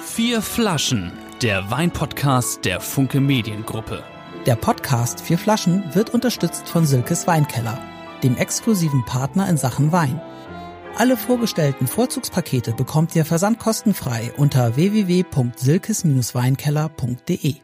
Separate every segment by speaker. Speaker 1: Vier Flaschen, der Weinpodcast der Funke Mediengruppe.
Speaker 2: Der Podcast Vier Flaschen wird unterstützt von Silkes Weinkeller, dem exklusiven Partner in Sachen Wein. Alle vorgestellten Vorzugspakete bekommt ihr versandkostenfrei unter www.silkes-weinkeller.de.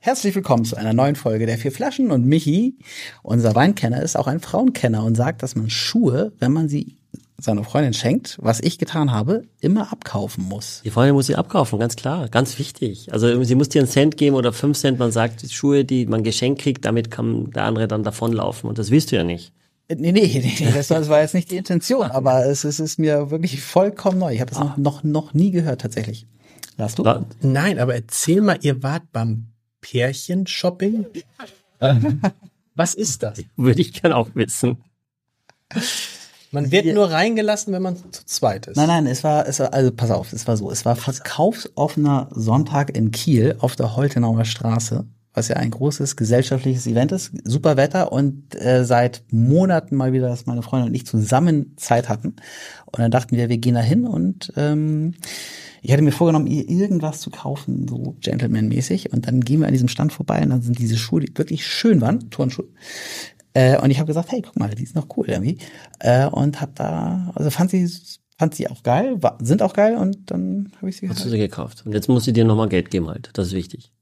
Speaker 2: Herzlich willkommen zu einer neuen Folge der Vier Flaschen und Michi, unser Weinkenner, ist auch ein Frauenkenner und sagt, dass man Schuhe, wenn man sie seiner Freundin schenkt, was ich getan habe, immer abkaufen muss.
Speaker 3: Die Freundin muss sie abkaufen, ganz klar, ganz wichtig. Also sie muss dir einen Cent geben oder fünf Cent. Man sagt, Schuhe, die man geschenkt kriegt, damit kann der andere dann davonlaufen. Und das willst du ja nicht.
Speaker 2: Äh, Nee, nee, nee, nee das, war, das war jetzt nicht die Intention, aber es, es ist mir wirklich vollkommen neu. Ich habe das noch, noch, noch nie gehört tatsächlich. Hast du?
Speaker 3: Da-
Speaker 4: Nein, aber erzähl mal, ihr wart beim Pärchen-Shopping? Was ist das?
Speaker 3: Würde ich gern auch wissen.
Speaker 4: Man wird nur reingelassen, wenn man zu zweit ist.
Speaker 2: Nein, nein, es war, es war, also pass auf, es war so, es war verkaufsoffener Sonntag in Kiel auf der Holtenauer Straße, was ja ein großes gesellschaftliches Event ist, super Wetter und äh, seit Monaten mal wieder, dass meine Freundin und ich zusammen Zeit hatten und dann dachten wir, wir gehen da hin und ähm, ich hatte mir vorgenommen, ihr irgendwas zu kaufen, so Gentleman-mäßig und dann gehen wir an diesem Stand vorbei und dann sind diese Schuhe, die wirklich schön waren, Turnschuhe, äh, und ich habe gesagt, hey, guck mal, die ist noch cool irgendwie. Äh, und hab da, also fand sie, fand sie auch geil, wa- sind auch geil und dann habe ich sie
Speaker 3: Hast
Speaker 2: gekauft.
Speaker 3: du sie gekauft. Und jetzt muss sie dir nochmal Geld geben halt. Das ist wichtig.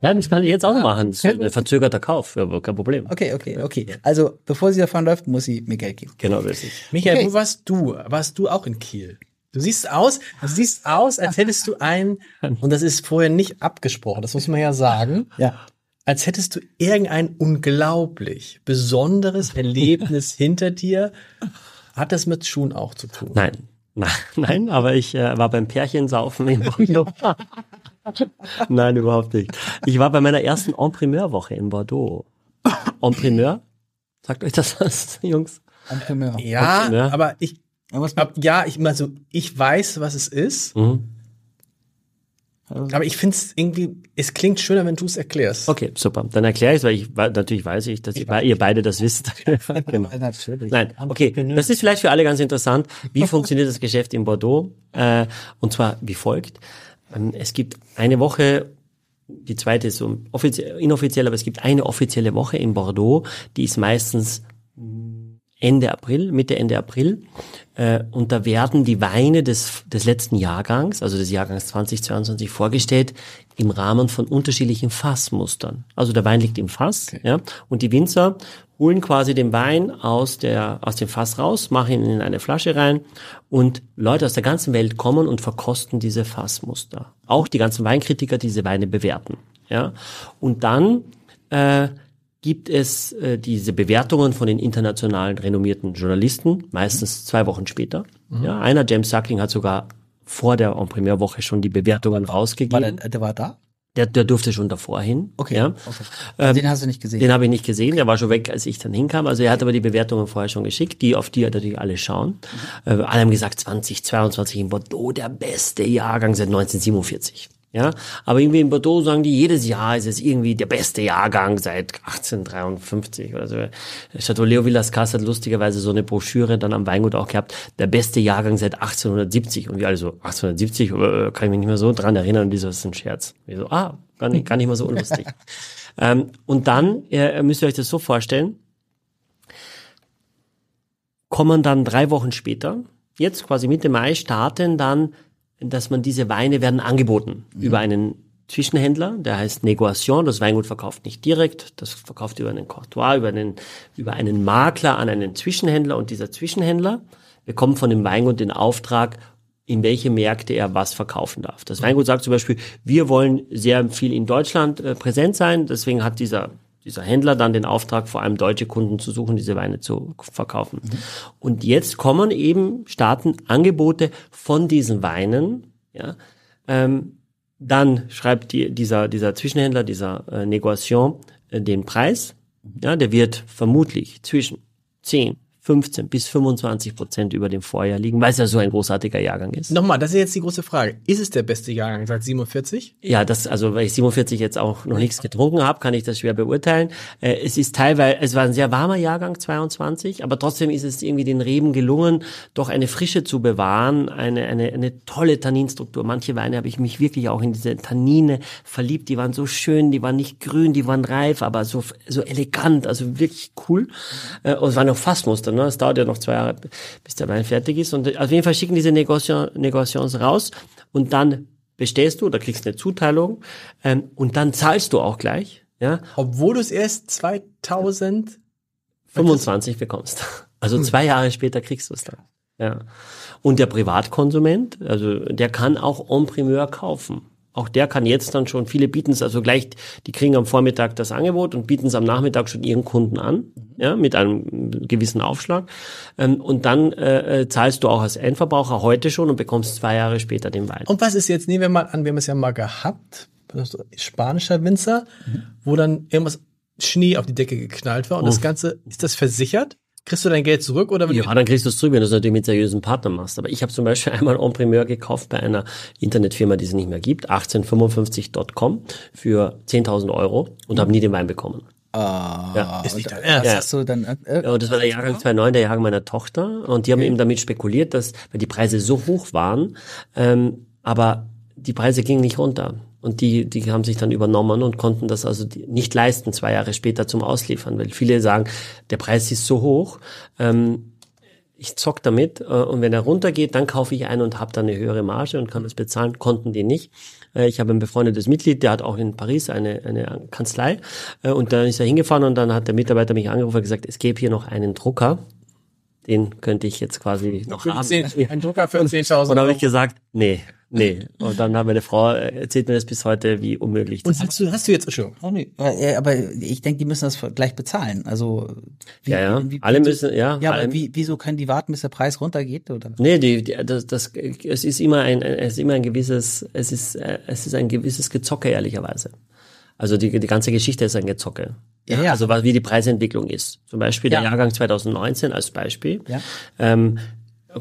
Speaker 3: Ja, das kann ich jetzt auch machen. Das ist ein verzögerter Kauf, aber kein Problem.
Speaker 2: Okay, okay, okay. Also bevor sie davon läuft, muss sie mir Geld geben.
Speaker 3: Genau, richtig.
Speaker 4: Michael,
Speaker 2: Okay.
Speaker 4: wo warst du? Warst du auch in Kiel? Du siehst aus, du siehst aus, als hättest du einen, und das ist vorher nicht abgesprochen, das muss man ja sagen,
Speaker 2: Ja.
Speaker 4: als hättest du irgendein unglaublich besonderes Erlebnis hinter dir. Hat das mit Schuhen auch zu tun?
Speaker 3: Nein. Na, nein, aber ich äh, war beim Pärchensaufen in Bordeaux. nein, überhaupt nicht. Ich war bei meiner ersten Entrepreneur-Woche in Bordeaux. Entrepreneur? Sagt euch das was, Jungs?
Speaker 2: Entrepreneur.
Speaker 4: Ja,
Speaker 3: Okay, ne?
Speaker 4: aber ich,
Speaker 2: Er muss
Speaker 4: ab, ja, ich, also, ich weiß, was es ist.
Speaker 3: Mhm.
Speaker 4: Aber ich finde es irgendwie, es klingt schöner, wenn du es erklärst.
Speaker 3: Okay, super. Dann erkläre ich es, weil ich weil natürlich weiß ich, dass ich, ihr beide das wisst. genau.
Speaker 2: halt natürlich.
Speaker 3: Nein, okay. Das ist vielleicht für alle ganz interessant. Wie funktioniert das Geschäft in Bordeaux? Äh, und zwar wie folgt. Ähm, es gibt eine Woche, die zweite ist so offizie- inoffiziell, aber es gibt eine offizielle Woche in Bordeaux, die ist meistens Ende April, Mitte Ende April. Äh, und da werden die Weine des, des letzten Jahrgangs, also des Jahrgangs 2022, vorgestellt im Rahmen von unterschiedlichen Fassmustern. Also der Wein liegt im Fass, ja, und die Winzer holen quasi den Wein aus, der, aus dem Fass raus, machen ihn in eine Flasche rein und Leute aus der ganzen Welt kommen und verkosten diese Fassmuster. Auch die ganzen Weinkritiker, die diese Weine bewerten. Ja. Und dann äh, gibt es äh, diese Bewertungen von den internationalen renommierten Journalisten,
Speaker 2: Mhm.
Speaker 3: meistens zwei Wochen später. Ja, einer, James Suckling, hat sogar vor der Premierwoche schon die Bewertungen
Speaker 2: War der,
Speaker 3: rausgegeben.
Speaker 2: der war da?
Speaker 3: Der, der durfte schon davor hin.
Speaker 2: Okay.
Speaker 3: Ja. Ähm,
Speaker 2: okay. Den hast du nicht gesehen.
Speaker 3: Den habe ich nicht gesehen, der war schon weg, als ich dann hinkam. Also er hat aber die Bewertungen vorher schon geschickt, die auf die natürlich alle schauen. Äh, alle haben gesagt, 2022 in Bordeaux der beste Jahrgang seit 1947. Ja, aber irgendwie in Bordeaux sagen die, jedes Jahr ist es irgendwie der beste Jahrgang seit 1853 oder so. Chateau Leo Villas Casas hat lustigerweise so eine Broschüre dann am Weingut auch gehabt, der beste Jahrgang seit 1870. Und wir alle so, 1870, äh, kann ich mich nicht mehr so dran erinnern, wieso ist das ein Scherz? Wir so, ah, gar nicht, gar nicht mal so unlustig. Ähm, und dann äh, müsst ihr euch das so vorstellen, kommen dann drei Wochen später, jetzt quasi Mitte Mai, starten dann, dass man diese Weine werden angeboten über einen Zwischenhändler, der heißt Negoation. Das Weingut verkauft nicht direkt, das verkauft über einen Courtois, über einen, über einen Makler an einen Zwischenhändler und dieser Zwischenhändler bekommt von dem Weingut den Auftrag, in welche Märkte er was verkaufen darf. Das Weingut sagt zum Beispiel, wir wollen sehr viel in Deutschland äh, präsent sein, deswegen hat dieser, dieser Händler dann den Auftrag, vor allem deutsche Kunden zu suchen, diese Weine zu k- verkaufen. Und jetzt kommen eben, starten Angebote von diesen Weinen, ja, ähm, dann schreibt die, dieser, dieser Zwischenhändler, dieser äh, Negotion, äh, den Preis. Ja, der wird vermutlich zwischen 10, 15 bis 25 Prozent über dem Vorjahr liegen, weil es ja so ein großartiger Jahrgang ist.
Speaker 4: Nochmal, das ist jetzt die große Frage. Ist es der beste Jahrgang seit 47?
Speaker 3: Ja, das, also weil ich 47 jetzt auch noch nichts getrunken habe, kann ich das schwer beurteilen. Äh, es ist teilweise, es war ein sehr warmer Jahrgang 22, aber trotzdem ist es irgendwie den Reben gelungen, doch eine Frische zu bewahren, eine, eine, eine tolle Tanninstruktur. Manche Weine habe ich mich wirklich auch in diese Tannine verliebt, die waren so schön, die waren nicht grün, die waren reif, aber so, so elegant, also wirklich cool. Äh, und es waren noch Fassmuster, ne? Es dauert ja noch zwei Jahre, bis der Wein fertig ist. Und auf jeden Fall schicken diese Negocian, Negotiations raus und dann bestellst du oder kriegst eine Zuteilung ähm, und dann zahlst du auch gleich, ja,
Speaker 4: Obwohl du es erst 2000...
Speaker 3: 25 bekommst. Also zwei Jahre später kriegst du es dann. Ja. Und der Privatkonsument, also der kann auch en primeur kaufen. Auch der kann jetzt dann schon, viele bieten es also gleich, die kriegen am Vormittag das Angebot und bieten es am Nachmittag schon ihren Kunden an, ja, mit einem gewissen Aufschlag. Ähm, und dann äh, äh, zahlst du auch als Endverbraucher heute schon und bekommst zwei Jahre später den Wein.
Speaker 4: Und was ist jetzt, nehmen wir mal an, wir haben es ja mal gehabt, so spanischer Winzer,
Speaker 3: Mhm.
Speaker 4: wo dann irgendwas Schnee auf die Decke geknallt war und das Ganze, ist das versichert? Kriegst du dein Geld zurück oder wenn
Speaker 3: Ja, dann kriegst du es zurück, wenn du es natürlich mit seriösen Partnern machst. Aber ich habe zum Beispiel einmal en primeur gekauft bei einer Internetfirma, die es nicht mehr gibt, 1855.com für 10.000 Euro und habe nie den Wein bekommen.
Speaker 2: Ah,
Speaker 4: Ist nicht
Speaker 2: und,
Speaker 4: dein Ernst.
Speaker 2: das hast du dann, äh,
Speaker 3: Ja, und das war der Jahrgang 2009, der Jahrgang meiner Tochter. Und die haben eben damit spekuliert, dass, weil die Preise so hoch waren, ähm, aber die Preise gingen nicht runter. Und die, die haben sich dann übernommen und konnten das also die- nicht leisten, zwei Jahre später zum Ausliefern, weil viele sagen, der Preis ist so hoch, ähm, ich zock damit äh, und wenn er runtergeht, dann kaufe ich einen und habe dann eine höhere Marge und kann das bezahlen, konnten die nicht. Äh, ich habe ein befreundetes Mitglied, der hat auch in Paris eine, eine Kanzlei äh, und dann ist er hingefahren und dann hat der Mitarbeiter mich angerufen und gesagt, es gäbe hier noch einen Drucker, den könnte ich jetzt quasi noch haben.
Speaker 4: ein Drucker für 10.000
Speaker 3: Und dann habe ich gesagt, nee, nee. Und dann hat meine Frau äh, erzählt mir das bis heute, wie unmöglich das
Speaker 4: Und hast du, hast du jetzt, Entschuldigung,
Speaker 2: oh, nee, aber, äh, aber ich denke, die müssen das gleich bezahlen. Also wie,
Speaker 3: Ja, ja. Alle
Speaker 2: wieso-
Speaker 3: müssen- ja,
Speaker 2: Ja,
Speaker 3: alle-
Speaker 2: aber wie, wieso können die warten, bis der Preis runtergeht? Oder?
Speaker 3: Nee, die, die, das, das, es ist immer ein, ein- es ist immer ein gewisses, es ist, äh, es ist ein gewisses Gezocke, ehrlicherweise. Also die, die ganze Geschichte ist ein Gezocke.
Speaker 2: Ja, ja.
Speaker 3: Also was, wie die Preisentwicklung ist. Zum Beispiel der
Speaker 2: Ja.
Speaker 3: Jahrgang 2019 als Beispiel.
Speaker 2: Ja.
Speaker 3: Ähm,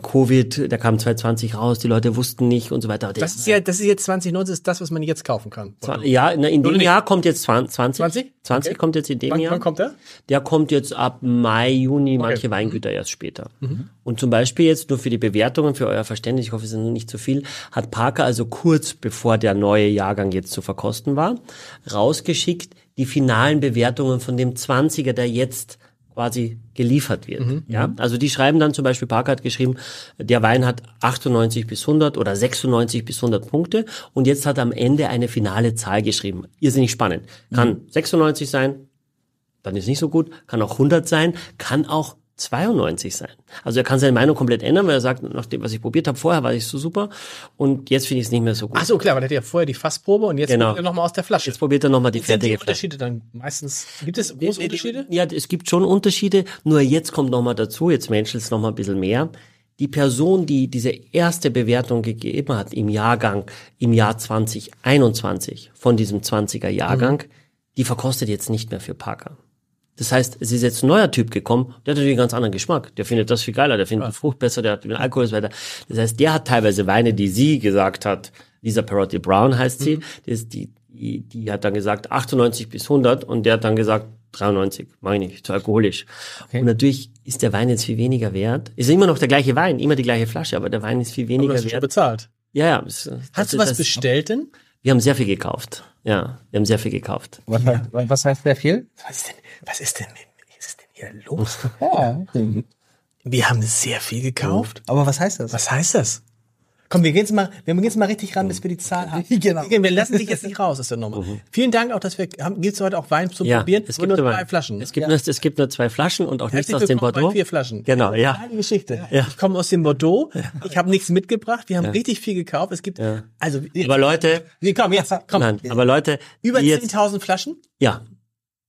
Speaker 3: Covid, der kam 2020 raus, die Leute wussten nicht und so weiter.
Speaker 4: das ist ja, das ist jetzt 2019, ist das, was man jetzt kaufen kann.
Speaker 3: Zwa- ja, na, in dem
Speaker 4: nicht?
Speaker 3: Jahr kommt jetzt 20.
Speaker 4: 20?
Speaker 3: 20
Speaker 4: Okay.
Speaker 3: kommt jetzt in dem
Speaker 4: Wann,
Speaker 3: Jahr.
Speaker 4: wann kommt der?
Speaker 3: Der kommt jetzt ab Mai, Juni, manche Weingüter erst später. Und zum Beispiel jetzt nur für die Bewertungen, für euer Verständnis, ich hoffe, es sind nicht zu viel, hat Parker also kurz bevor der neue Jahrgang jetzt zu verkosten war, rausgeschickt die finalen Bewertungen von dem 20er, der jetzt quasi geliefert wird. Ja, also die schreiben dann zum Beispiel, Parker hat geschrieben, der Wein hat 98 bis 100 oder 96 bis 100 Punkte und jetzt hat er am Ende eine finale Zahl geschrieben. Irrsinnig spannend. Kann 96 sein, dann ist nicht so gut, kann auch 100 sein, kann auch 92 sein. Also er kann seine Meinung komplett ändern, weil er sagt, nach dem, was ich probiert habe, vorher war ich so super und jetzt finde ich es nicht mehr so gut.
Speaker 4: Ach so, klar, weil der hat ja vorher die Fassprobe und jetzt
Speaker 3: Genau.
Speaker 4: kommt er nochmal aus der Flasche.
Speaker 3: Jetzt probiert er nochmal die
Speaker 4: sind die
Speaker 3: fertige Flasche.
Speaker 4: Unterschiede dann meistens, gibt es große Unterschiede?
Speaker 3: Ja, es gibt schon Unterschiede, nur jetzt kommt nochmal dazu, jetzt menschelt es nochmal ein bisschen mehr. Die Person, die diese erste Bewertung gegeben hat im Jahrgang, im Jahr 2021 von diesem 20er Jahrgang,
Speaker 4: Mhm.
Speaker 3: die verkostet jetzt nicht mehr für Parker. Das heißt, es ist jetzt ein neuer Typ gekommen, der hat natürlich einen ganz anderen Geschmack. Der findet das viel geiler, der findet die Frucht besser, der hat den Alkohol und so weiter. Das heißt, der hat teilweise Weine, die sie gesagt hat, Lisa Perotti Brown heißt sie,
Speaker 4: Mhm.
Speaker 3: die, ist die, die, die hat dann gesagt 98 bis 100 und der hat dann gesagt 93, meine ich, zu alkoholisch. Und natürlich ist der Wein jetzt viel weniger wert. Ist immer noch der gleiche Wein, immer die gleiche Flasche, aber der Wein ist viel
Speaker 4: Du
Speaker 3: weniger
Speaker 4: hast schon
Speaker 3: wert.
Speaker 4: bezahlt.
Speaker 3: Ja, ja. es- das
Speaker 4: Hast du
Speaker 3: ist
Speaker 4: was
Speaker 3: das-
Speaker 4: bestellt denn?
Speaker 3: Wir haben sehr viel gekauft. Ja, wir haben sehr viel gekauft.
Speaker 2: Was, was heißt sehr viel?
Speaker 4: Was ist denn, was ist denn, was ist denn hier los?
Speaker 2: Ja.
Speaker 4: Wir haben sehr viel gekauft.
Speaker 2: Aber was heißt das?
Speaker 4: Was heißt das? Komm, wir gehen jetzt mal, wir gehen jetzt mal richtig ran, bis wir die Zahl haben.
Speaker 2: Genau.
Speaker 4: Wir lassen dich jetzt nicht raus aus der Nummer. Vielen Dank auch, dass wir haben. Gibt's heute auch Wein zum
Speaker 3: Ja,
Speaker 4: Probieren?
Speaker 3: es
Speaker 4: Und
Speaker 3: gibt nur
Speaker 4: drei Flaschen.
Speaker 3: Es gibt, nur, es gibt nur zwei Flaschen und auch nichts
Speaker 4: Herzlich
Speaker 3: aus dem
Speaker 4: willkommen bei
Speaker 3: Bordeaux.
Speaker 4: vier Flaschen.
Speaker 3: Genau, ja.
Speaker 4: Eine Geschichte. Ich komme aus dem Bordeaux. Ich habe nichts mitgebracht. Wir haben richtig viel gekauft. Es gibt also
Speaker 3: Aber Leute,
Speaker 4: wir kommen jetzt, komm,
Speaker 3: nein, aber Leute,
Speaker 4: über
Speaker 3: die jetzt,
Speaker 4: 10.000 Flaschen.
Speaker 3: ja,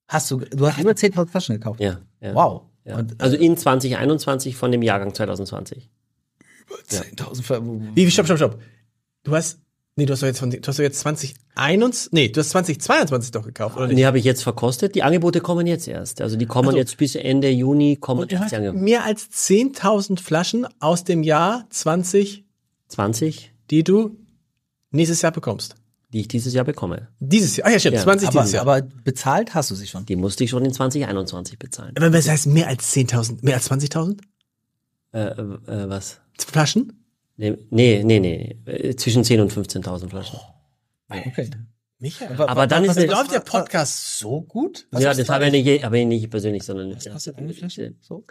Speaker 2: Hast du, du hast über 10.000 Flaschen gekauft.
Speaker 3: ja, ja,
Speaker 2: Wow.
Speaker 3: ja.
Speaker 2: Und
Speaker 3: also
Speaker 4: äh,
Speaker 3: in 2021 von dem Jahrgang 2020.
Speaker 2: 10.000 äh, Flaschen.
Speaker 4: Wie, stopp, stopp, stopp. Du hast Nee, du hast doch jetzt, 20, du hast doch jetzt 2021, nee, du hast 2022 doch gekauft, oder nicht?
Speaker 3: Die habe ich jetzt verkostet. Die Angebote kommen jetzt erst. Also die kommen
Speaker 4: Also-
Speaker 3: jetzt bis Ende Juni kommen
Speaker 4: Und ihr
Speaker 3: jetzt
Speaker 4: habt
Speaker 3: die Angebote.
Speaker 4: mehr als 10.000 Flaschen aus dem Jahr 20,
Speaker 3: 20,
Speaker 4: die du nächstes Jahr bekommst.
Speaker 3: die ich dieses Jahr bekomme.
Speaker 4: Dieses Jahr, ah ja, stimmt,
Speaker 3: Ja,
Speaker 4: 20
Speaker 2: Aber,
Speaker 4: dieses Jahr.
Speaker 2: aber bezahlt hast du sie schon.
Speaker 3: Die musste ich schon in 2021 bezahlen.
Speaker 4: Aber was heißt mehr als 10.000, mehr als 20.000
Speaker 3: Äh, äh, was?
Speaker 4: Flaschen?
Speaker 3: Nee, nee, nee. nee. Äh, Zwischen 10.000 und 15.000 Flaschen.
Speaker 2: Okay.
Speaker 4: Michael.
Speaker 3: Aber dann
Speaker 4: Oh. was,
Speaker 3: ist
Speaker 4: läuft der
Speaker 2: was-
Speaker 4: Podcast so gut?
Speaker 3: ja, halt das habe ich nicht, je- aber ich nicht persönlich, sondern äh,
Speaker 2: kostet eine Flasche? So?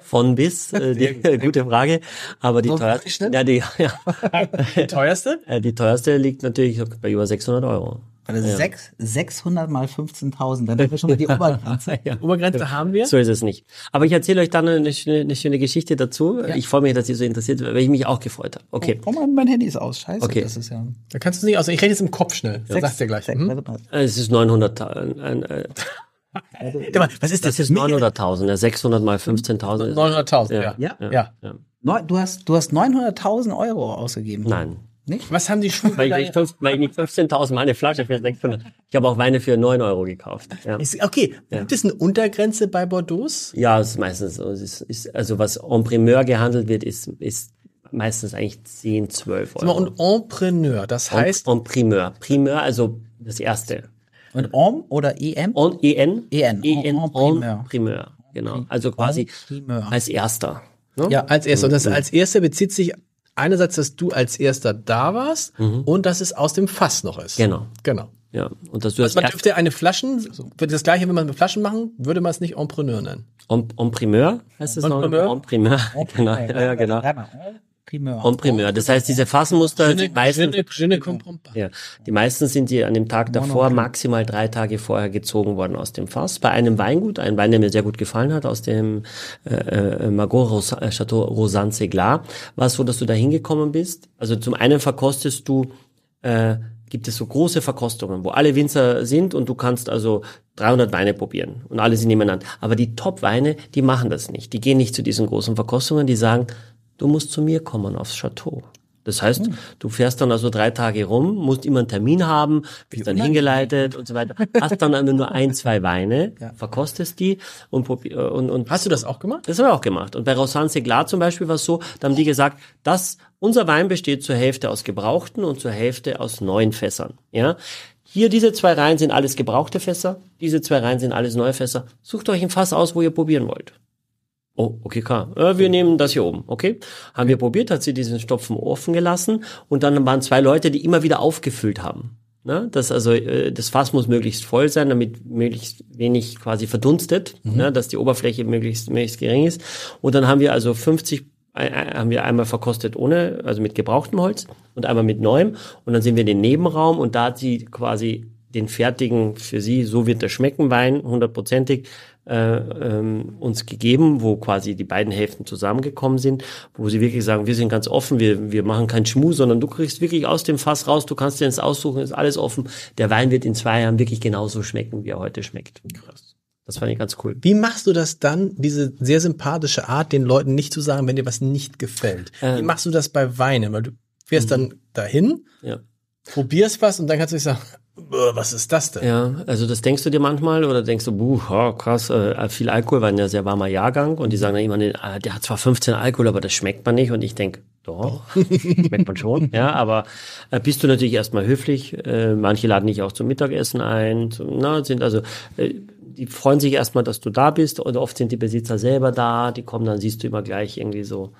Speaker 3: von bis. Äh, die, gute Frage. Aber die
Speaker 2: So
Speaker 3: teuerste,
Speaker 2: Durchschnitt?
Speaker 3: ja, die, ja,
Speaker 4: Der teuerste?
Speaker 3: äh, die teuerste liegt natürlich bei über 600 Euro.
Speaker 2: Also sechs, 600 mal 15.000, dann haben wir schon mal die Obergrenze.
Speaker 4: Obergrenze haben wir.
Speaker 3: So ist es nicht. Aber ich erzähle euch dann eine schöne, eine schöne Geschichte dazu. Ich freue mich, dass ihr so interessiert, seid, weil ich mich auch gefreut habe. Okay.
Speaker 2: Oh mein, mein Handy ist aus, scheiße.
Speaker 3: Okay.
Speaker 2: Das ist ja
Speaker 4: Da kannst du es nicht aus. Ich rechne jetzt im Kopf schnell. Ja, sag's dir gleich.
Speaker 2: Sechs,
Speaker 4: Hm?
Speaker 2: warte mal.
Speaker 3: Äh, Es ist 900, Ta- ein- ein-
Speaker 4: Warte mal, Was ist
Speaker 3: das ist 900.000, ja, 600 mal 15.000. ist-
Speaker 4: 900.000,
Speaker 3: Ja.
Speaker 4: ja.
Speaker 3: Ja.
Speaker 4: ja.
Speaker 2: Neun- Du hast, du hast 900.000 Euro ausgegeben.
Speaker 3: Nein.
Speaker 4: Was haben die
Speaker 3: Weil ich
Speaker 4: Schwulen?
Speaker 3: nicht fünf- weil ich nicht 15.000 mal eine Flasche für 600. Ich habe auch Weine für 9 Euro gekauft. Ja.
Speaker 4: Ist- Okay, gibt es eine Untergrenze bei Bordeaux?
Speaker 3: Ja, es ist meistens so. Es ist, ist, also was en primeur gehandelt wird, ist, ist meistens eigentlich 10, 12 Euro.
Speaker 4: Und Entrepreneur, das heißt,
Speaker 3: en primeur. Primeur, also das erste.
Speaker 2: Und OM oder EM?
Speaker 3: En, E en,
Speaker 2: EN,
Speaker 3: en,
Speaker 2: en
Speaker 3: en
Speaker 2: primeur.
Speaker 3: primeur. Genau. Also quasi
Speaker 2: primeur.
Speaker 3: als erster. ne?
Speaker 4: ja, als erster. Und das als erster bezieht sich einerseits, dass du als erster da warst und dass es aus dem Fass noch ist.
Speaker 3: Mhm. Genau.
Speaker 4: Genau.
Speaker 3: Ja. Und dass du als
Speaker 4: Man
Speaker 3: erster,
Speaker 4: dürfte eine Flaschen, würde das gleiche, wenn man mit Flaschen machen, würde man es nicht Entrepreneur nennen.
Speaker 3: en, en primeur heißt es noch?
Speaker 4: primeur?
Speaker 3: En primeur. Genau. Ja, ja, genau.
Speaker 2: Warte mal. Primeur.
Speaker 3: En primeur. Das heißt, diese Fassenmuster, die meisten,
Speaker 4: Gene Comprompa.
Speaker 3: Ja, die meisten sind die an dem Tag davor, maximal drei Tage vorher gezogen worden aus dem Fass. Bei einem Weingut, ein Wein, der mir sehr gut gefallen hat, aus dem äh, äh, Margot Ros äh, Chateau Rosan Seglar, war es so, dass du da hingekommen bist. Also zum einen verkostest du, äh, gibt es so große Verkostungen, wo alle Winzer sind und du kannst also 300 Weine probieren und alle sind nebeneinander. Aber die Top-Weine, die machen das nicht. Die gehen nicht zu diesen großen Verkostungen, die sagen, du musst zu mir kommen aufs Chateau. Das heißt, du fährst dann also drei Tage rum, musst immer einen Termin haben, bist dann hingeleitet und so weiter. Hast dann aber nur ein, zwei Weine, verkostest die und, probi- äh, und, und
Speaker 4: Hast du das auch gemacht?
Speaker 3: das haben wir auch gemacht. Und bei Rosan Seglar zum Beispiel war es so, da haben die gesagt, dass unser Wein besteht zur Hälfte aus gebrauchten und zur Hälfte aus neuen Fässern. Ja? Hier diese zwei Reihen sind alles gebrauchte Fässer, diese zwei Reihen sind alles neue Fässer. Sucht euch ein Fass aus, wo ihr probieren wollt. Oh, okay, klar. Äh, wir nehmen das hier oben, okay? Haben wir probiert, hat sie diesen Stopfen offen gelassen und dann waren zwei Leute, die immer wieder aufgefüllt haben. Ne? Das, also, äh, das Fass muss möglichst voll sein, damit möglichst wenig quasi verdunstet, ne? dass die Oberfläche möglichst, möglichst gering ist. Und dann haben wir also 50, äh, äh, haben wir einmal verkostet ohne, also mit gebrauchtem Holz und einmal mit neuem. Und dann sind wir in den Nebenraum und da hat sie quasi den fertigen für sie, so wird der schmecken, Wein, hundertprozentig, äh, ähm, uns gegeben, wo quasi die beiden Hälften zusammengekommen sind, wo sie wirklich sagen, wir sind ganz offen, wir, wir machen keinen Schmuh, sondern du kriegst wirklich aus dem Fass raus, du kannst dir das aussuchen, ist alles offen. Der Wein wird in zwei Jahren wirklich genauso schmecken, wie er heute schmeckt. Das fand ich ganz cool.
Speaker 4: Wie machst du das dann, diese sehr sympathische Art, den Leuten nicht zu sagen, wenn dir was nicht gefällt?
Speaker 3: Ähm.
Speaker 4: Wie machst du das bei Weinen? Weil du
Speaker 3: Mhm.
Speaker 4: fährst dann dahin,
Speaker 3: Ja.
Speaker 4: probierst was und dann kannst du nicht sagen, "Bäh, was ist das denn?
Speaker 3: Ja, also das denkst du dir manchmal oder denkst du, buh, ha, krass, äh, viel Alkohol war ein ja sehr warmer Jahrgang und die sagen dann immer, nee, ah, der hat zwar 15 Alkohol, aber das schmeckt man nicht und ich denk, doch, schmeckt man schon, ja, aber äh, bist du natürlich erstmal höflich, äh, manche laden dich auch zum Mittagessen ein, zum, na, sind also, äh, die freuen sich erstmal, dass du da bist und oft sind die Besitzer selber da, die kommen, dann siehst du immer gleich irgendwie so,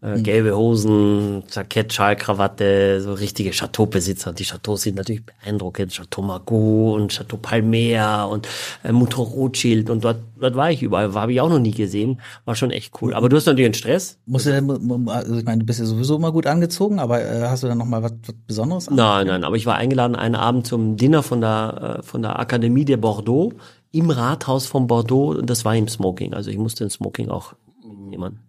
Speaker 3: äh, gelbe Hosen, Jackett, Schalkrawatte, so richtige Chateaubesitzer. Die Chateaus sind natürlich beeindruckend. Chateau Margaux und Chateau Palmer und äh, Mutter Rothschild. Und dort, dort war ich überall. Habe ich auch noch nie gesehen. War schon echt cool. Aber du hast natürlich einen Stress.
Speaker 2: Musst du denn, mu- mu- also ich meine, du bist ja sowieso immer gut angezogen, aber äh, hast du dann nochmal was, was Besonderes an?
Speaker 3: Nein, nein, aber ich war eingeladen einen Abend zum Dinner von der, äh, von der Akademie de Bordeaux im Rathaus von Bordeaux. Und das war im Smoking. Also ich musste den Smoking auch nehmen.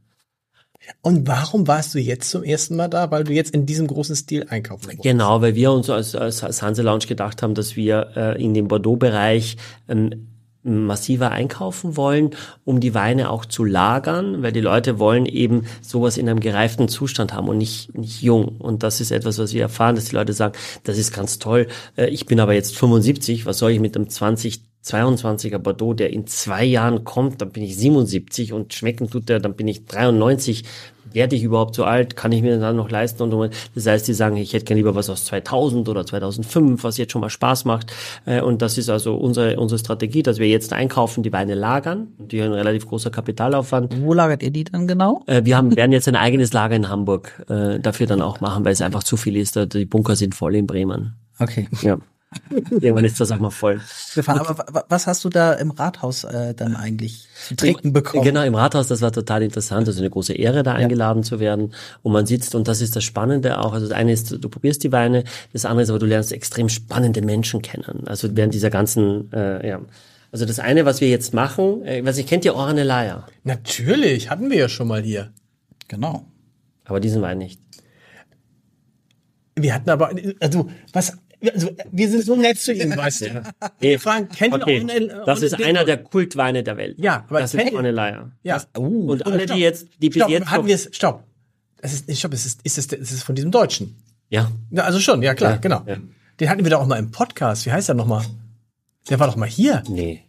Speaker 4: Und warum warst du jetzt zum ersten Mal da? Weil du jetzt in diesem großen Stil einkaufen musst.
Speaker 3: Genau, weil wir uns als, als, als Hanse Lounge gedacht haben, dass wir äh, in dem Bordeaux-Bereich ähm, massiver einkaufen wollen, um die Weine auch zu lagern, weil die Leute wollen eben sowas in einem gereiften Zustand haben und nicht, nicht jung. Und das ist etwas, was wir erfahren, dass die Leute sagen, das ist ganz toll, äh, ich bin aber jetzt 75, was soll ich mit einem 20 22er Bordeaux, der in zwei Jahren kommt, dann bin ich 77 und schmecken tut der, dann bin ich 93. Werde ich überhaupt so alt? Kann ich mir dann noch leisten? Und, und das heißt, die sagen, ich hätte gerne lieber was aus 2000 oder 2005, was jetzt schon mal Spaß macht. Äh, Und das ist also unsere, unsere Strategie, dass wir jetzt einkaufen, die Weine lagern. Die haben ein relativ großer Kapitalaufwand.
Speaker 2: Wo lagert ihr die dann genau?
Speaker 3: Äh, Wir haben, werden jetzt ein eigenes Lager in Hamburg äh, dafür dann auch machen, weil es einfach zu viel ist. Da- Die Bunker sind voll in Bremen.
Speaker 2: Okay.
Speaker 3: Ja. Irgendwann ist das auch mal voll.
Speaker 2: Stefan, aber wa- wa- was hast du da im Rathaus äh, dann eigentlich zu trinken bekommen?
Speaker 3: Genau, im Rathaus, das war total interessant. Also eine große Ehre, da eingeladen zu werden. Und man sitzt, und das ist das Spannende auch. Also das eine ist, du probierst die Weine, das andere ist aber, du lernst extrem spannende Menschen kennen. Also während dieser ganzen, äh, ja. Also das eine, was wir jetzt machen, äh, was ich kennt ihr Ornelaya,
Speaker 4: Natürlich, hatten wir ja schon mal hier.
Speaker 2: Genau.
Speaker 3: aber diesen Wein nicht.
Speaker 4: Wir hatten aber, also, was, also, wir sind so nett zu ihm, weißt du.
Speaker 3: Nee.
Speaker 4: Frank, Ah, kennt ihr
Speaker 3: okay.
Speaker 4: Ornel-
Speaker 3: Das ist
Speaker 4: Ornel-
Speaker 3: einer der Kultweine der Welt.
Speaker 4: Ja, aber
Speaker 3: das ist
Speaker 4: kennt-
Speaker 3: Ornelaya.
Speaker 4: Ja.
Speaker 3: Uh, Und alle, die jetzt, die bis
Speaker 4: stopp,
Speaker 3: jetzt,
Speaker 4: hatten
Speaker 3: noch-
Speaker 4: wir es, stopp. Es ist, stopp, es ist, ist es, ist es von diesem Deutschen.
Speaker 3: ja,
Speaker 4: Ja, also schon, ja klar,
Speaker 3: Ja,
Speaker 4: genau.
Speaker 3: ja.
Speaker 4: Den hatten wir doch auch mal im Podcast. Wie heißt der nochmal? Der war doch mal hier.
Speaker 3: nee,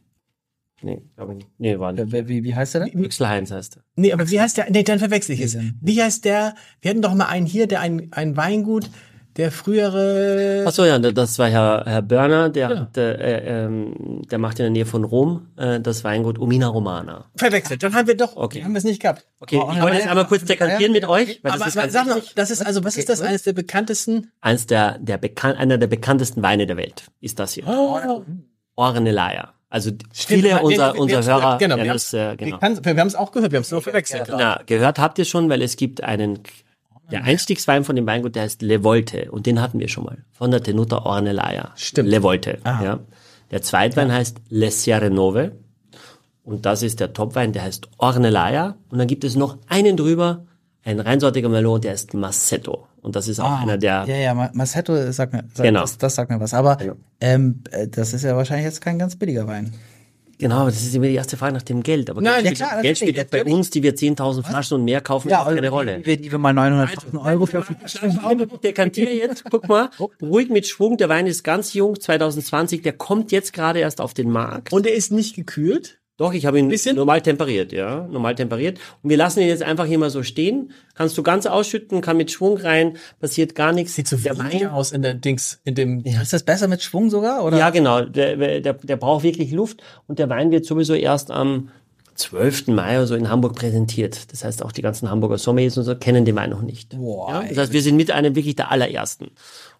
Speaker 3: nee, glaube ich nicht. Nee, war nicht.
Speaker 2: Wie, wie, wie heißt der denn?
Speaker 3: Büchselheinz heißt er.
Speaker 4: Nee, aber wie heißt der? Nee, dann verwechsel ich es.
Speaker 2: Nee, dann-
Speaker 4: Wie heißt der? Wir hatten doch mal einen hier, der ein, ein Weingut, der frühere.
Speaker 3: Ach so, ja, das war Herr, Herr Börner, der, hat, äh, ähm, der macht in der Nähe von Rom äh, das Weingut Omina Romana.
Speaker 4: Verwechselt. Dann haben wir doch,
Speaker 3: Okay.
Speaker 4: haben wir es nicht gehabt. Oh,
Speaker 3: Okay, ich wollte jetzt einmal kurz dekantieren mit euch, weil
Speaker 4: aber
Speaker 3: das
Speaker 4: aber
Speaker 3: ist
Speaker 4: sag
Speaker 3: ganz,
Speaker 4: mal, das ist also, was ist das? Eines der bekanntesten?
Speaker 3: eins der, der bekan einer der bekanntesten Weine der Welt, ist das hier.
Speaker 4: Oh,
Speaker 3: Ornelaya. Also viele unserer, unserer Hörer,
Speaker 4: Genau,
Speaker 3: ja,
Speaker 4: wir
Speaker 3: das, äh, genau.
Speaker 4: haben es auch gehört, wir haben es nur verwechselt.
Speaker 3: Na, gehört habt ihr schon, weil es gibt einen, der Einstiegswein von dem Weingut, der heißt Le Volte und den hatten wir schon mal. Von der Tenuta Ornelaya.
Speaker 4: Stimmt.
Speaker 3: Le Volte, ja. Der Zweitwein heißt Le Sierre Nove und das ist der Topwein, der heißt Ornelaya und dann gibt es noch einen drüber, ein reinsortiger Melon, der heißt Massetto und das ist auch einer der,
Speaker 2: Ah, Ja, ja, Ma- Massetto sagt mir, sagt,
Speaker 3: Genau.
Speaker 2: das, das sagt mir was. Aber ähm, äh, das ist ja wahrscheinlich jetzt kein ganz billiger Wein.
Speaker 3: genau, das ist immer die erste Frage nach dem Geld, aber Geld,
Speaker 4: Nein, ja
Speaker 3: spielt,
Speaker 2: klar,
Speaker 3: Geld
Speaker 2: natürlich,
Speaker 3: spielt bei uns, die wir 10.000 Flaschen und mehr kaufen, überhaupt keine Rolle.
Speaker 2: Die, wir- die wir mal 900.000 Euro für
Speaker 3: dekantiere jetzt, guck mal, ruhig mit Schwung, der Wein ist ganz jung, 2020, der kommt jetzt gerade erst auf den Markt.
Speaker 4: Und er ist nicht gekühlt.
Speaker 3: Doch, ich habe ihn
Speaker 4: Bisschen?
Speaker 3: normal temperiert, ja, normal temperiert. Und wir lassen ihn jetzt einfach hier mal so stehen. Kannst du ganz ausschütten, kann mit Schwung rein, passiert gar nichts.
Speaker 4: Sieht so
Speaker 3: der
Speaker 4: wenig
Speaker 3: Wein,
Speaker 4: aus in der Dings, in dem.
Speaker 2: Ist das besser mit Schwung sogar? Oder?
Speaker 3: ja genau, der, der, der braucht wirklich Luft und der Wein wird sowieso erst am 12. Mai oder so in Hamburg präsentiert. Das heißt, auch die ganzen Hamburger Sommeliers und so kennen den Wein noch nicht.
Speaker 2: Boah,
Speaker 3: ja? Das heißt, wir sind mit einem wirklich der allerersten.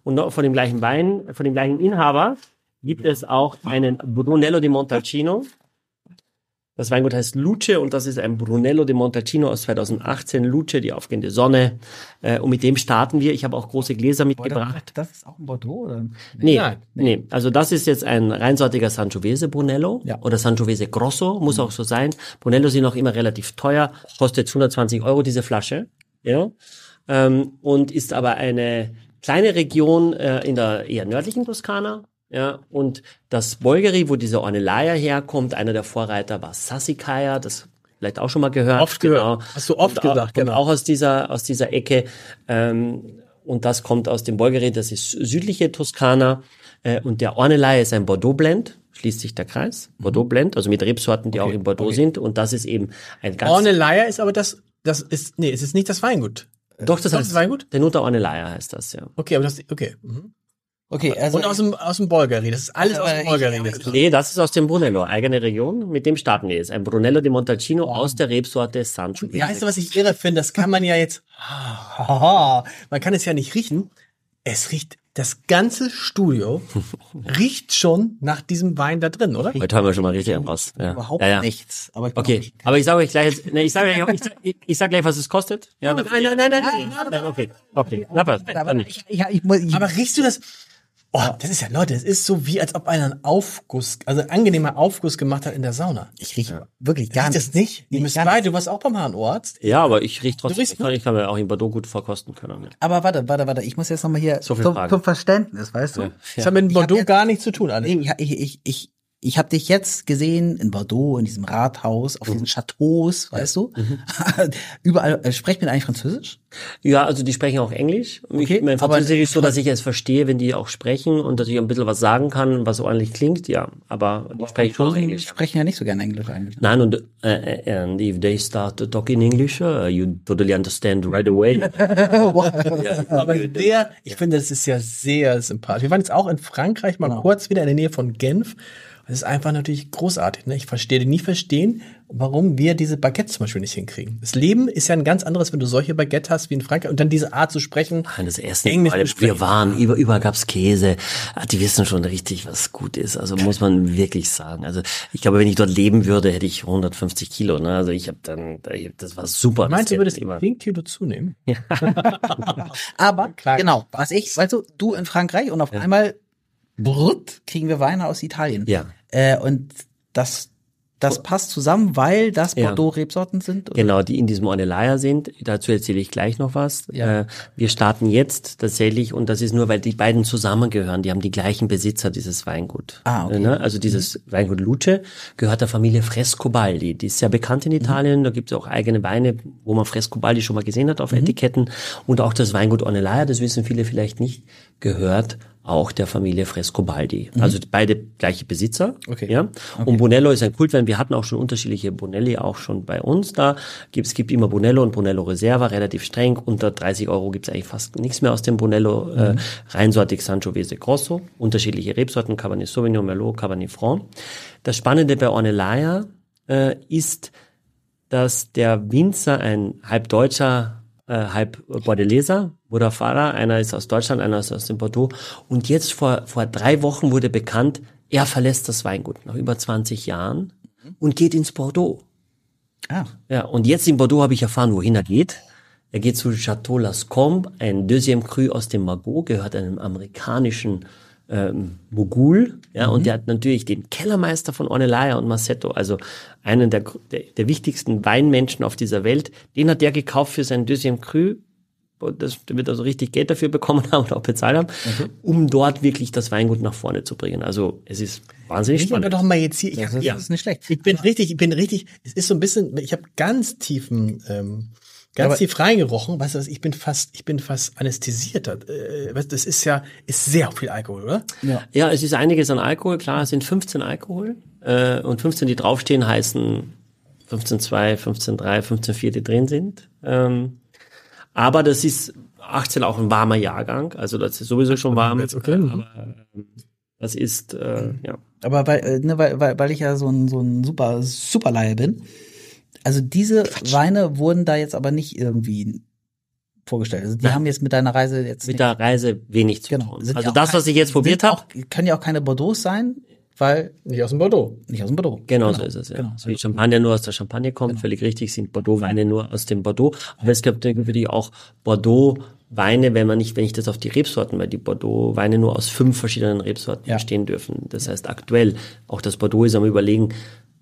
Speaker 3: Und noch von dem gleichen Wein, von dem gleichen Inhaber gibt es auch einen Brunello di Montalcino. Das Weingut heißt Luce und das ist ein Brunello di Montalcino aus 2018. Luce, die aufgehende Sonne. Äh, Und mit dem starten wir. Ich habe auch große Gläser mitgebracht.
Speaker 2: Das ist auch ein Bordeaux, oder?
Speaker 3: Nee,
Speaker 4: Nein.
Speaker 3: nee. Also das ist jetzt ein reinsortiger Sangiovese Brunello
Speaker 2: Ja.
Speaker 3: oder Sangiovese Grosso, muss
Speaker 4: Mhm.
Speaker 3: auch so sein. Brunello sind auch immer relativ teuer, kostet 120 Euro diese Flasche. Ja. Ähm, und ist aber eine kleine Region äh, in der eher nördlichen Toskana. Ja, und das Bolgeri, wo diese Ornelaya herkommt, einer der Vorreiter war Sassicaia, das vielleicht auch schon mal gehört. Genau.
Speaker 4: Oft gehört. Hast du oft
Speaker 3: und, au-
Speaker 4: gesagt,
Speaker 3: und
Speaker 4: genau.
Speaker 3: Auch aus dieser, aus dieser Ecke. Ähm, und das kommt aus dem Bolgeri, das ist südliche Toskana. Äh, und der Ornelei ist ein Bordeaux-Blend, schließt sich der Kreis. Bordeaux-Blend, also mit Rebsorten, die auch in Bordeaux sind. Und das ist eben ein ganz...
Speaker 4: Ornelaya ist aber das, das ist, nee, es ist nicht das Weingut.
Speaker 2: Äh,
Speaker 3: doch, das
Speaker 4: Doch,
Speaker 3: heißt
Speaker 4: das war gut.
Speaker 3: Tenuta Ornelaya heißt das, ja.
Speaker 4: Okay, aber das, okay. mhm.
Speaker 2: Okay, also.
Speaker 4: Und aus dem, aus dem Bolgari. Das ist alles
Speaker 2: Aber
Speaker 4: aus dem
Speaker 2: ich-
Speaker 4: Bolgari.
Speaker 3: Nee, das ist aus dem Brunello, eigene Region. Mit dem starten wir jetzt. Ein Brunello di Montalcino aus der Rebsorte Sangiovese.
Speaker 4: Ja, weißt du, was ich irre finde? Das kann man ja jetzt. Haha, man kann es ja nicht riechen. Es riecht. Das ganze Studio riecht schon nach diesem Wein da drin, oder?
Speaker 3: Heute haben wir schon mal richtig einen raus. Ja.
Speaker 2: überhaupt
Speaker 3: ja, ja.
Speaker 2: nichts. Aber ich bin
Speaker 3: Okay,
Speaker 2: auch-
Speaker 3: aber ich sage euch gleich jetzt, nee, ich sage ich, sag, ich, ich sag gleich, was es kostet. Ja, nein, nein, nein, nein, nein, nein, okay, okay, na, passt,
Speaker 2: Aber
Speaker 3: dann nicht.
Speaker 2: ich, ich, ich, muss- ich,
Speaker 4: Aber riechst du das? Oh, das ist ja, Leute, das ist so wie, als ob einer einen Aufguss, also einen angenehmer Aufguss gemacht hat in der Sauna.
Speaker 2: ich rieche wirklich gar
Speaker 4: Riecht
Speaker 2: nichts.
Speaker 4: das nicht? Ihr
Speaker 2: Nee,
Speaker 4: müsst
Speaker 2: gar nicht.
Speaker 4: beide, du warst auch beim Hahnorzt.
Speaker 3: Ja, aber ich riech
Speaker 4: Du
Speaker 3: trotzdem,
Speaker 4: riechst
Speaker 3: ich kann, ich kann mir auch in Bordeaux gut verkosten können. Ja.
Speaker 2: Aber warte, warte, warte. Ich muss jetzt nochmal hier
Speaker 3: So viel
Speaker 2: zum,
Speaker 3: Fragen.
Speaker 2: zum Verständnis, weißt du?
Speaker 4: Das hat mit dem
Speaker 2: Ich hab
Speaker 4: Bordeaux
Speaker 2: jetzt-
Speaker 4: gar nichts zu tun, alles.
Speaker 2: Nee, ich, ich, ich, ich ich habe dich jetzt gesehen in Bordeaux, in diesem Rathaus, auf
Speaker 3: Mhm.
Speaker 2: diesen Chateaus, weißt du? Überall, äh, sprecht mir eigentlich Französisch?
Speaker 3: Ja, also die sprechen auch Englisch.
Speaker 2: Okay,
Speaker 3: ich, mein
Speaker 2: aber-
Speaker 3: Französisch ist so, dass ich es verstehe, wenn die auch sprechen und dass ich ein bisschen was sagen kann, was ordentlich klingt, ja. Aber die sprechen schon auch
Speaker 2: Englisch.
Speaker 3: Englisch.
Speaker 2: Sprechen ja nicht so gerne Englisch eigentlich.
Speaker 3: Nein, und äh, äh, and if they start to talk in English, uh, you totally understand right away.
Speaker 4: äh, Aber der, ich finde, das ist ja sehr sympathisch. Wir waren jetzt auch in Frankreich mal kurz wieder in der Nähe von Genf. Das ist einfach natürlich großartig. Ne? Ich verstehe nie verstehen, warum wir diese Baguette zum Beispiel nicht hinkriegen. Das Leben ist ja ein ganz anderes, wenn du solche Baguette hast wie in Frankreich und dann diese Art zu sprechen.
Speaker 3: Nein, das erste
Speaker 4: Englisch
Speaker 3: Mal,
Speaker 4: besprechen.
Speaker 3: wir waren, über, überall gab's Käse. Ah, Die wissen schon richtig, was gut ist. Also muss man wirklich sagen. Also ich glaube, wenn ich dort leben würde, hätte ich 150 Kilo. Ne? Also ich habe dann, das war super.
Speaker 4: Meinst du,
Speaker 3: das
Speaker 4: würdest
Speaker 3: Thema.
Speaker 4: 10 Kilo zunehmen?
Speaker 2: Aber
Speaker 4: Klar.
Speaker 2: genau, was ich, weißt du, du in Frankreich und auf einmal brrrt, kriegen wir Weine aus Italien.
Speaker 3: Ja. Oh.
Speaker 2: Äh, und das, das passt zusammen, weil das
Speaker 3: Ja.
Speaker 2: Bordeaux-Rebsorten sind. oder?
Speaker 3: Genau, die in diesem Ornelaya sind. Dazu erzähle ich gleich noch was. Äh, wir starten jetzt tatsächlich, und das ist nur, weil die beiden zusammengehören. Die haben die gleichen Besitzer, dieses Weingut.
Speaker 2: Ah, okay. Mhm.
Speaker 3: Äh, ne? Also dieses Weingut Luce gehört der Familie Frescobaldi. Die ist sehr bekannt
Speaker 2: Mhm.
Speaker 3: in Italien. Da gibt es auch eigene Weine, wo man Frescobaldi schon mal gesehen hat
Speaker 2: Mhm.
Speaker 3: auf Etiketten. Und auch das Weingut Ornelaya, das wissen viele vielleicht nicht, gehört auch der Familie Frescobaldi. Also beide gleiche Besitzer.
Speaker 2: Mhm. Okay.
Speaker 3: Ja? Und Bonello ist ein Kultwein. Wir hatten auch schon unterschiedliche Bonelli auch schon bei uns da. Gibt, es gibt immer Bonello und Bonello Reserva, relativ streng. Unter 30 Euro gibt es eigentlich fast nichts mehr aus dem Bonello. Äh, reinsortig Sangiovese Grosso, unterschiedliche Rebsorten, Cabernet Sauvignon, Merlot, Cabernet Franc. Das Spannende bei Ornelaya äh, ist, dass der Winzer ein halb Deutscher, äh, halb Bordeleser, Budafara, einer ist aus Deutschland, einer ist aus dem Bordeaux. Und jetzt vor, vor drei Wochen wurde bekannt, er verlässt das Weingut nach über 20 Jahren und geht ins Bordeaux.
Speaker 2: Ah,
Speaker 3: Ja, und jetzt in Bordeaux habe ich erfahren, wohin er geht. Er geht zu Chateau Lascombe, ein Deuxième Cru aus dem Margot, gehört einem amerikanischen ähm, Mogul. Ja, und der hat natürlich den Kellermeister von Ornellaia und Massetto, also einen der, gr- der, der wichtigsten Weinmenschen auf dieser Welt. Den hat der gekauft für sein Deuxième Cru. Das der wird also richtig Geld dafür bekommen haben und auch bezahlt haben, um dort wirklich das Weingut nach vorne zu bringen. Also es ist wahnsinnig
Speaker 4: Ich bin
Speaker 3: spannend.
Speaker 4: doch mal jetzt hier. Ich,
Speaker 2: das ist,
Speaker 4: ja.
Speaker 2: das ist nicht schlecht.
Speaker 4: Ich bin richtig, ich bin richtig, es ist so ein bisschen, ich habe ganz tiefen, ähm, ganz
Speaker 2: Aber-
Speaker 4: tief reingerochen, weißt du was, ich bin fast, ich bin fast anästhesiert. Äh, weißt du, das ist ja, ist sehr viel Alkohol, oder?
Speaker 2: Ja.
Speaker 3: Ja, es ist einiges an Alkohol. Klar, es sind 15 Alkohol. Äh, und 15, die draufstehen, heißen 15,2, 15,3, 15,4, die drin sind. Ähm, aber das ist 18 auch ein warmer Jahrgang. Also das ist sowieso schon warm.
Speaker 4: okay.
Speaker 3: Aber ähm, das ist, äh,
Speaker 2: Mhm.
Speaker 3: ja.
Speaker 2: Aber weil, äh, ne, weil, weil, weil ich ja so ein, so ein super, super Laie bin. Also diese Weine wurden da jetzt aber nicht irgendwie vorgestellt. Also die haben jetzt mit deiner Reise jetzt
Speaker 3: Mit der Reise wenig zu
Speaker 2: Genau.
Speaker 3: tun.
Speaker 2: Sind
Speaker 3: also
Speaker 2: ja auch
Speaker 3: das, was ich jetzt probiert
Speaker 2: sind
Speaker 3: habe,
Speaker 2: auch, können ja auch keine Bordeaux sein, weil
Speaker 4: Nicht aus dem Bordeaux.
Speaker 2: nicht aus dem Bordeaux.
Speaker 3: Genau, so ist es. Genau. Ja.
Speaker 2: genau.
Speaker 3: Genau. Wie Champagner nur aus der Champagne kommt, völlig richtig, sind Bordeaux-Weine nur aus dem Bordeaux. Aber es gibt natürlich auch Bordeaux-Weine, wenn man nicht, wenn ich das auf die Rebsorten, weil die Bordeaux-Weine nur aus fünf verschiedenen Rebsorten
Speaker 2: Ja.
Speaker 3: entstehen dürfen. Das heißt, aktuell, auch das Bordeaux ist am überlegen,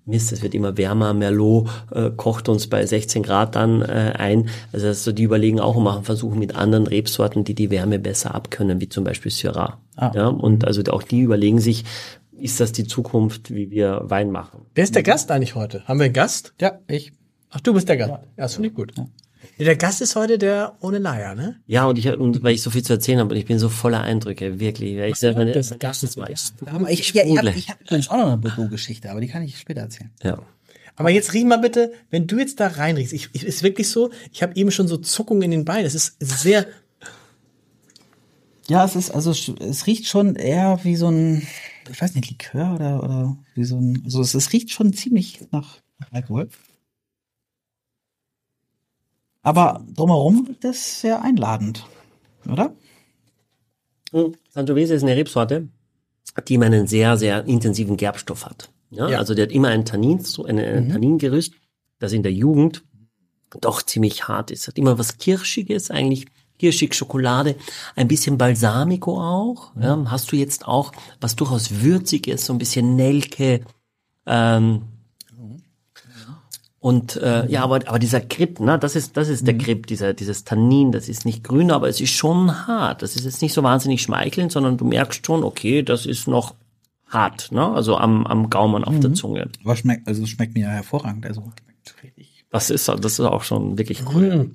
Speaker 3: Mist, es wird immer wärmer, Merlot äh, kocht uns bei 16 Grad dann äh, ein. Also das ist so, die überlegen auch und machen Versuche mit anderen Rebsorten, die die Wärme besser abkönnen, wie zum Beispiel Syrah. Ja, und also auch die überlegen sich, ist das die Zukunft, wie wir Wein machen?
Speaker 4: Wer ist der Gast eigentlich heute? Haben wir einen Gast?
Speaker 2: Ja, ich.
Speaker 4: Ach, du bist der Gast. Ja, das finde ich gut. Ja. der Gast ist heute der ohne Leier, ne?
Speaker 3: Ja, und ich und weil ich so viel zu erzählen habe und ich bin so voller Eindrücke, wirklich. Weil ich selber meine, meine erstens mal.
Speaker 2: Ich, ja, ich habe
Speaker 3: sprudle.
Speaker 2: ich hab übrigens auch noch eine Bordeaux-Geschichte, aber die kann ich später erzählen.
Speaker 3: Ja.
Speaker 4: Aber jetzt riech mal bitte, wenn du jetzt da reinriechst, ich, ich, ist wirklich so, ich habe eben schon so Zuckungen in den Beinen. Es ist sehr,
Speaker 2: Ja, es ist, also sch- es riecht schon eher wie so ein, ich weiß nicht, Likör oder, oder wie so ein, also es, es riecht schon ziemlich nach Alkohol. Aber drumherum ist es sehr einladend, oder?
Speaker 3: Hm, Sangiovese ist eine Rebsorte, die immer einen sehr, sehr intensiven Gerbstoff hat. Ja,
Speaker 4: Ja.
Speaker 3: Also der hat immer ein Tannin, so ein, ein Tanningerüst, das in der Jugend doch ziemlich hart ist. Hat immer was Kirschiges eigentlich. Kirschig Schokolade, ein bisschen Balsamico auch. Ja, hast du jetzt auch was durchaus würzig ist, so ein bisschen Nelke, ähm, Und äh, ja, aber, aber dieser Grip, ne, das ist, das ist der Grip, dieser, dieses Tannin, das ist nicht grün, aber es ist schon hart. Das ist jetzt nicht so wahnsinnig schmeichelnd, sondern du merkst schon, okay, das ist noch hart, ne? also am, am Gaumen auf der Zunge.
Speaker 2: Aber schmeckt, also es schmeckt mir ja hervorragend. Also schmeckt richtig.
Speaker 3: Das ist, das ist auch schon wirklich cool.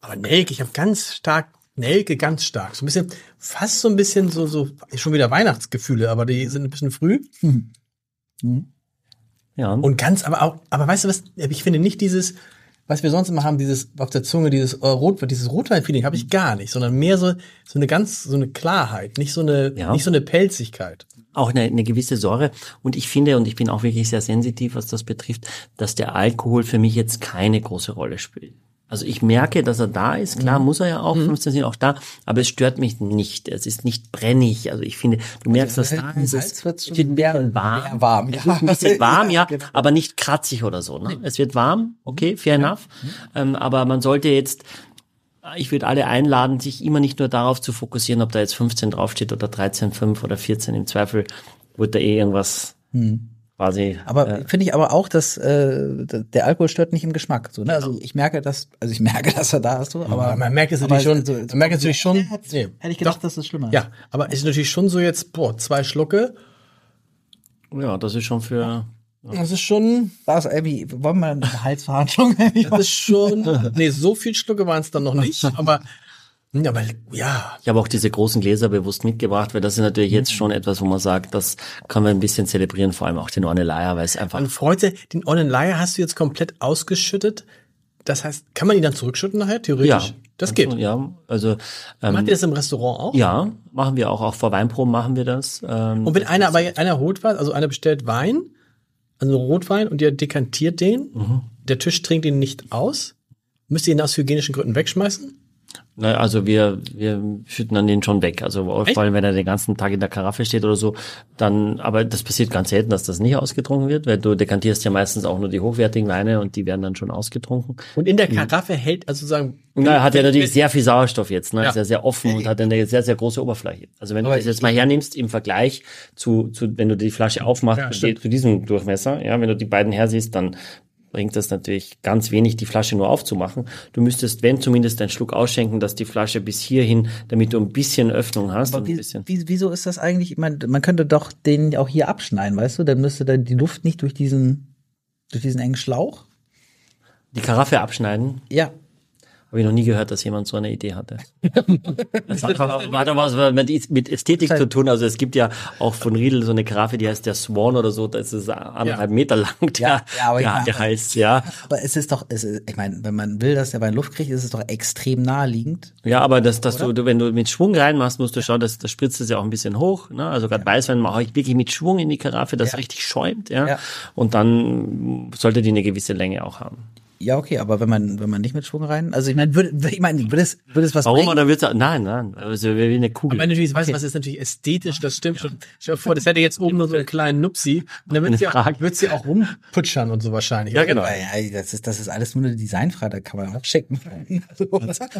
Speaker 4: Aber Nelke, ich habe ganz stark, Nelke ganz stark. So ein bisschen, fast so ein bisschen so, so, schon wieder Weihnachtsgefühle, aber die sind ein bisschen früh.
Speaker 3: Ja.
Speaker 4: Und ganz, aber auch, aber weißt du was, ich finde nicht dieses, was wir sonst immer haben, dieses auf der Zunge, dieses äh, Rot, dieses Rotwein-Feeling habe ich gar nicht, sondern mehr so, so eine ganz, so eine Klarheit, nicht so eine,
Speaker 3: Ja.
Speaker 4: nicht so eine Pelzigkeit.
Speaker 3: auch eine, eine gewisse Säure. Und ich finde, und ich bin auch wirklich sehr sensitiv, was das betrifft, dass der Alkohol für mich jetzt keine große Rolle spielt. Also ich merke, dass er da ist. Klar, muss er ja auch, 15 sind auch da, aber es stört mich nicht. Es ist nicht brennig. Also ich finde, du merkst, dass da ist.
Speaker 2: Salz
Speaker 3: Also, Es
Speaker 2: wird's schon
Speaker 3: wird mehr warm.
Speaker 2: mehr warm,
Speaker 3: Es
Speaker 2: ja.
Speaker 3: wird ein bisschen warm, ja,
Speaker 2: Ja, genau.
Speaker 3: aber nicht kratzig oder so. Ne? Es wird warm, okay, fair enough. Ähm, aber man sollte jetzt ich würde alle einladen, sich immer nicht nur darauf zu fokussieren, ob da jetzt 15 draufsteht oder 13, 5 oder 14. Im Zweifel wird da eh irgendwas quasi.
Speaker 2: Hm.
Speaker 3: äh,
Speaker 2: Aber finde ich aber auch, dass äh, d- der Alkohol stört nicht im Geschmack. So, ne? Also ich merke, dass, also ich merke, dass er da ist. So, aber
Speaker 4: Aber Genau. man merkt es
Speaker 2: aber
Speaker 4: natürlich schon,
Speaker 2: so-
Speaker 4: man merkt es natürlich schon,
Speaker 2: Hätte
Speaker 4: nee,
Speaker 2: hätte ich gedacht,
Speaker 4: doch.
Speaker 2: dass es schlimmer ist.
Speaker 4: Ja, aber es ist natürlich schon so jetzt, boah, zwei Schlucke,
Speaker 3: ja, das ist schon für.
Speaker 4: das ist schon,
Speaker 2: Da ist irgendwie, wollen wir eine Halsverhandlung? irgendwie
Speaker 4: das
Speaker 2: machen?
Speaker 4: ist schon, nee, so viel Schlucke waren es dann noch nicht, aber, ja, aber ja,
Speaker 3: Ich habe auch diese großen Gläser bewusst mitgebracht, weil das ist natürlich
Speaker 2: Hm.
Speaker 3: jetzt schon etwas, wo man sagt, das kann man ein bisschen zelebrieren, vor allem auch den Orneleier, weil es einfach.
Speaker 4: man freut sich, den Online-Leier hast du jetzt komplett ausgeschüttet, das heißt, kann man ihn dann zurückschütten nachher,
Speaker 3: Ja,
Speaker 4: theoretisch? Das geht.
Speaker 3: Ja, also ähm,
Speaker 4: Macht ihr das im Restaurant auch?
Speaker 3: ja, machen wir auch. Auch vor Weinproben machen wir das. Ähm,
Speaker 4: Und wenn einer aber einer holt was, also einer bestellt Wein, also Rotwein, und der dekantiert den,
Speaker 3: Mhm.
Speaker 4: der Tisch trinkt ihn nicht aus, müsst ihr ihn aus hygienischen Gründen wegschmeißen?
Speaker 3: Na, also wir, wir schütten dann den schon weg. Also
Speaker 4: Echt?
Speaker 3: vor allem, wenn er den ganzen Tag in der Karaffe steht oder so, dann, aber das passiert ganz selten, dass das nicht ausgetrunken wird, weil du dekantierst ja meistens auch nur die hochwertigen Weine und die werden dann schon ausgetrunken.
Speaker 4: Und in der Karaffe hält, also sagen,
Speaker 3: Na, er hat ja natürlich sehr viel Sauerstoff jetzt, ne? Ist ja sehr offen und hat eine sehr, sehr große Oberfläche. Also wenn du das jetzt mal hernimmst im Vergleich zu, zu wenn du die Flasche aufmachst,
Speaker 4: Ja,
Speaker 3: zu diesem Durchmesser, ja, wenn du die beiden hersiehst, dann bringt das natürlich ganz wenig, die Flasche nur aufzumachen. Du müsstest, wenn zumindest einen Schluck ausschenken, dass die Flasche bis hierhin, damit du ein bisschen Öffnung hast
Speaker 2: Aber
Speaker 3: und ein
Speaker 2: wie,
Speaker 3: bisschen.
Speaker 2: wie, wieso ist das eigentlich? Ich meine, man könnte doch den auch hier abschneiden, weißt du? Dann müsste dann die Luft nicht durch diesen, durch diesen engen Schlauch.
Speaker 3: Die Karaffe abschneiden,
Speaker 2: Ja.
Speaker 3: habe ich noch nie gehört, dass jemand so eine Idee hatte. das hat auch, hat auch was mit mit Ästhetik zu tun. Also es gibt ja auch von Riedel so eine Karaffe, die heißt der Swan oder so. Das ist anderthalb Meter lang, der,
Speaker 2: Ja, ja, aber
Speaker 3: der,
Speaker 2: ja.
Speaker 3: der heißt, ja.
Speaker 2: Aber es ist doch, es ist, ich meine, wenn man will, dass der Wein Luft kriegt, ist es doch extrem naheliegend.
Speaker 3: Ja, aber das, dass du, du, wenn du mit Schwung reinmachst, musst du schauen, dass das spritzt es ja auch ein bisschen hoch. Ne? Also gerade Weißwein mache ich wirklich mit Schwung in die Karaffe, das richtig schäumt, ja?
Speaker 2: Ja.
Speaker 3: Und dann sollte die eine gewisse Länge auch haben.
Speaker 2: Ja, okay, aber wenn man, wenn man nicht mit Schwung rein, also ich meine, würde, würde- ich meine, würde es, würde es was
Speaker 3: Warum
Speaker 2: bringen?
Speaker 3: oder wird's? Nein, nein. Also wie eine Kugel.
Speaker 4: wenn du natürlich weißt, was ist natürlich ästhetisch, das stimmt schon. Stell dir vor, das hätte jetzt oben nur so einen kleinen Nupsi, und dann wird sie, auch,
Speaker 3: Frage.
Speaker 4: wird sie auch rumputschern und so wahrscheinlich.
Speaker 3: Ja, genau.
Speaker 2: Ja, das ist, das ist alles nur eine Designfrage, da kann man auch schicken. Also,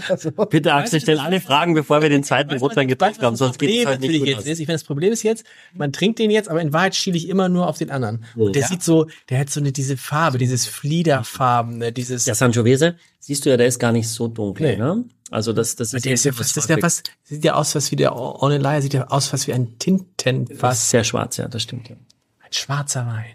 Speaker 2: also,
Speaker 3: Bitte, Axel, stell alle Fragen, bevor wir den zweiten
Speaker 4: Weißt du, was-
Speaker 3: Rotwein
Speaker 4: weißt
Speaker 3: getrunken
Speaker 4: du, was
Speaker 3: haben,
Speaker 4: das
Speaker 3: sonst geht es
Speaker 4: Problem
Speaker 3: heute nicht
Speaker 4: eh natürlich
Speaker 3: gut
Speaker 4: jetzt
Speaker 3: aus.
Speaker 4: ist. Ich meine, das Problem ist jetzt, man trinkt den jetzt, aber in Wahrheit schiele ich immer nur auf den anderen. Und der sieht so, der hat so eine, diese Farbe, dieses Fliederfarbene, dieses.
Speaker 3: Der Sangiovese, siehst du ja, der ist gar nicht so dunkel,
Speaker 4: Nee.
Speaker 3: ne? Also das, das ist,
Speaker 4: der ist ja fast, das ist ja fast, sieht ja aus fast wie der O- Ornelei, sieht ja aus fast wie ein Tintenfass.
Speaker 3: sehr schwarz, ja, das stimmt. Ja.
Speaker 4: Ein schwarzer Wein.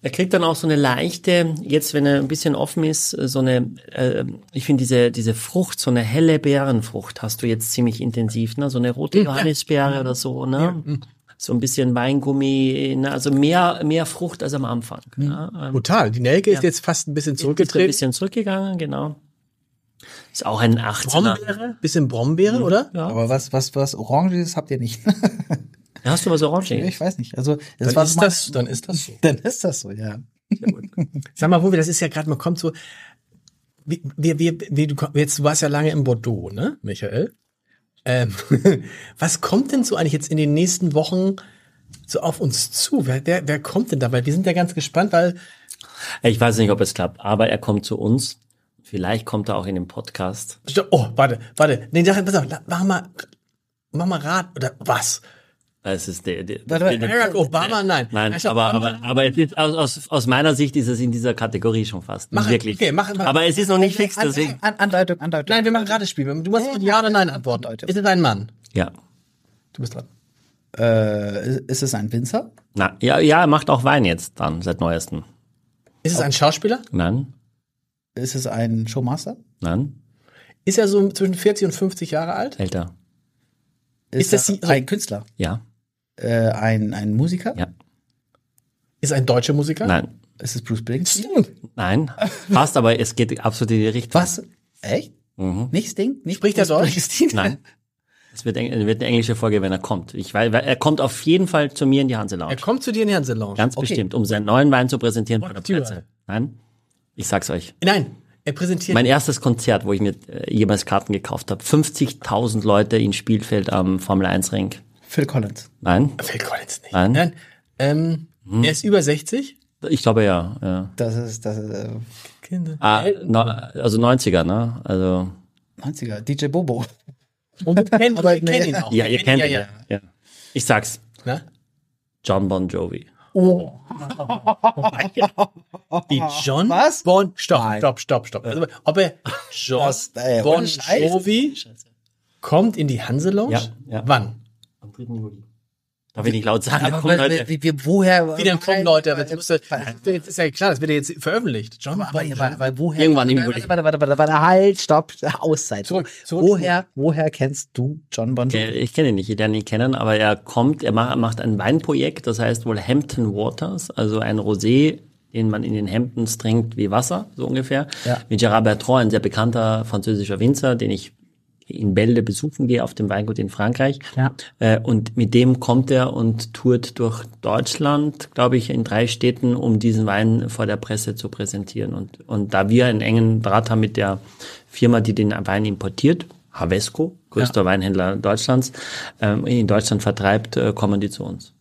Speaker 3: Er kriegt dann auch so eine leichte, jetzt wenn er ein bisschen offen ist, so eine, äh, ich finde diese, diese Frucht, so eine helle Beerenfrucht hast du jetzt ziemlich intensiv, ne? So eine rote Johannisbeere oder so, ne? So ein bisschen Weingummi, ne? also mehr, mehr Frucht als am Anfang.
Speaker 4: Mhm.
Speaker 3: Ne? Ähm,
Speaker 4: Brutal. Die Nelke ist jetzt fast ein bisschen
Speaker 3: Ist ein
Speaker 4: zurückgetreten.
Speaker 3: bisschen zurückgegangen, genau. Ist auch ein 18er.
Speaker 4: Brombeere, bisschen Mhm. Brombeere, oder?
Speaker 2: aber was, was, was Oranges habt ihr nicht.
Speaker 3: Hast du was Orange?
Speaker 2: ich weiß nicht. Also, das
Speaker 4: Dann
Speaker 2: war
Speaker 4: ist
Speaker 2: so meine-
Speaker 4: das- dann ist das so.
Speaker 2: Dann ist das so, ja.
Speaker 4: Sag mal, Wubi, das ist ja gerade, man kommt so, wir, wir, wir, wir- du, komm- jetzt, du warst ja lange in Bordeaux, ne, Michael? Ähm, was kommt denn so eigentlich jetzt in den nächsten Wochen so auf uns zu? Wer, wer, wer kommt denn dabei? Wir sind ja ganz gespannt, weil
Speaker 3: Ich weiß nicht, ob es klappt, aber er kommt zu uns. Vielleicht kommt er auch in den Podcast.
Speaker 4: Stopp, Oh, warte, warte. Nee, sag, pass auf, la- mach mal, mach mal Rat oder was?
Speaker 3: Es ist der, der,
Speaker 2: Warte, warte,
Speaker 3: der-
Speaker 4: Barack Obama, nein.
Speaker 3: Nein,
Speaker 4: Barack
Speaker 3: aber,
Speaker 4: Obama-
Speaker 3: aber, aber es ist, aus, aus, aus meiner Sicht ist es in dieser Kategorie schon fast.
Speaker 4: Mach-
Speaker 3: wirklich.
Speaker 4: okay, mach- Äh, mach-
Speaker 3: aber es ist noch nicht fix,
Speaker 2: An,
Speaker 3: deswegen.
Speaker 2: an, Andeutung, Andeutung.
Speaker 4: Nein, wir machen gerade Spiel. Du musst mit Ja oder Nein antworten.
Speaker 2: Leute.
Speaker 4: Ist es ein Mann?
Speaker 3: Ja.
Speaker 4: Du bist dran.
Speaker 2: Äh, ist- ist es ein Winzer?
Speaker 3: Na, ja, ja, er macht auch Wein jetzt dann, seit neuestem.
Speaker 4: Ist es ein Schauspieler?
Speaker 3: Nein,
Speaker 2: Ist es ein Showmaster?
Speaker 3: nein,
Speaker 4: Ist er so zwischen 40 und 50 Jahre alt?
Speaker 3: älter.
Speaker 4: Ist das
Speaker 2: er
Speaker 4: die-
Speaker 2: ein Künstler?
Speaker 3: Ja,
Speaker 2: Äh, ein, ein Musiker?
Speaker 3: ja,
Speaker 4: Äh? Ist er ein deutscher Musiker?
Speaker 3: nein,
Speaker 2: Ist es Bruce Springsteen?
Speaker 3: nein. Fast, aber es geht absolut in die Richtung.
Speaker 2: Was? Echt?
Speaker 3: Mhm.
Speaker 2: Nicht Sting? Nicht
Speaker 4: Spricht er
Speaker 2: Bruce
Speaker 4: Deutsch?
Speaker 2: Springsteen?
Speaker 3: Nein. Es wird, eng- wird eine englische Folge, wenn er kommt. Ich weiß, weil er kommt auf jeden Fall zu mir in die Hanse
Speaker 4: Er
Speaker 3: Lounge.
Speaker 4: kommt zu dir in die Hanse-Lounge.
Speaker 3: Ganz
Speaker 2: okay.
Speaker 3: bestimmt, um seinen neuen Wein zu präsentieren bei der
Speaker 4: Stewart.
Speaker 3: Presse. Nein, ich sag's euch.
Speaker 4: Nein, er präsentiert.
Speaker 3: Mein erstes Konzert, wo ich mir äh, jemals Karten gekauft habe. 50.000 Leute in Spielfeld am Formel 1 Ring.
Speaker 2: Phil Collins.
Speaker 3: Nein,
Speaker 4: Phil Collins nicht.
Speaker 3: Nein.
Speaker 4: Ähm,
Speaker 3: Hm.
Speaker 4: Er ist über 60.
Speaker 3: ich glaube ja. ja.
Speaker 2: Das ist, das ist äh,
Speaker 4: Kinder.
Speaker 3: Ah, no, also 90er, ne? Also
Speaker 2: 90er. DJ Bobo.
Speaker 4: Und wir kennen, aber wir kennen ihn auch.
Speaker 3: ja,
Speaker 4: Wir
Speaker 3: ihr
Speaker 4: kennen-
Speaker 3: kennt ihn.
Speaker 4: ja,
Speaker 3: Ja, ja. Ich sag's,
Speaker 4: ja.
Speaker 2: Ah.
Speaker 4: Na?
Speaker 3: John Bon Jovi.
Speaker 4: Die John
Speaker 2: Was?
Speaker 4: Bon. Stopp, stopp, stopp, stopp.
Speaker 3: Äh.
Speaker 4: Also, ob er John
Speaker 2: Was, ey,
Speaker 4: Bon
Speaker 2: ohne Scheiß.
Speaker 4: Jovi kommt in die Hanse Lounge?
Speaker 3: Ja, ja.
Speaker 4: Wann?
Speaker 3: Am 3. Juli. Darf ich nicht laut sagen? da kommen
Speaker 2: Aber
Speaker 3: Leute.
Speaker 2: wie, wie, wie, woher?
Speaker 4: Wie denn kommen
Speaker 2: Nein,
Speaker 4: Leute?
Speaker 2: aber-
Speaker 4: Das, muss, das ist ja klar, das wird ja jetzt veröffentlicht. John
Speaker 2: Aber,
Speaker 4: Bon
Speaker 2: aber,
Speaker 4: Jovi.
Speaker 2: aber woher?
Speaker 3: Irgendwann im
Speaker 2: warte,
Speaker 3: Juli.
Speaker 2: warte, warte, warte, warte, warte, halt, stopp, Auszeit.
Speaker 4: Zurück, zurück,
Speaker 2: woher, woher kennst du John Bon Jovi?
Speaker 3: Äh, Ich kenne ihn nicht, ich lerne ihn kennen, aber er kommt, er ma- macht ein Weinprojekt, das heißt wohl Hampton Waters, also ein Rosé, den man in den Hamptons trinkt wie Wasser, so ungefähr.
Speaker 2: Ja.
Speaker 3: Mit Gerard Bertrand, ein sehr bekannter französischer Winzer, den ich in Bälde besuchen gehe, auf dem Weingut in Frankreich.
Speaker 2: Ja.
Speaker 3: Äh, Und mit dem kommt er und tourt durch Deutschland, glaube ich, in drei Städten, um diesen Wein vor der Presse zu präsentieren. Und, und da wir einen engen Draht haben mit der Firma, die den Wein importiert, Havesco, größter Weinhändler Deutschlands, ähm, in Deutschland vertreibt, äh, kommen die zu uns.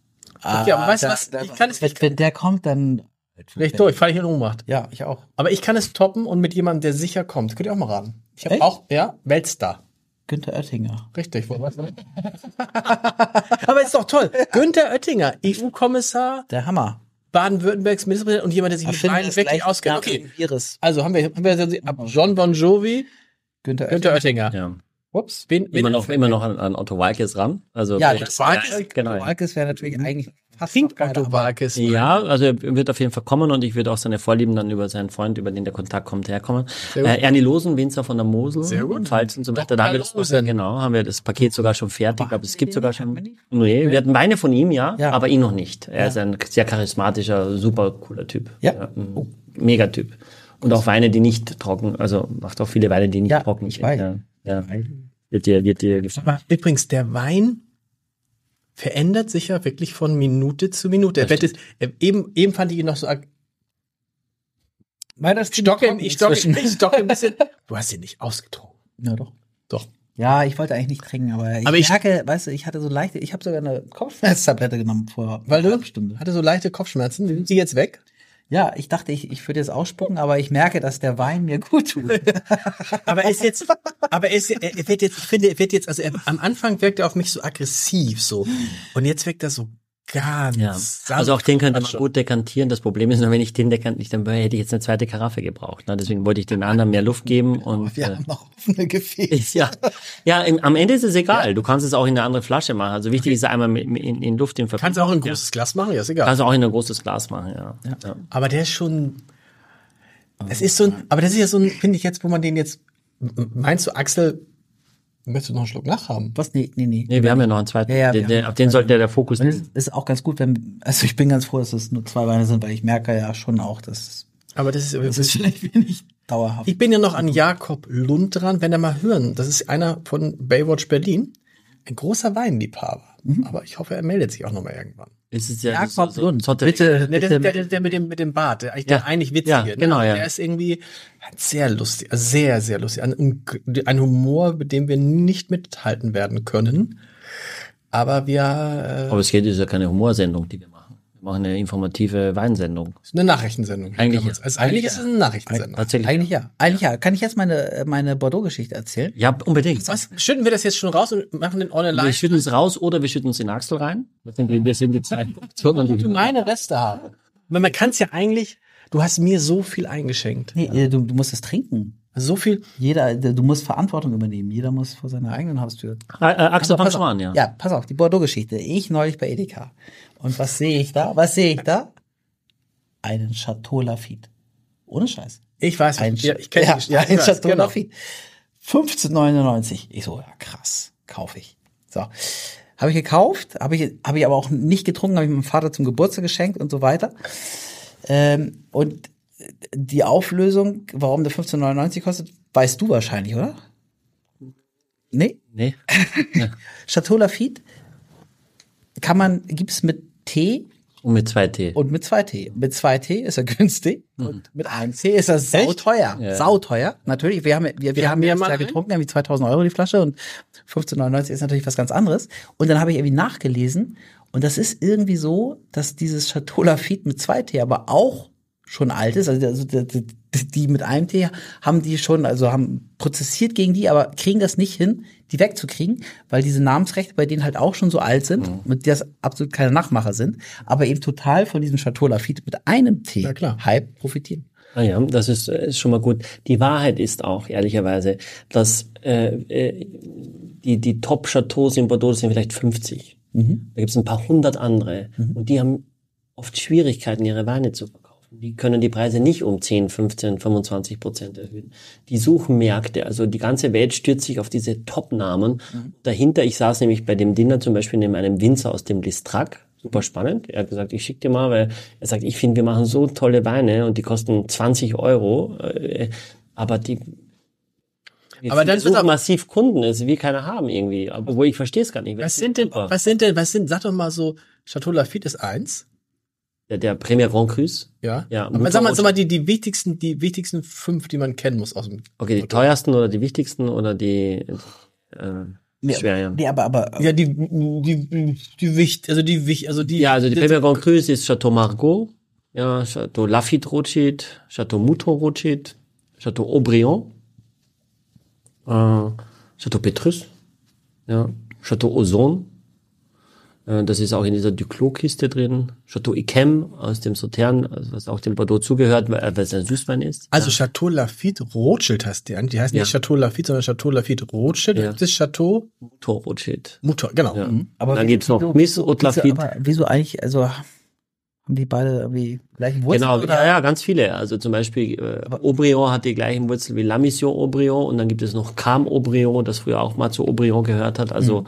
Speaker 4: Okay, aber weißt du
Speaker 2: da-
Speaker 4: was?
Speaker 2: da-
Speaker 4: Ich kann es
Speaker 2: wenn, wenn Ah, der kommt, dann.
Speaker 4: vielleicht durch, falle ich in Ohnmacht.
Speaker 2: Ja, ich auch.
Speaker 4: Aber ich kann es toppen und mit jemandem, der sicher kommt. Könnt ihr auch mal raten. Ich habe
Speaker 2: Echt?
Speaker 4: auch, ja, Weltstar.
Speaker 2: Günther Oettinger.
Speaker 4: Richtig. Wo, was, ne? aber ist doch toll. Günther Oettinger, EU-Kommissar,
Speaker 2: Der Hammer.
Speaker 4: Baden-Württembergs Ministerpräsident und jemand, der sich mit
Speaker 2: Erfinder
Speaker 4: Wein
Speaker 2: des
Speaker 4: wirklich
Speaker 2: gleichen
Speaker 4: auskennt.
Speaker 2: Namens
Speaker 4: Okay.
Speaker 2: wie Iris.
Speaker 4: Also haben wir, haben wir ab John Bon Jovi,
Speaker 2: Günther
Speaker 4: Günther
Speaker 2: Oettinger.
Speaker 4: Oettinger.
Speaker 3: Ja.
Speaker 4: Ups, wen, wen
Speaker 3: Immer noch, immer noch an, an Otto Walkes ran. Also
Speaker 2: Ja,
Speaker 3: vielleicht-
Speaker 2: das
Speaker 4: Walkes-
Speaker 3: Ja, genau.
Speaker 2: Walkes wäre natürlich eigentlich fast
Speaker 4: Think
Speaker 2: noch geiler,
Speaker 4: Otto
Speaker 2: aber-
Speaker 4: Walkes.
Speaker 3: Ja, also er wird auf jeden Fall kommen und ich würde auch seine Vorlieben dann über seinen Freund, über den der Kontakt kommt, herkommen.
Speaker 4: gut.
Speaker 3: Äh, Ernie Losen, Winzer von der Mosel,
Speaker 4: Sehr gut.
Speaker 3: Pfalz und so weiter. Da haben wir das,
Speaker 4: Losen.
Speaker 3: genau, haben wir das Paket sogar schon fertig, aber es gibt sogar schon.
Speaker 2: wir nicht?
Speaker 3: Nee, wir hatten Weine von ihm, ja,
Speaker 2: Ja.
Speaker 3: aber ihn noch nicht. Er ist ein sehr charismatischer, super cooler Typ.
Speaker 2: Ja.
Speaker 3: ein Megatyp. Und auch Weine, die nicht trocken, also macht auch viele Weine, die nicht
Speaker 2: Ja,
Speaker 3: trocken
Speaker 2: ich
Speaker 3: sind.
Speaker 2: weiß.
Speaker 3: Ja, ja. Wird dir, wird dir gefallen.
Speaker 4: Aber übrigens, der Wein verändert sich ja wirklich von Minute zu Minute. Er wird es, er- eben, eben fand ich ihn noch so ak-
Speaker 2: Meiner ist
Speaker 4: Ich stocke,
Speaker 2: ziemlich
Speaker 4: ich stocke,
Speaker 2: trocken inzwischen.
Speaker 4: ich stocke ein bisschen. Du hast ihn nicht ausgetrunken.
Speaker 2: Ja, doch.
Speaker 4: Doch.
Speaker 2: Ja, ich wollte eigentlich nicht trinken, aber ich,
Speaker 4: Aber ich-
Speaker 2: merke, weißt du, ich hatte so leichte, ich habe sogar eine Kopfschmerztablette genommen vor
Speaker 4: Weil
Speaker 2: einer
Speaker 4: du
Speaker 2: halben Stunde.
Speaker 4: hatte so leichte Kopfschmerzen. Sind die jetzt weg?
Speaker 2: Ja, ich dachte, ich, ich würde jetzt ausspucken, aber ich merke, dass der Wein mir gut tut.
Speaker 4: Aber er ist jetzt, aber er, ist, er er wird jetzt, ich finde, er wird jetzt, also er, am Anfang wirkt er auf mich so aggressiv, so. Und jetzt wirkt er so ganz.
Speaker 3: Ja. Also auch den könnte man gut dekantieren. Das Problem ist nur, wenn ich den dekantiert, dann hätte ich jetzt eine zweite Karaffe gebraucht. Ne? Deswegen wollte ich den anderen mehr Luft geben und
Speaker 2: Wir
Speaker 3: äh,
Speaker 2: haben noch offene Gefäße.
Speaker 3: ist ja, ja im, am Ende ist es egal. Du kannst es auch in eine andere Flasche machen. Also wichtig ist einmal mit, mit- in, in Luft den Verpackung.
Speaker 4: Kannst du auch ein großes Glas machen, ja, Also ist egal.
Speaker 3: Kannst du auch in ein großes Glas machen, ja. ja.
Speaker 4: Aber der ist schon. Das ist so ein. Aber das ist ja so ein, finde ich jetzt, wo man den jetzt. M- Meinst du, Axel, möchtest du noch einen Schluck nachhaben?
Speaker 2: Was? Nee, nee, nee.
Speaker 3: Nee, wir haben ja noch einen zweiten.
Speaker 2: Ja, ja, wir
Speaker 3: den, den,
Speaker 2: haben-
Speaker 3: auf den sollte der Fokus
Speaker 2: Und es ist auch ganz gut, wenn, also ich bin ganz froh, dass es nur zwei Weine sind, weil ich merke ja schon auch, dass
Speaker 4: Aber das ist.
Speaker 2: es vielleicht wenig dauerhaft.
Speaker 4: Ich bin ja noch an Jakob Lund dran, wenn er mal hören. Das ist einer von Baywatch Berlin. Ein großer Weinliebhaber. Aber ich hoffe, er meldet sich auch noch mal irgendwann.
Speaker 3: Es ist ja
Speaker 2: Jakob
Speaker 3: so- so-
Speaker 2: Lund,
Speaker 3: so-
Speaker 2: bitte,
Speaker 4: Ne, der,
Speaker 2: bitte.
Speaker 4: der, der, der mit dem mit dem Bart, der eigentlich,
Speaker 3: ähm, Ja.
Speaker 4: der eigentlich witzige.
Speaker 3: Ja, genau,
Speaker 4: ne?
Speaker 3: ja.
Speaker 4: Der ist irgendwie sehr lustig, also sehr sehr lustig, ein, ein Humor, mit dem wir nicht mithalten werden können. Aber wir
Speaker 3: Aber es geht, ist ja keine Humorsendung, die wir machen. Wir machen eine informative Weinsendung.
Speaker 4: äh, Ist eine Nachrichtensendung.
Speaker 3: Eigentlich
Speaker 4: Also
Speaker 3: ja.
Speaker 4: eigentlich, ist es eine Nachrichtensendung.
Speaker 3: Tatsächlich.
Speaker 2: Eigentlich ja. Eigentlich ja. Kann ich jetzt meine, äh, meine Bordeaux-Geschichte erzählen?
Speaker 3: Ja, unbedingt.
Speaker 4: Was? Schütten wir das jetzt schon raus und machen den online
Speaker 3: Wir
Speaker 4: live?
Speaker 3: schütten es raus oder wir schütten es in Axel rein. Das sind die, das sind die zwei Optionen, die-
Speaker 4: meine Reste haben. Man, man kann es ja eigentlich, du hast mir so viel eingeschenkt.
Speaker 2: Nee, äh, du, du musst es trinken.
Speaker 4: So viel.
Speaker 2: Jeder, äh, du musst Verantwortung übernehmen. Jeder muss vor seiner eigenen Haustür
Speaker 3: Äh, äh, Axel, fang
Speaker 2: pass
Speaker 3: schon
Speaker 2: auf.
Speaker 3: mal an, ja.
Speaker 2: Ja, pass auf, die Bordeaux-Geschichte. Ich neulich bei Edeka. Und was sehe ich da? Was sehe ich da? Einen Chateau Lafite. Ohne Scheiß.
Speaker 4: Ich weiß
Speaker 2: Ein,
Speaker 4: nicht. Ja, Also ich kenne
Speaker 2: ja,
Speaker 4: die- ja, ich
Speaker 2: ein
Speaker 4: weiß,
Speaker 2: Chateau
Speaker 4: genau.
Speaker 2: Lafite. 15,99. Ich so, ja krass, kaufe ich. So. Habe ich gekauft, habe ich, habe ich aber auch nicht getrunken, habe ich meinem Vater zum Geburtstag geschenkt und so weiter. Ähm, und die Auflösung, warum der 15,99 kostet, weißt du wahrscheinlich, oder? Nee?
Speaker 3: Nee.
Speaker 2: Chateau Lafite kann man, gibt's mit Tee
Speaker 3: Und mit zwei T.
Speaker 2: und mit 2T. Mit 2T ist er günstig und mit einem T ist er sauteuer.
Speaker 3: Ja.
Speaker 2: Sauteuer. Natürlich, wir haben, wir, wir, haben ja mal
Speaker 4: einen.
Speaker 2: getrunken, irgendwie 2000 Euro die Flasche und 15,99 ist natürlich was ganz anderes. Und dann habe ich irgendwie nachgelesen und das ist irgendwie so, dass dieses Chateau Lafite mit 2T aber auch schon alt ist, also, also die- die, die mit einem T haben die schon, also haben prozessiert gegen die, aber kriegen das nicht hin, die wegzukriegen, weil diese Namensrechte bei denen halt auch schon so alt sind
Speaker 4: Mhm.
Speaker 2: und die das absolut keine Nachmacher sind, aber eben total von diesem Chateau Lafite mit einem T
Speaker 4: Na klar.
Speaker 2: Hype profitieren.
Speaker 3: Ah ja, das ist, äh, ist schon mal gut. Die Wahrheit ist auch, ehrlicherweise, dass äh, äh, die, die Top-Chateaus in Bordeaux sind vielleicht 50. Da gibt es ein paar hundert andere. Und die haben oft Schwierigkeiten, ihre Weine zu verkaufen. Die können die Preise nicht um 10, 15, 25 Prozent erhöhen. Die suchen Märkte. Also die ganze Welt stürzt sich auf diese Top-Namen. Dahinter, ich saß nämlich bei dem Dinner zum Beispiel neben einem Winzer aus dem Listrac. Super spannend. Er hat gesagt, ich schicke dir mal, weil er sagt, ich finde, wir machen so tolle Weine und die kosten 20 Euro. äh, Aber die wir
Speaker 4: Aber dann-
Speaker 3: suchen massiv Kunden, also wir keine haben irgendwie. Obwohl ich verstehe es gar nicht.
Speaker 4: Was sind denn,
Speaker 3: Super.
Speaker 4: was sind denn, was sind, sag doch mal so, Chateau Lafite ist eins.
Speaker 3: Der, der Premier Grand Cru.
Speaker 4: Ja.
Speaker 3: Ja,
Speaker 4: Aber sag mal, sag mal die, die wichtigsten, die wichtigsten fünf, die man kennen muss aus dem.
Speaker 3: Okay, die teuersten oder die wichtigsten oder die äh, schwer, ja.
Speaker 2: Nee, aber, aber
Speaker 4: Ja, die, die, die Wicht, also die Wicht, also die.
Speaker 3: Ja, also die Premier Grand Cru ist Chateau Margaux, ja, Chateau Lafite Rothschild, Chateau Mouton Rothschild, Chateau Aubryon, äh, Chateau Petrus, ja, Chateau Ozon, äh, das ist auch in dieser Duclos-Kiste drin, Chateau Yquem aus dem Sautern, also was auch dem Bordeaux zugehört, weil weil es ein Süßwein ist.
Speaker 4: Also Chateau Lafite Rothschild heißt die. Die heißt nicht
Speaker 3: Ja.
Speaker 4: Chateau Lafite, sondern Chateau Lafite Rothschild.
Speaker 3: Ja.
Speaker 4: Das ist Chateau
Speaker 3: Mouton Rothschild.
Speaker 4: Mutter, genau.
Speaker 3: Ja.
Speaker 2: Mhm. Aber
Speaker 3: dann
Speaker 2: wie-
Speaker 3: gibt's noch
Speaker 2: wieso-
Speaker 3: Miss
Speaker 2: wieso,
Speaker 3: Haute Lafite.
Speaker 2: aber wieso eigentlich, also haben die beide irgendwie gleichen Wurzeln?
Speaker 3: Genau,
Speaker 2: oder?
Speaker 3: ja, ja, ganz viele. Also zum Beispiel äh, Aubryon hat die gleichen Wurzeln wie La Mission Aubryon und dann gibt es noch Cam Aubryon, das früher auch mal zu Aubryon gehört hat.
Speaker 4: Mhm.
Speaker 3: Also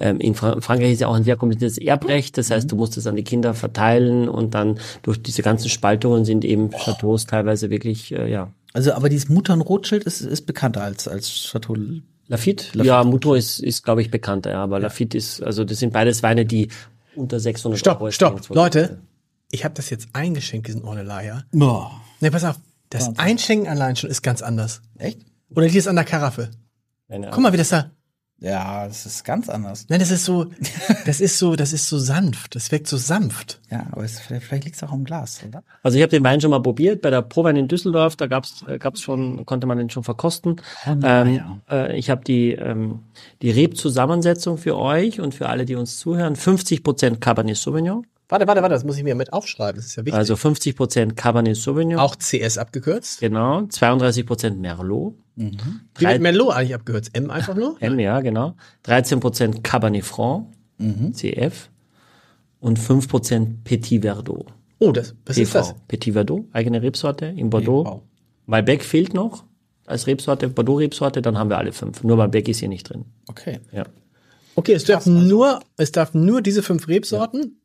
Speaker 3: ähm, in Fra Frankreich ist ja auch ein sehr kompliziertes Erbrecht, das
Speaker 4: Mhm.
Speaker 3: heißt, du musst es an die Kinder verteilen und dann durch diese ganzen Spaltungen sind eben Chateaus teilweise wirklich, äh, ja.
Speaker 2: Also, aber dieses Muttern Rothschild ist, ist bekannter als, als Chateau.
Speaker 3: Lafitte? Ja, Muto ist, ist glaube ich, bekannter, ja, aber Lafitte ist, also das sind beides Weine, die unter 600 Euro
Speaker 4: Stopp, stopp,
Speaker 3: stehen.
Speaker 4: Leute. Ich habe das jetzt eingeschenkt, diesen Orneleier.
Speaker 2: Boah.
Speaker 4: Ne, pass auf. Das Einschenken allein schon ist ganz anders.
Speaker 2: Echt?
Speaker 4: Oder die ist an der Karaffe.
Speaker 3: Keine
Speaker 4: Guck mal, wie das da.
Speaker 2: Ja, das ist ganz anders.
Speaker 4: Nein, das ist so, das ist so, das ist so sanft. Das wirkt so sanft.
Speaker 2: Ja, aber es, vielleicht, vielleicht liegt es auch im Glas, oder?
Speaker 3: Also ich habe den Wein schon mal probiert bei der Prowein in Düsseldorf. Da gab's äh, gab's schon konnte man den schon verkosten. ähm, äh, ich habe die ähm, die Rebzusammensetzung für euch und für alle, die uns zuhören. 50 Cabernet Sauvignon,
Speaker 4: Warte, warte, warte, das muss ich mir mit aufschreiben. Das ist ja wichtig.
Speaker 3: also 50 Cabernet Sauvignon.
Speaker 4: Auch CS abgekürzt.
Speaker 3: Genau, 32 Merlot.
Speaker 4: Wie wird Merlot eigentlich abgekürzt? M einfach nur?
Speaker 3: M, ja, genau. 13 Cabernet Franc, CF und 5 Petit Verdot.
Speaker 4: Oh, das, was ist das?
Speaker 3: PV, Petit Verdot, eigene Rebsorte in Bordeaux.
Speaker 2: PV.
Speaker 3: Malbec fehlt noch als Rebsorte, Bordeaux-Rebsorte, dann haben wir alle fünf. Nur Malbec ist hier nicht drin.
Speaker 2: Okay.
Speaker 3: Ja.
Speaker 4: Okay, es darf nur, es darf nur diese fünf Rebsorten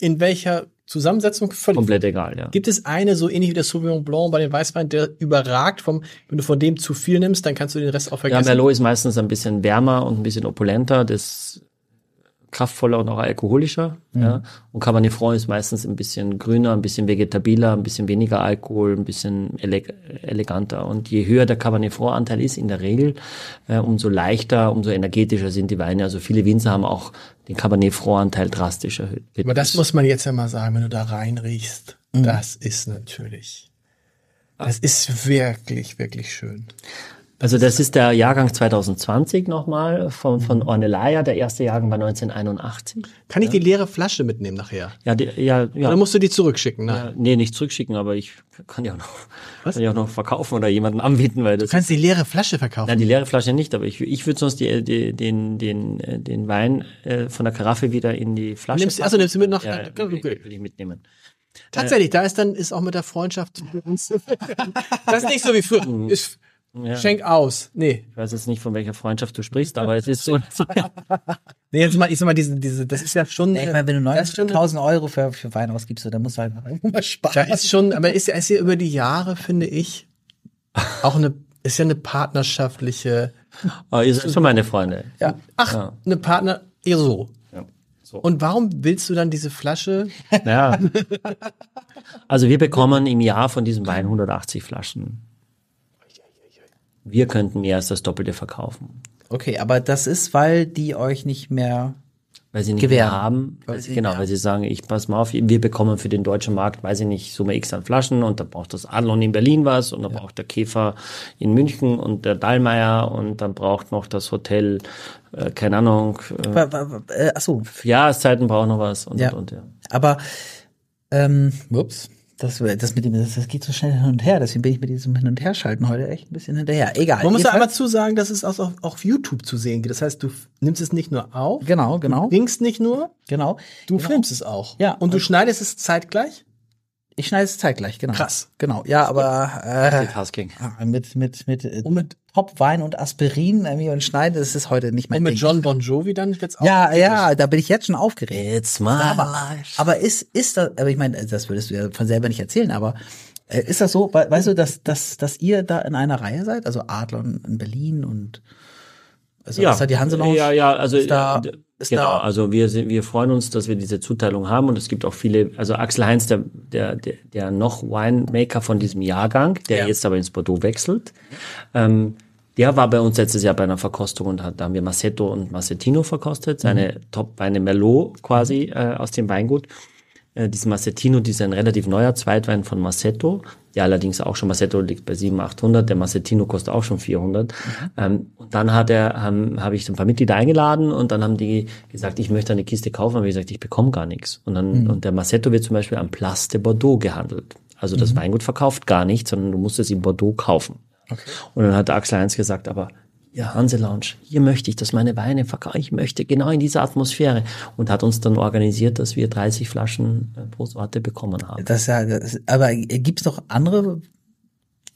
Speaker 4: in welcher Zusammensetzung völlig.
Speaker 3: Komplett egal, ja.
Speaker 4: Gibt es eine so ähnlich wie der Sauvignon Blanc bei den Weißweinen, der überragt vom, wenn du von dem zu viel nimmst, dann kannst du den Rest auch
Speaker 3: Ja,
Speaker 4: vergessen.
Speaker 3: Merlot ist meistens ein bisschen wärmer und ein bisschen opulenter. Das kraftvoller und auch alkoholischer.
Speaker 4: Mhm.
Speaker 3: Ja. Und Cabernet-Franc ist meistens ein bisschen grüner, ein bisschen vegetabiler, ein bisschen weniger Alkohol, ein bisschen ele eleganter. Und je höher der Cabernet-Franc-Anteil ist in der Regel, äh, umso leichter, umso energetischer sind die Weine. Also viele Winzer haben auch den Cabernet-Franc-Anteil drastisch erhöht.
Speaker 4: Aber das muss man jetzt ja mal sagen, wenn du da reinriechst. Das ist natürlich. Das ist wirklich, wirklich schön.
Speaker 3: Also das ist der Jahrgang 2020 nochmal von, von Ornellaia. Der erste Jahrgang war 1981.
Speaker 4: Kann ich die leere Flasche mitnehmen nachher?
Speaker 3: Ja, die, ja, ja.
Speaker 4: Oder musst du die zurückschicken? Ne?
Speaker 3: Ja, Äh, nee, nicht zurückschicken, aber ich kann ja auch noch, kann ja auch noch verkaufen oder jemanden anbieten, weil das.
Speaker 4: Du kannst die leere Flasche verkaufen.
Speaker 3: Nein, die leere Flasche nicht, aber ich, ich würde sonst die, die, den, den, äh, den Wein äh, von der Karaffe wieder in die Flasche.
Speaker 4: Nimmst, also nimmst du mit nach?
Speaker 3: ja, ja,
Speaker 4: okay.
Speaker 3: würde ich mitnehmen.
Speaker 4: Tatsächlich, da ist dann ist auch mit der Freundschaft. das ist nicht so wie früher. Ist,
Speaker 3: Ja.
Speaker 4: Schenk aus. Nee.
Speaker 3: Ich weiß jetzt nicht, von welcher Freundschaft du sprichst, aber es ist so.
Speaker 4: Nee, jetzt mal, ich sag mal, diese, diese, das ist ja schon.
Speaker 2: Ich meine, wenn du
Speaker 4: das ist schon-
Speaker 2: 90.000 Euro für, für Wein ausgibst, so, dann musst du halt mal sparen.
Speaker 4: Da ist schon, aber ist ja, ist ja über die Jahre, finde ich, auch eine, ist ja eine partnerschaftliche,
Speaker 3: Aber Ah, ihr seid schon meine Freunde.
Speaker 4: ja, ach, eine Partner, eher so.
Speaker 3: Ja. So.
Speaker 4: Und warum willst du dann diese Flasche?
Speaker 3: Ja. Also wir bekommen im Jahr von diesem Wein 180 Flaschen. Wir könnten mehr als das Doppelte verkaufen.
Speaker 2: Okay, aber das ist, weil die euch nicht mehr.
Speaker 3: Weil sie nicht
Speaker 2: Gewähren.
Speaker 3: mehr haben. Weil sie, genau, weil sie sagen, ich pass mal auf, wir bekommen für den deutschen Markt, weiß ich nicht, Summe X an Flaschen und da braucht das Adlon in Berlin was und dann braucht der Käfer in München und der Dallmayr und dann braucht noch das Hotel, äh, keine Ahnung, äh,
Speaker 2: Wa- wa- wa- äh, Achso,
Speaker 3: für Jahreszeiten braucht noch was und,
Speaker 2: Ja.
Speaker 3: und, und, ja.
Speaker 2: aber ähm, ups, das, das mit dem, das, das geht so schnell hin und her, deswegen bin ich mit diesem Hin- und Herschalten heute echt ein bisschen hinterher. Egal.
Speaker 4: Man muss ja
Speaker 2: jedenfalls-
Speaker 4: einmal zusagen, dass es auch auf, auf YouTube zu sehen gibt. Das heißt, du f- nimmst es nicht nur auf,
Speaker 2: Genau, genau,
Speaker 4: singst nicht nur,
Speaker 2: genau.
Speaker 4: du filmst es auch.
Speaker 2: Ja.
Speaker 4: Und du schneidest es zeitgleich?
Speaker 2: Ich schneide es zeitglich, genau.
Speaker 4: Krass.
Speaker 2: Genau, ja, aber
Speaker 3: Tasking.
Speaker 2: äh, mit, mit, mit, äh,
Speaker 4: Und mit,
Speaker 2: Popwein und Aspirin irgendwie und schneiden, das ist heute nicht
Speaker 4: und
Speaker 2: mein
Speaker 4: mit
Speaker 2: Ding.
Speaker 4: John Bon Jovi dann jetzt auch?
Speaker 2: ja, ja, da bin ich jetzt schon aufgeregt.
Speaker 3: It's my
Speaker 2: Aber, aber ist, ist das, aber ich meine, das würdest du ja von selber nicht erzählen, aber äh, ist das so, we- weißt du, dass, dass, dass ihr da in einer Reihe seid? Also Adler in Berlin und also ist da die Hanselounge?
Speaker 3: Ja, ja, also
Speaker 2: Ist da-
Speaker 3: äh,
Speaker 2: ist
Speaker 3: genau,
Speaker 2: da-
Speaker 3: also wir sind, wir freuen uns, dass wir diese Zuteilung haben und es gibt auch viele, also Axel Heinz, der der der, der noch Winemaker von diesem Jahrgang, der jetzt aber ins Bordeaux wechselt. Ähm, der war bei uns letztes Jahr bei einer Verkostung und hat, da haben wir Massetto und Massettino verkostet, seine Top-Weine Merlot quasi äh, aus dem Weingut. Äh, diesen Massettino, dieser ein relativ neuer Zweitwein von Massetto, der allerdings auch schon, Massetto liegt bei 700, 800, der Massettino kostet auch schon 400. Ähm, und dann hat er, ähm, habe ich so ein paar Mitglieder eingeladen und dann haben die gesagt, ich möchte eine Kiste kaufen, aber ich gesagt, ich bekomme gar nichts. Und dann, und der Massetto wird zum Beispiel am Place de Bordeaux gehandelt. Also das Weingut verkauft gar nichts, sondern du musst es in Bordeaux kaufen. Und dann hat Axel Heinz gesagt, aber ja, Hanse Lounge, hier möchte ich, dass meine Weine verkaufen. Ich möchte genau in dieser Atmosphäre. Und hat uns dann organisiert, dass wir 30 Flaschen äh, pro Sorte bekommen haben.
Speaker 2: Das ist ja, das, aber gibt's noch andere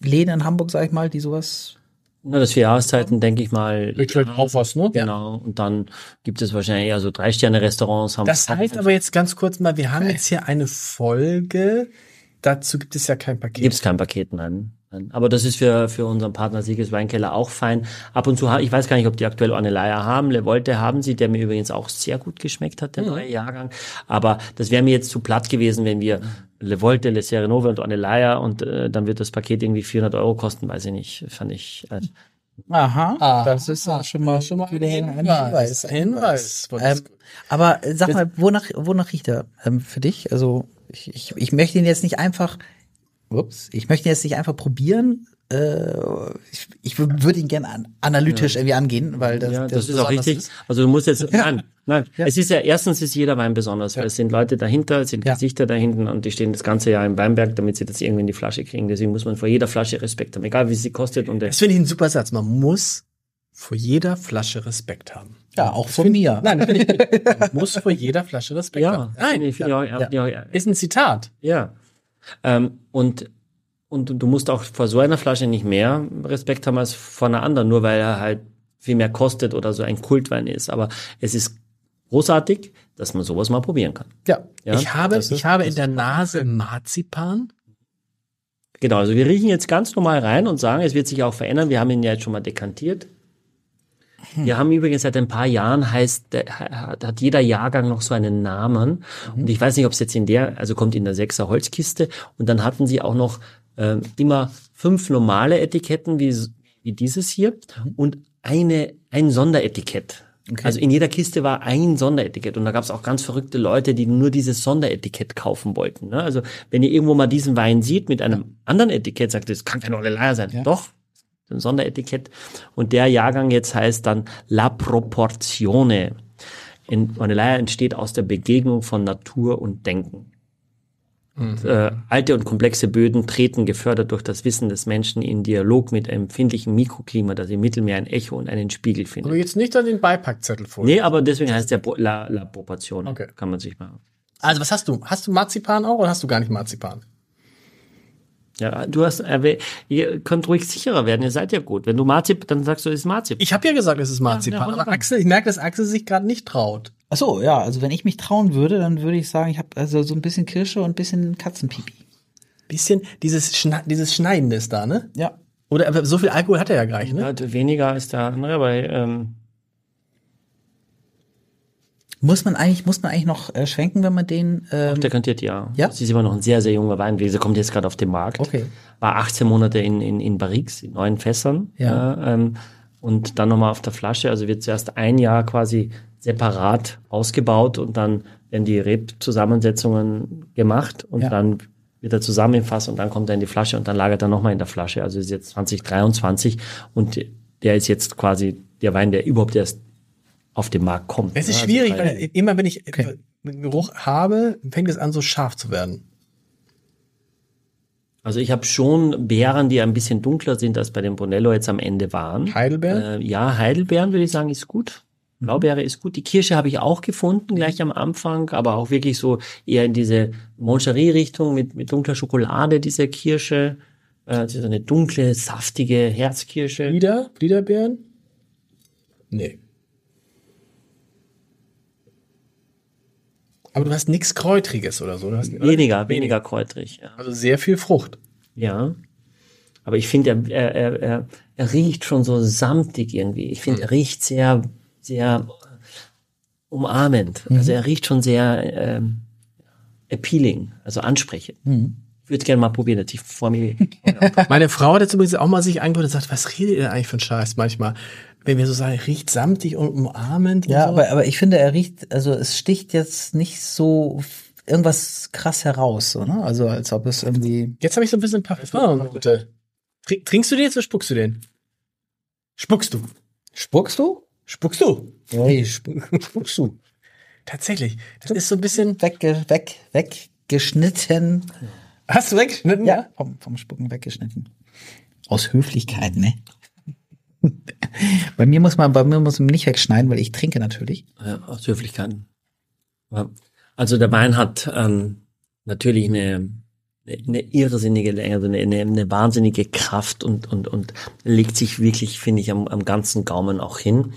Speaker 2: Läden in Hamburg, sag ich mal, die sowas?
Speaker 3: Nur das vier Jahreszeiten, denke ich mal.
Speaker 4: Ich will auch was, ne?
Speaker 3: Genau. Und dann gibt es wahrscheinlich eher so Drei-Sterne-Restaurants. haben-
Speaker 4: Das heißt aber jetzt ganz kurz mal, wir haben jetzt hier eine Folge. Dazu gibt es ja kein Paket.
Speaker 3: Gibt es kein Paket, nein. Nein. Aber das ist für, für unseren Partner Sieges Weinkeller auch fein. Ab und zu, ha- ich weiß gar nicht, ob die aktuell Ornellaia haben. Le Volte haben sie, der mir übrigens auch sehr gut geschmeckt hat, der neue Jahrgang. Aber das wäre mir jetzt zu platt gewesen, wenn wir Le Volte, Le Serenova und Ornellaia und äh, dann wird das Paket irgendwie 400 Euro kosten, weiß ich nicht, fand ich. Äh,
Speaker 2: Aha,
Speaker 4: Ah,
Speaker 2: das ist ja schon mal, schon mal ein Hinweis.
Speaker 4: Ein Hinweis.
Speaker 2: Ähm, aber äh, sag mal, wonach, wonach riecht er ähm, für dich? Also ich, ich, ich möchte ihn jetzt nicht einfach, ups, ich möchte ihn jetzt nicht einfach probieren. Äh, ich ich wür- würde ihn gerne an, analytisch irgendwie angehen, weil das,
Speaker 3: ja,
Speaker 2: der
Speaker 3: das, ist auch
Speaker 2: besonders
Speaker 3: richtig. Also du musst jetzt, nein, nein. Es ist ja, erstens ist jeder Wein besonders, weil es sind Leute dahinter, es sind
Speaker 2: Ja.
Speaker 3: Gesichter dahinten und die stehen das ganze Jahr im Weinberg, damit sie das irgendwie in die Flasche kriegen. Deswegen muss man vor jeder Flasche Respekt haben, egal wie sie kostet und der
Speaker 4: das finde ich ein super Satz. Man muss vor jeder Flasche Respekt haben.
Speaker 2: Ja, auch von mir.
Speaker 4: Nein, das finde ich gut. Man muss vor jeder Flasche Respekt
Speaker 3: ja,
Speaker 4: haben. Nein,
Speaker 3: finde ich- finde ich auch- finde ich auch-
Speaker 4: ist ein Zitat.
Speaker 3: Ja. Ähm, und, und du musst auch vor so einer Flasche nicht mehr Respekt haben als vor einer anderen, nur weil er halt viel mehr kostet oder so ein Kultwein ist. Aber es ist großartig, dass man sowas mal probieren kann.
Speaker 4: Ja.
Speaker 3: Ja,
Speaker 4: ich habe,
Speaker 3: das ist-
Speaker 4: ich habe in der Nase Marzipan.
Speaker 3: Genau, also wir riechen jetzt ganz normal rein und sagen, es wird sich auch verändern. Wir haben ihn ja jetzt schon mal dekantiert. Wir haben übrigens seit ein paar Jahren heißt, äh, hat jeder Jahrgang noch so einen Namen. Und ich weiß nicht, ob es jetzt in der, also kommt in der Sechser Holzkiste. Und dann hatten sie auch noch ähm, immer fünf normale Etiketten wie, wie dieses hier und eine, ein Sonderetikett. Also in jeder Kiste war ein Sonderetikett und da gab es auch ganz verrückte Leute, die nur dieses Sonderetikett kaufen wollten. Ne? Also wenn ihr irgendwo mal diesen Wein sieht mit einem anderen Etikett, sagt ihr, das kann keine Leier sein. Doch, ein Sonderetikett. Und der Jahrgang jetzt heißt dann La Proporzione. In Ornelaya entsteht aus der Begegnung von Natur und Denken.
Speaker 5: Mhm.
Speaker 3: Und, äh, alte und komplexe Böden treten, gefördert durch das Wissen des Menschen, in Dialog mit einem empfindlichen Mikroklima, das im Mittelmeer ein Echo und einen Spiegel findet.
Speaker 5: Aber jetzt nicht an den Beipackzettel vor.
Speaker 3: Nee, aber deswegen heißt der Pro- La, La Proporzione.
Speaker 5: Okay.
Speaker 3: Kann man sich mal.
Speaker 4: Also was hast du? Hast du Marzipan auch oder hast du gar nicht Marzipan?
Speaker 3: Ja, du hast, erwäh- ihr könnt ruhig sicherer werden, ihr seid ja gut. Wenn du Marzip, dann sagst du, es ist Marzip.
Speaker 4: Ich habe ja gesagt, es ist Marzipan. aber
Speaker 3: wunderbar.
Speaker 4: Axel, ich merke, dass Axel sich gerade nicht traut.
Speaker 2: Ach so, ja, also wenn ich mich trauen würde, dann würde ich sagen, ich habe also so ein bisschen Kirsche und ein bisschen Katzenpipi.
Speaker 4: Bisschen dieses, Schna dieses Schneiden ist da, ne?
Speaker 2: Ja.
Speaker 4: Oder aber so viel Alkohol hat er ja gar nicht, ne?
Speaker 3: Ja, weniger als der andere, aber ähm,
Speaker 2: Muss man eigentlich, muss man eigentlich noch äh, schwenken, wenn man den. Ähm,
Speaker 3: Der kandiert ja.
Speaker 2: Ja?
Speaker 3: Sie ist immer noch ein sehr, sehr junger Wein. Wie gesagt, kommt jetzt gerade auf den Markt.
Speaker 2: Okay.
Speaker 3: War 18 Monate in, in, in Barrix, in neuen Fässern.
Speaker 2: Ja.
Speaker 3: ähm, und dann nochmal auf der Flasche. Also wird zuerst ein Jahr quasi separat ausgebaut und dann werden die Rebzusammensetzungen gemacht und
Speaker 2: Ja.
Speaker 3: dann wird er zusammen im Fass und dann kommt er in die Flasche und dann lagert er nochmal in der Flasche. Also ist jetzt 2023 und der ist jetzt quasi der Wein, der überhaupt erst auf den Markt kommt.
Speaker 4: Es
Speaker 3: Ja,
Speaker 4: ist
Speaker 3: also
Speaker 4: schwierig,
Speaker 3: drei-
Speaker 4: weil immer wenn ich äh, einen Geruch habe, fängt es an, so scharf zu werden.
Speaker 3: Also ich habe schon Beeren, die ein bisschen dunkler sind, als bei dem Brunello jetzt am Ende waren.
Speaker 4: Heidelbeeren? Mhm.
Speaker 3: Äh, ja, Heidelbeeren würde ich sagen, ist gut. Blaubeere ist gut. Die Kirsche habe ich auch gefunden, gleich am Anfang, aber auch wirklich so eher in diese Moncherie-Richtung mit, mit dunkler Schokolade, diese Kirsche. Äh, das ist eine dunkle, saftige Herzkirsche.
Speaker 4: Lieder? Liederbeeren? Nee. Aber du hast nichts Kräutriges oder so. Du hast,
Speaker 3: Weniger, weniger kräutrig. Ja.
Speaker 4: Also sehr viel Frucht.
Speaker 3: ja. Aber ich finde, er, er, er, er, er riecht schon so samtig irgendwie. Ich finde, er riecht sehr, sehr umarmend. Also er riecht schon sehr ähm, appealing, also ansprechend. Ich würde gerne mal probieren, dass ich vor mir.
Speaker 4: Meine Frau hat jetzt übrigens auch mal sich angehört und sagt, was redet ihr denn eigentlich für einen Scheiß manchmal? Wenn wir so sagen, riecht samtig und umarmend und
Speaker 2: ja,
Speaker 4: so.
Speaker 2: aber, aber ich finde, er riecht, also es sticht jetzt nicht so f- irgendwas krass heraus, so, ne? Also als ob es irgendwie.
Speaker 4: Jetzt habe ich so ein bisschen Parfum. Bitte. Trink- Trinkst du den jetzt oder spuckst du den? Spuckst du.
Speaker 2: Spuckst du?
Speaker 4: Spuckst du.
Speaker 2: Hey, sp- spuckst du.
Speaker 4: Tatsächlich. Das ist so ein bisschen.
Speaker 2: Wegge weg, weggeschnitten.
Speaker 4: Hast du weggeschnitten?
Speaker 2: Ja, vom, vom Spucken weggeschnitten. Aus Höflichkeit, ne? bei mir muss man, bei mir muss man nicht wegschneiden, weil ich trinke natürlich.
Speaker 3: Ja, aus Höflichkeiten. Ja. Also der Wein hat ähm, natürlich eine, eine irrsinnige Länge, also eine, eine, eine wahnsinnige Kraft und, und, und legt sich wirklich, finde ich, am, am ganzen Gaumen auch hin.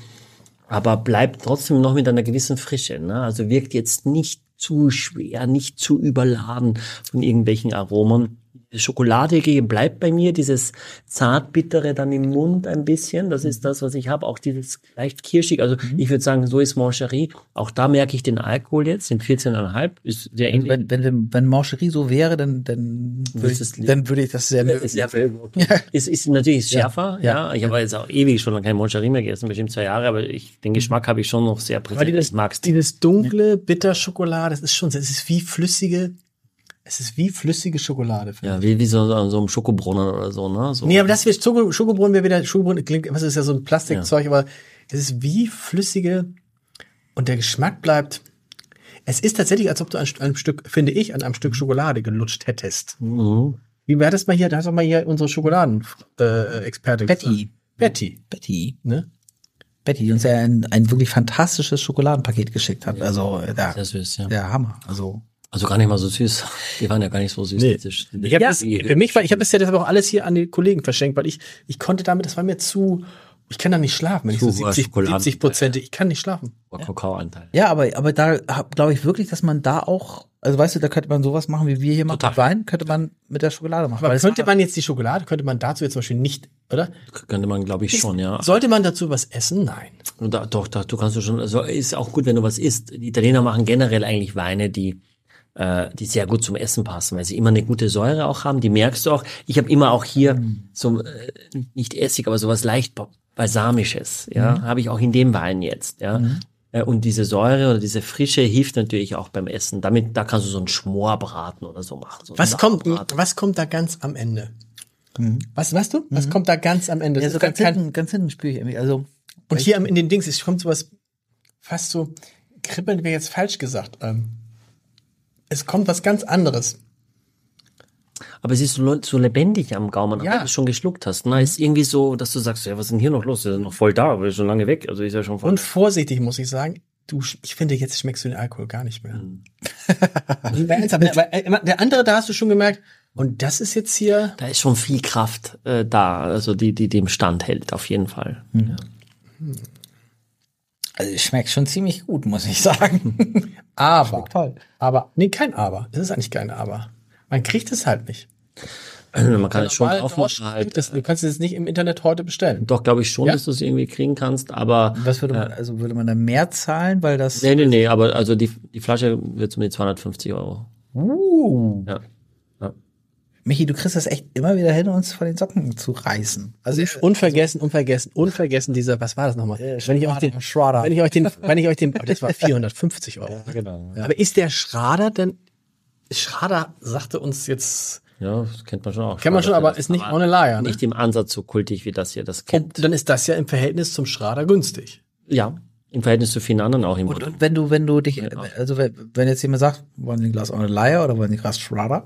Speaker 3: Aber bleibt trotzdem noch mit einer gewissen Frische. Ne? Also wirkt jetzt nicht zu schwer, nicht zu überladen von irgendwelchen Aromen. Die Schokoladige bleibt bei mir, dieses zartbittere dann im Mund ein bisschen. Das ist das, was ich habe. Auch dieses leicht kirschig. Also ich würde sagen, so ist Mancherie. Auch da merke ich den Alkohol jetzt, den 14,5. Ist sehr ähnlich.
Speaker 2: Wenn, wenn, wenn, wenn Mancherie so wäre, dann, dann, würde
Speaker 3: Würdest
Speaker 2: ich,
Speaker 3: du's lieben.
Speaker 2: dann würde ich das sehr mögen.
Speaker 3: Ist ja ist, ist natürlich schärfer, ja. Ich habe jetzt auch ewig schon kein Moncherie mehr gegessen, bestimmt zwei Jahre, aber ich, den Geschmack habe ich schon noch sehr
Speaker 4: Weil
Speaker 3: präsent.
Speaker 4: dieses,
Speaker 3: Ich mag's.
Speaker 4: dieses dunkle, bitter Schokolade, das ist schon, es ist wie flüssige, es ist wie flüssige Schokolade. finde
Speaker 3: Ja, wie, wie so an so einem Schokobrunnen oder so, ne? So.
Speaker 4: ich. Nee, aber das wird Schoko- Schokobrunnen wäre wieder, Schokobrunnen klingt, was ist ja so ein Plastikzeug, aber es ist wie flüssige und der Geschmack bleibt. Es ist tatsächlich, als ob du an einem Stück, finde ich, an einem Stück Schokolade gelutscht hättest.
Speaker 3: Mhm.
Speaker 4: Wie wäre das mal hier? Da hast du mal hier unsere Schokoladen-Expertin.
Speaker 2: Betty.
Speaker 4: Betty,
Speaker 2: Betty.
Speaker 4: ne?
Speaker 2: Betty, die uns ja ein, ein wirklich fantastisches Schokoladenpaket geschickt hat. Also, da,
Speaker 3: Sehr süß, ja.
Speaker 2: der Hammer. Also,
Speaker 3: Also gar nicht mal so süß. Die waren ja gar nicht so süß. diese Sch-
Speaker 4: Ich hab
Speaker 3: Ja.
Speaker 4: das, für mich war, ich habe bisher deshalb auch alles hier an die Kollegen verschenkt, weil ich, ich konnte damit, das war mir zu, ich kann da nicht schlafen, wenn ich so
Speaker 3: Zu hoher
Speaker 4: 70
Speaker 3: Schokoladen-
Speaker 4: Prozent, ich kann nicht schlafen.
Speaker 3: Kakaoanteil.
Speaker 2: ja, aber, aber da glaube ich wirklich, dass man da auch Also weißt du, da könnte man sowas machen, wie wir hier machen.
Speaker 3: Total.
Speaker 2: Mit Wein könnte man mit der Schokolade machen.
Speaker 4: Aber
Speaker 2: Weil es
Speaker 4: könnte
Speaker 2: macht-
Speaker 4: man jetzt die Schokolade, könnte man dazu jetzt zum Beispiel nicht, oder?
Speaker 3: Könnte man, glaube ich, schon, ja.
Speaker 4: Sollte man dazu was essen? Nein.
Speaker 3: Und Da, doch, da, du kannst du schon, also ist auch gut, wenn du was isst. Die Italiener machen generell eigentlich Weine, die, äh, die sehr gut zum Essen passen, weil sie immer eine gute Säure auch haben. Die merkst du auch. Ich habe immer auch hier
Speaker 4: Mhm.
Speaker 3: so, äh, nicht Essig, aber sowas leicht ba- Balsamisches, ja,
Speaker 4: Mhm.
Speaker 3: habe ich auch in dem Wein jetzt, ja. Äh, Und diese Säure oder diese Frische hilft natürlich auch beim Essen. Damit, da kannst du so einen Schmorbraten oder so machen. So einen
Speaker 4: Was kommt,
Speaker 3: Sauerbraten.
Speaker 4: was kommt da ganz am Ende? Was, weißt du? Was kommt da ganz am Ende?
Speaker 2: Mhm. Ja,
Speaker 4: Das
Speaker 2: so
Speaker 4: ist gar
Speaker 2: ganz,
Speaker 4: kein,
Speaker 2: hinten, ganz hinten spüre ich irgendwie. Also
Speaker 4: und hier am- in den Dings, es kommt sowas fast so, kribbeln wäre jetzt falsch gesagt. Ähm, es kommt was ganz anderes.
Speaker 3: Aber es ist so, le- so lebendig am Gaumen,
Speaker 4: Ja. Mhm.
Speaker 3: ja. du es schon geschluckt hast. Na, ist irgendwie so, dass du sagst, ja, was ist denn hier noch los? Der ist noch voll da, aber ist schon lange weg. Also ist ja schon voll.
Speaker 4: Und vorsichtig muss ich sagen, du, sch- ich finde, jetzt schmeckst du den Alkohol gar nicht mehr.
Speaker 2: Mhm.
Speaker 4: Weil ernsthaft, ne, weil, äh, der andere, da hast du schon gemerkt, und das ist jetzt hier,
Speaker 3: da ist schon viel Kraft äh, da, also die, die dem Stand hält, auf jeden Fall.
Speaker 4: Mhm.
Speaker 3: Ja.
Speaker 2: Also es schmeckt schon ziemlich gut, muss ich sagen.
Speaker 4: aber,
Speaker 2: toll.
Speaker 4: aber, nee, kein aber. Es ist eigentlich kein aber. Man kriegt es halt nicht.
Speaker 3: Also Man
Speaker 4: Also
Speaker 3: kann es schon
Speaker 4: Normal
Speaker 3: aufmachen.
Speaker 4: Dorsch
Speaker 3: Halt.
Speaker 4: kriegt es- Du kannst es nicht im Internet heute bestellen.
Speaker 3: Doch, glaube ich schon,
Speaker 4: Ja.
Speaker 3: dass du es irgendwie kriegen kannst, aber.
Speaker 2: Was würde man, also würde man da mehr zahlen, weil das
Speaker 3: Nee, nee, nee, aber also die, die Flasche wird um die 250 Euro. Uh. Ja.
Speaker 2: Michi, du kriegst das echt immer wieder hin, uns von den Socken zu reißen. Also ich,
Speaker 4: Unvergessen, unvergessen, unvergessen dieser, was war das nochmal? wenn ich euch den,
Speaker 2: Schrader.
Speaker 4: wenn ich euch den, wenn ich euch den, oh, das war 450 Euro.
Speaker 3: Genau.
Speaker 4: Aber ist der Schrader denn, Schrader sagte uns jetzt,
Speaker 3: Ja, das kennt man schon auch.
Speaker 4: Kennt man schon, aber
Speaker 3: Das-
Speaker 4: ist nicht ohne Lager, ne?
Speaker 3: Nicht im Ansatz so kultig wie das hier. Das
Speaker 4: oh,
Speaker 3: kennt.
Speaker 4: dann ist das ja im Verhältnis zum Schrader günstig.
Speaker 3: Ja, im Verhältnis zu vielen anderen auch im
Speaker 2: und, und wenn du, wenn du dich,
Speaker 3: genau.
Speaker 2: also wenn wenn jetzt jemand sagt, wollen die ein Glas ohne Leier oder wollen die ein Glas Schrader?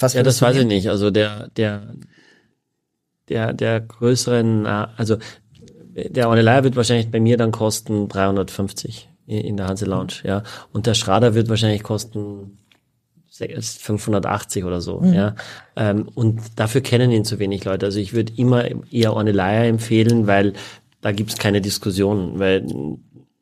Speaker 2: Was
Speaker 3: Ja, das
Speaker 2: war
Speaker 3: weiß ich nicht. Also der, der, der, der größeren, äh, also der Onelaya wird wahrscheinlich bei mir dann kosten 350 in in der Hanse Lounge, ja. Und der Schrader wird wahrscheinlich kosten se- 580 oder
Speaker 2: Mhm.
Speaker 3: so, ja. Ähm, und dafür kennen ihn zu wenig Leute. Also ich würde immer eher Onelaya empfehlen, weil da gibt's keine Diskussion, weil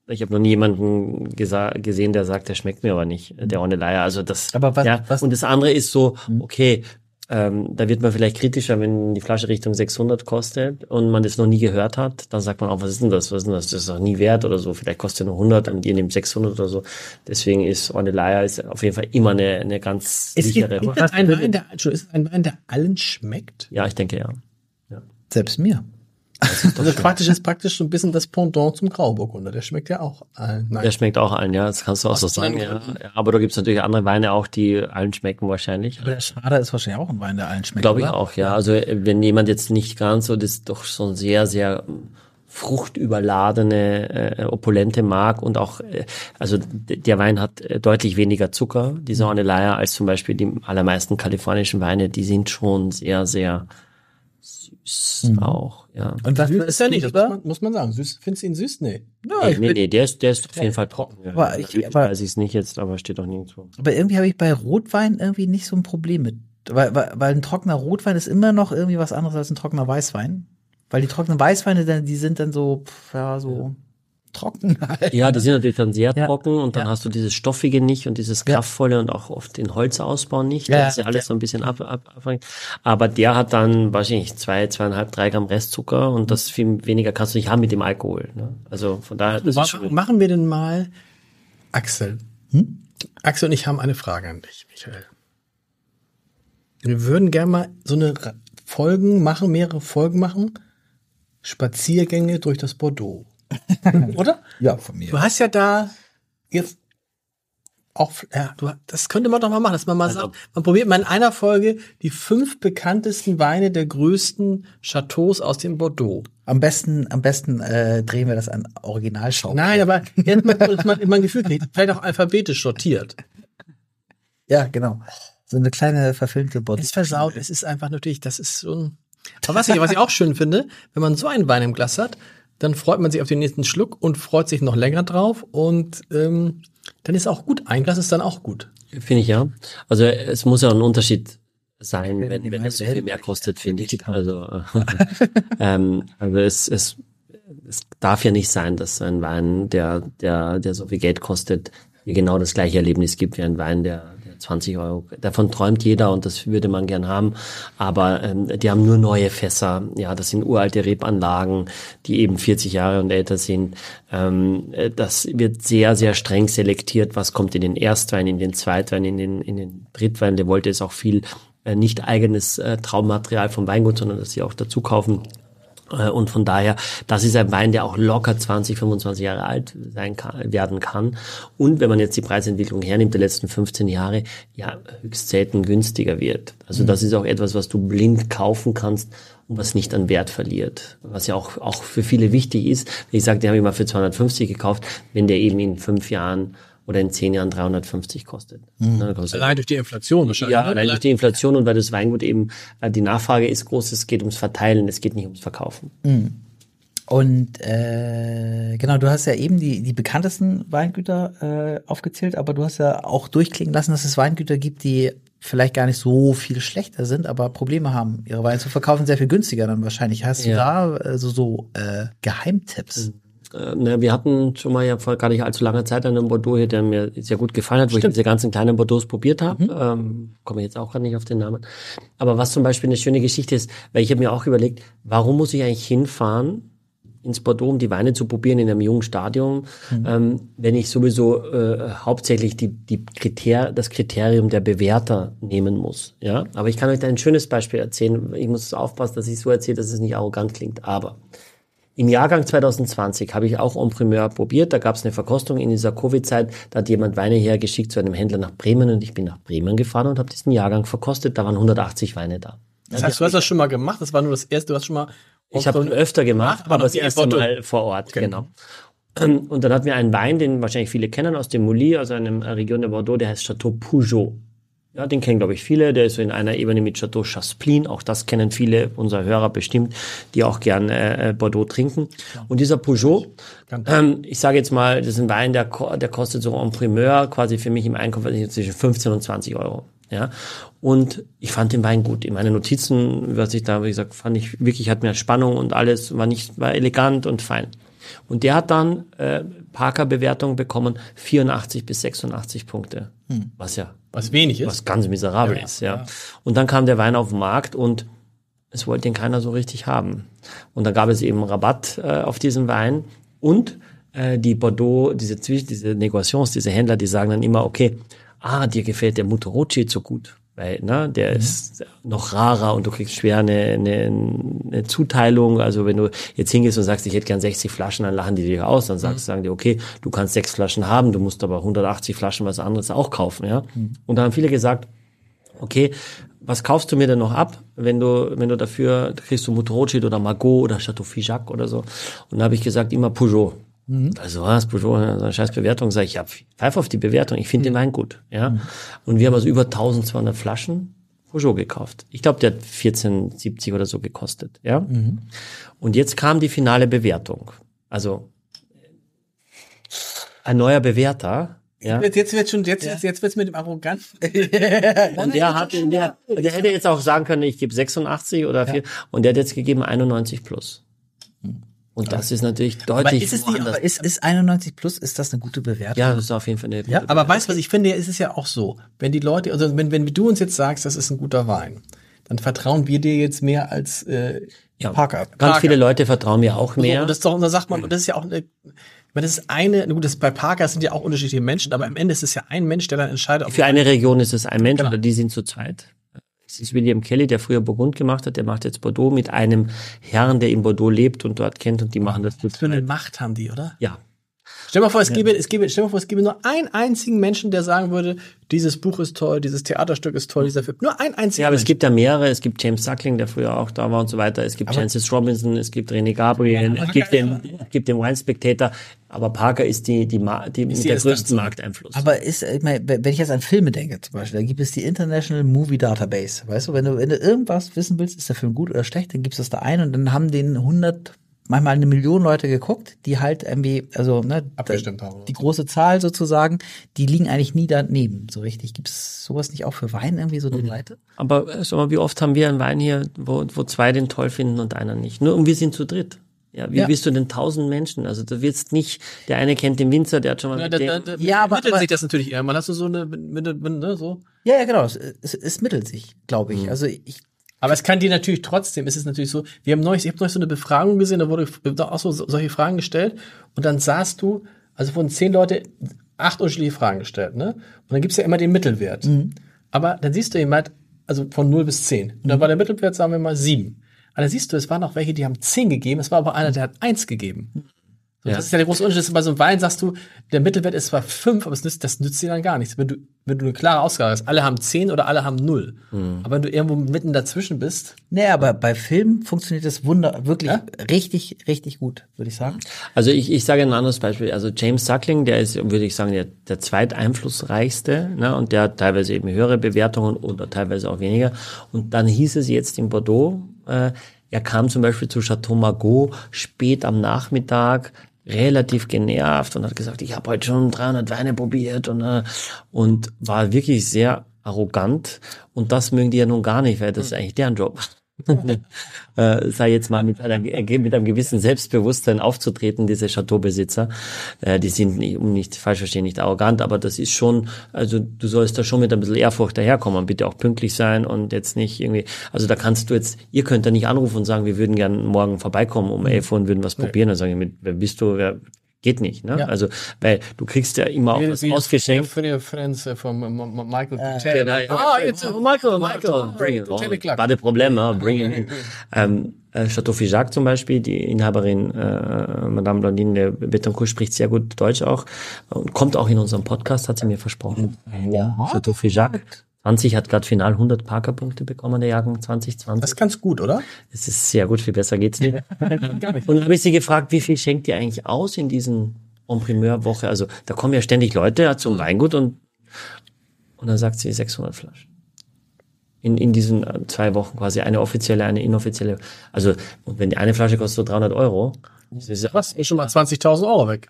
Speaker 3: ich habe noch nie jemanden gesa- gesehen, der sagt, der schmeckt mir aber nicht, der Onelaya. Also das,
Speaker 2: Aber was-
Speaker 3: ja,
Speaker 2: was-
Speaker 3: und das andere ist so, okay, ähm, da wird man vielleicht kritischer, wenn die Flasche Richtung 600 kostet und man das noch nie gehört hat, dann sagt man auch, was ist denn das, was ist denn das, das ist doch nie wert oder so, vielleicht kostet ja nur 100 und ihr nehmt 600 oder so. Deswegen ist Ornelaya ist auf jeden Fall immer eine, eine ganz sichere.
Speaker 4: das ein Wein, der, Entschuldigung, ist es ein Wein, der allen schmeckt?
Speaker 3: ja, ich denke ja.
Speaker 2: Selbst mir.
Speaker 4: Also praktisch ist praktisch so ein bisschen das Pendant zum Grauburgunder. Der schmeckt ja auch allen. Nein.
Speaker 3: Der schmeckt auch allen, ja, das kannst du auch so sagen. Ja. Aber da gibt's natürlich andere Weine auch, die allen schmecken wahrscheinlich.
Speaker 2: Aber der Schrader ist wahrscheinlich auch ein Wein, der allen schmeckt.
Speaker 3: Glaube ich
Speaker 2: oder?
Speaker 3: auch, ja. Also äh, wenn jemand jetzt nicht ganz so das doch schon sehr, sehr ähm, fruchtüberladene, äh, opulente mag und auch, äh, also d- der Wein hat äh, deutlich weniger Zucker, die
Speaker 2: Mhm.
Speaker 3: Sornelaya, als zum Beispiel die allermeisten kalifornischen Weine, die sind schon sehr, sehr süß
Speaker 2: Mhm.
Speaker 3: auch, ja.
Speaker 2: Und was
Speaker 4: Süß
Speaker 2: ist ja nicht,
Speaker 4: das
Speaker 2: oder?
Speaker 4: Muss man, muss man sagen. Süß, findest du ihn süß? Nee.
Speaker 3: Nee, nee, nee, der ist, der ist auf jeden Fall trocken. Ja,
Speaker 2: Aber ich-
Speaker 3: Natürlich
Speaker 2: aber-
Speaker 3: weiß ich es nicht jetzt, aber steht auch nirgendwo.
Speaker 2: Aber irgendwie habe ich bei Rotwein irgendwie nicht so ein Problem mit. Weil, weil, weil ein trockener Rotwein ist immer noch irgendwie was anderes als ein trockener Weißwein. Weil die trockenen Weißweine, dann- die sind dann so, pff, ja, so trocken halt.
Speaker 3: Ja, die sind natürlich dann sehr
Speaker 2: Ja.
Speaker 3: trocken und dann hast du dieses Stoffige nicht und dieses Kraftvolle und auch oft den Holzausbau nicht.
Speaker 2: Ja,
Speaker 3: das ist ja alles so ein bisschen ab, ab, abhängig. Aber der hat dann wahrscheinlich zwei, zweieinhalb, drei Gramm Restzucker und das viel weniger kannst du nicht haben mit dem Alkohol. Ne? Also von daher das ist
Speaker 4: Machen,
Speaker 3: schon,
Speaker 4: machen wir denn mal, Axel. Hm? Axel und ich haben eine Frage an dich, Michael. Wir würden gerne mal so eine Ra- Folgen machen, mehrere Folgen machen. Spaziergänge durch das Bordeaux. Oder?
Speaker 2: Ja, von
Speaker 4: Du
Speaker 2: mir.
Speaker 4: hast ja da jetzt auch, ja, du, das könnte man doch mal machen, dass man mal sagt, man probiert mal in einer Folge die fünf bekanntesten Weine der größten Chateaus aus dem Bordeaux.
Speaker 2: Am besten, am besten äh, drehen wir das an Originalschau.
Speaker 4: Nein, aber jetzt mal, dass man immer ein Gefühl kriegt, vielleicht auch alphabetisch sortiert.
Speaker 2: Ja, genau. So eine kleine verfilmte Body.
Speaker 4: Es versaut, es ist einfach natürlich, das ist so ein. Aber was ich, was ich auch schön finde, wenn man so einen Wein im Glas hat, dann freut man sich auf den nächsten Schluck und freut sich noch länger drauf und ähm, dann ist auch gut. Ein Glas ist dann auch gut.
Speaker 3: finde ich ja. Also es muss ja ein Unterschied sein, wenn,
Speaker 2: die
Speaker 3: wenn
Speaker 2: mal
Speaker 3: es so
Speaker 2: wieder
Speaker 3: viel
Speaker 2: hin-
Speaker 3: mehr kostet, finde ich. Also, äh, ähm, also es, es, es darf ja nicht sein, dass ein Wein, der, der, der so viel Geld kostet, genau das gleiche Erlebnis gibt wie ein Wein, der, der 20 Euro, davon träumt jeder und das würde man gern haben, aber ähm, die haben nur neue Fässer, ja, das sind uralte Rebanlagen, die eben 40 Jahre und älter sind, ähm, äh, das wird sehr, sehr streng selektiert, was kommt in den Erstwein, in den Zweitwein, in den, in den Drittwein, der wollte es auch viel äh, nicht eigenes äh, Traummaterial vom Weingut, sondern dass sie auch dazu kaufen. Äh, Und von daher, das ist ein Wein, der auch locker 20, 25 Jahre alt sein kann, werden kann. Und wenn man jetzt die Preisentwicklung hernimmt der letzten 15 Jahre, ja, höchst selten günstiger wird. Also das ist auch etwas, was du blind kaufen kannst und was nicht an Wert verliert. Was ja auch, auch für viele wichtig ist. Wie gesagt, den habe ich mal für 250 gekauft, wenn der eben in fünf Jahren oder in zehn Jahren 350 kostet. Ne, kostet
Speaker 4: Allein durch die Inflation wahrscheinlich.
Speaker 3: ja,
Speaker 4: ne?
Speaker 3: allein durch die Inflation und weil das Weingut eben, äh, die Nachfrage ist groß, es geht ums Verteilen, es geht nicht ums Verkaufen.
Speaker 2: Und äh, genau, du hast ja eben die, die bekanntesten Weingüter äh, aufgezählt, aber du hast ja auch durchklingen lassen, dass es Weingüter gibt, die vielleicht gar nicht so viel schlechter sind, aber Probleme haben, ihre Weine zu verkaufen, sehr viel günstiger dann wahrscheinlich. Hast du da äh, so, so äh, Geheimtipps?
Speaker 3: Äh, ne, wir hatten schon mal ja vor gar nicht allzu langer Zeit einen Bordeaux hier, der mir sehr gut gefallen hat, wo ich diese ganzen kleinen Bordeaux probiert habe. Ähm, komme jetzt auch gerade nicht auf den Namen. Aber was zum Beispiel eine schöne Geschichte ist, weil ich habe mir auch überlegt, warum muss ich eigentlich hinfahren ins Bordeaux, um die Weine zu probieren in einem jungen Stadium, ähm, wenn ich sowieso äh, hauptsächlich die, die Kriter das Kriterium der Bewerter nehmen muss. Ja, aber ich kann euch da ein schönes Beispiel erzählen. Ich muss aufpassen, dass ich so erzähle, dass es nicht arrogant klingt. Aber im Jahrgang 2020 habe ich auch Entrepreneur probiert. Da gab es eine Verkostung in dieser Covid-Zeit. Da hat jemand Weine hergeschickt zu einem Händler nach Bremen und ich bin nach Bremen gefahren und habe diesen Jahrgang verkostet. Da waren 180 Weine da.
Speaker 4: Das heißt, du hast das schon mal gemacht, das war nur das erste, du hast schon mal.
Speaker 3: Ich äh, habe ihn öfter gemacht,
Speaker 4: aber
Speaker 3: aber
Speaker 4: noch
Speaker 3: das
Speaker 4: die
Speaker 3: erste
Speaker 4: Antwort-
Speaker 3: Mal vor Ort, genau. Und dann hatten wir einen Wein, den wahrscheinlich viele kennen, aus dem Mouly, aus einer Region der Bordeaux, der heißt Chateau Pujol. Ja, den kennen, glaube ich, viele. Der ist so in einer Ebene mit Chateau Chasplin. Auch das kennen viele unserer Hörer bestimmt, die auch gern äh, äh, Bordeaux trinken. Und dieser Peugeot, ähm, ich sage jetzt mal, das ist ein Wein, der, ko- der kostet so en primeur quasi für mich im Einkauf weiß ich nicht, zwischen 15 und 20 Euro. Ja, und ich fand den Wein gut. In meinen Notizen, was ich da, wie gesagt, fand ich wirklich, hat mehr Spannung und alles, war nicht, war elegant und fein. Und der hat dann äh, Parker-Bewertung bekommen, 84 bis 86 Punkte. Was ja
Speaker 4: Was wenig ist.
Speaker 3: was ganz miserabel ist, ja. Und dann kam der Wein auf den Markt und es wollte ihn keiner so richtig haben. Und dann gab es eben Rabatt äh, auf diesen Wein und äh, die Bordeaux, diese Zwischen, diese Negotiations, diese Händler, die sagen dann immer, okay, ah, dir gefällt der Mutorochi so gut, weil, ne, der ist noch rarer und du kriegst schwer eine, eine, eine Zuteilung. Also wenn du jetzt hingehst und sagst, ich hätte gern 60 Flaschen, dann lachen die dich aus, dann sagst, sagen die, okay, du kannst sechs Flaschen haben, du musst aber 180 Flaschen was anderes auch kaufen, ja. Und da haben viele gesagt, okay, was kaufst du mir denn noch ab, wenn du, wenn du dafür, da kriegst du Mutterrothschild oder Margot oder Chateau Figeac oder so. Und da habe ich gesagt, immer Peugeot. Also was, Peugeot, ja, so eine scheiß Bewertung, sage ich, ja, pfeif auf die Bewertung, ich finde den Wein gut. Ja? Und wir haben also über 1200 Flaschen Peugeot gekauft. Ich glaube, der hat 14,70 oder so gekostet. Ja? Und jetzt kam die finale Bewertung. Also ein neuer Bewerter, ja,
Speaker 4: Jetzt, jetzt wird schon, jetzt, jetzt, jetzt wird's mit dem Arroganten.
Speaker 3: und der hat, der, der hätte jetzt auch sagen können, ich gebe 86 oder 4. Und der hat jetzt gegeben 91 plus. Und das ist natürlich deutlich
Speaker 4: ist es nicht-
Speaker 3: woanders.
Speaker 4: Hm. aber
Speaker 2: Ist, ist 91 plus, ist das eine gute Bewertung?
Speaker 3: Ja, das ist auf jeden Fall eine
Speaker 4: Ja, aber weißt du was, ich finde, es ist ja auch so, wenn die Leute, also wenn, wenn du uns jetzt sagst, das ist ein guter Wein, dann vertrauen wir dir jetzt mehr als äh,
Speaker 3: Ja.
Speaker 4: Parker.
Speaker 3: Ganz
Speaker 4: Parker.
Speaker 3: viele Leute vertrauen mir auch
Speaker 4: So,
Speaker 3: mehr.
Speaker 4: und das ist doch, und da sagt man, und das ist ja auch eine, ich meine, das ist eine, gut, das bei Parker sind ja auch unterschiedliche Menschen, aber am Ende ist es ja ein Mensch, der dann entscheidet, ob
Speaker 3: Für eine Region ist es ein Mensch oder die sind zu zweit. Es ist William Kelly, der früher Burgund gemacht hat, der macht jetzt Bordeaux mit einem Herrn, der in Bordeaux lebt und dort kennt und die machen das zu
Speaker 4: für eine
Speaker 3: zweit.
Speaker 4: Macht haben die, oder?
Speaker 3: Ja.
Speaker 4: Stell mal vor, es gäbe, es gäbe, stell mal vor, es gäbe nur einen einzigen Menschen, der sagen würde, dieses Buch ist toll, dieses Theaterstück ist toll, dieser Film. Nur ein einziger
Speaker 3: Hm. Ja, aber es
Speaker 4: Mensch.
Speaker 3: gibt da mehrere. Es gibt James Suckling, der früher auch da war und so weiter. Es gibt Chances Robinson, es gibt René Gabriel, es gibt den, es gibt den Wine Spectator. Aber Parker ist die, die, Ma die, mit
Speaker 4: die
Speaker 3: der
Speaker 4: Instanz.
Speaker 3: größten Markteinfluss.
Speaker 2: Aber ist, ich meine, wenn ich jetzt an Filme denke, zum Beispiel, da gibt es die International Movie Database. Weißt du, wenn du, wenn du irgendwas wissen willst, ist der Film gut oder schlecht, dann gibst du das da ein und dann haben den 100, manchmal eine Million Leute geguckt, die halt irgendwie, also, ne,
Speaker 4: Abgestimmt
Speaker 2: da-
Speaker 4: haben.
Speaker 2: die große Zahl sozusagen, die liegen eigentlich nie daneben, so richtig. Gibt es sowas nicht auch für Wein irgendwie so eine
Speaker 4: Mhm.
Speaker 2: Seite?
Speaker 3: Aber, äh, sag mal, wie oft haben wir einen Wein hier, wo, wo zwei den toll finden und einer nicht? Nur, und wir sind zu dritt. Ja, wie
Speaker 2: Ja.
Speaker 3: bist du denn tausend Menschen? Also da wird's nicht, der eine kennt den Winzer, der hat schon mal
Speaker 4: Ja,
Speaker 3: mit
Speaker 4: da,
Speaker 3: dem,
Speaker 4: da, da,
Speaker 2: Ja, aber-
Speaker 4: mittelt
Speaker 2: aber-
Speaker 4: sich das natürlich eher. Man hast du so eine, mit, mit, ne, so.
Speaker 2: Ja, ja, genau. Es, es, es mittelt sich, glaube
Speaker 4: Mhm.
Speaker 2: ich. Also ich,
Speaker 4: Aber es kann dir natürlich trotzdem, es ist natürlich so, wir haben neulich, ich habe neulich so eine Befragung gesehen, da wurde auch so solche Fragen gestellt und dann saßt du, also wurden zehn Leute acht unterschiedliche Fragen gestellt, ne? Und dann gibt's ja immer den Mittelwert. Aber dann siehst du jemand, also von 0 bis 10. Und dann war der Mittelwert, sagen wir mal, 7. Und dann siehst du, es waren auch welche, die haben 10 gegeben, es war aber einer, der hat 1 gegeben. So, Das ist ja der große Unterschied. Bei so einem Wein sagst du, der Mittelwert ist zwar fünf, aber es nützt, das nützt dir dann gar nichts. Wenn du, wenn du eine klare Ausgabe hast, alle haben zehn oder alle haben null.
Speaker 3: Mhm.
Speaker 4: Aber wenn du irgendwo mitten dazwischen bist,
Speaker 2: nee, ne, aber bei Filmen funktioniert das Wunder wirklich
Speaker 4: Ja?
Speaker 2: richtig, richtig gut, würde ich sagen.
Speaker 3: Also ich, ich sage ein anderes Beispiel. Also James Suckling, der ist, würde ich sagen, der, der zweiteinflussreichste ne? und der hat teilweise eben höhere Bewertungen oder teilweise auch weniger. Und dann hieß es jetzt in Bordeaux, äh, er kam zum Beispiel zu Chateau Margaux spät am Nachmittag, relativ genervt und hat gesagt, ich habe heute schon 300 Weine probiert und, äh, und war wirklich sehr arrogant. Und das mögen die ja nun gar nicht, weil das ist eigentlich deren Job. äh, sei jetzt mal mit einem, äh, mit einem gewissen Selbstbewusstsein aufzutreten, diese Chateaubesitzer. Äh, die sind, nicht, um nicht falsch verstehen, nicht arrogant, aber das ist schon, also du sollst da schon mit ein bisschen Ehrfurcht daherkommen und bitte auch pünktlich sein und jetzt nicht irgendwie, also da kannst du jetzt, ihr könnt da nicht anrufen und sagen, wir würden gern morgen vorbeikommen um 11 Uhr und würden was probieren und sagen, mit, wer bist du, wer, geht nicht, ne? Also, weil du kriegst ja immer auch was ausgeschenkt.
Speaker 4: Für die Friends von Michael
Speaker 3: Ja, ja. Ah, jetzt, Michael, Michael, bring it on. War das Problem, ja, bring it in. Ähm, äh, Chateau Figeac zum Beispiel, die Inhaberin äh, Madame Blondine Betancourt spricht sehr gut Deutsch auch und kommt auch in unserem Podcast, hat sie mir versprochen. Ja, Chateau Figeac. 20 hat gerade final 100 Parker-Punkte bekommen, der Jahrgang 2020.
Speaker 4: Das ist ganz gut, oder?
Speaker 3: Es ist sehr gut, viel besser geht's nicht. Und dann habe ich sie gefragt, wie viel schenkt ihr eigentlich aus in diesen Entrepreneur-Woche? Also da kommen ja ständig Leute zum Weingut und, und dann sagt sie 600 Flaschen. In, in diesen äh, zwei Wochen quasi eine offizielle, eine inoffizielle. Also, und wenn die eine Flasche kostet so 300 Euro, das ist ja
Speaker 4: Was? Ist schon mal 20.000 Euro weg.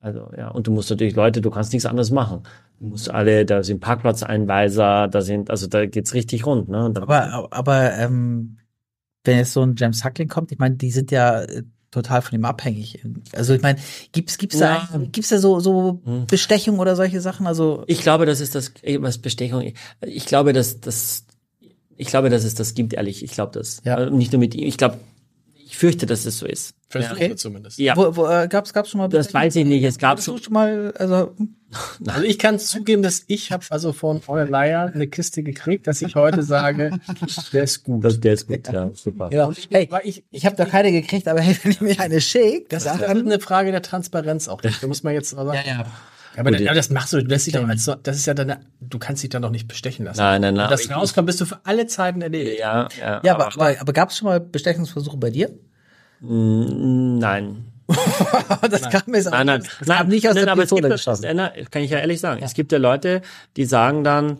Speaker 3: also ja, und du musst natürlich Leute, du kannst nichts anderes machen. Du musst alle, da sind Parkplatzeinweiser, da sind, also da geht's richtig rund. Ne? Und dann,
Speaker 2: Aber, aber ähm, wenn jetzt so ein James Huckling kommt, ich meine, die sind ja äh, total von ihm abhängig. Also ich meine, gibt's gibt's
Speaker 3: Ja.
Speaker 2: da gibt's da so so Bestechung oder solche Sachen? Also
Speaker 3: Ich glaube, das ist das, was Bestechung, ich glaube, dass das, ich glaube, dass es das gibt, ehrlich, ich glaube das.
Speaker 2: Ja.
Speaker 3: Äh, Nicht nur mit ihm, ich glaube, ich fürchte, dass es so ist.
Speaker 4: Versuche
Speaker 2: Okay.
Speaker 4: zumindest.
Speaker 3: Ja,
Speaker 2: wo, wo, äh, gab's gab's schon mal
Speaker 3: das weiß ich nicht, es gab
Speaker 2: Hast du
Speaker 3: schon,
Speaker 2: schon mal also
Speaker 4: Also ich kann zugeben, dass ich habe also von Eure Leier eine Kiste gekriegt, dass ich heute sage, der ist gut.
Speaker 3: das, der ist gut, ja, super.
Speaker 4: ja, und ich,
Speaker 2: Hey,
Speaker 4: weil ich,
Speaker 2: ich habe doch keine gekriegt, aber hey, wenn ihr mir eine schickt,
Speaker 4: das,
Speaker 2: dann-
Speaker 4: ist eine Frage der Transparenz auch. Da muss man jetzt mal sagen.
Speaker 2: ja.
Speaker 4: Ja, aber,
Speaker 3: Gut,
Speaker 4: dann,
Speaker 3: ja.
Speaker 4: aber das machst du, du lässt dich doch als, das ist ja deine, du kannst dich dann doch nicht bestechen lassen.
Speaker 3: Nein, nein, nein,
Speaker 4: Wenn das
Speaker 3: aber ich-
Speaker 4: rauskommt, bist du für alle Zeiten erledigt.
Speaker 3: Ja, ja,
Speaker 2: Ja, aber, aber, aber gab es schon mal Bestechungsversuche bei dir?
Speaker 3: nein.
Speaker 2: Das kam mir jetzt
Speaker 3: Nein, nein,
Speaker 2: das kam nicht aus
Speaker 3: nein,
Speaker 2: der
Speaker 3: aber es
Speaker 2: Pistole
Speaker 3: gibt äh, ja-
Speaker 2: geschossen.
Speaker 3: Nein, nein, kann ich ja ehrlich sagen. Es gibt ja Leute, die sagen dann,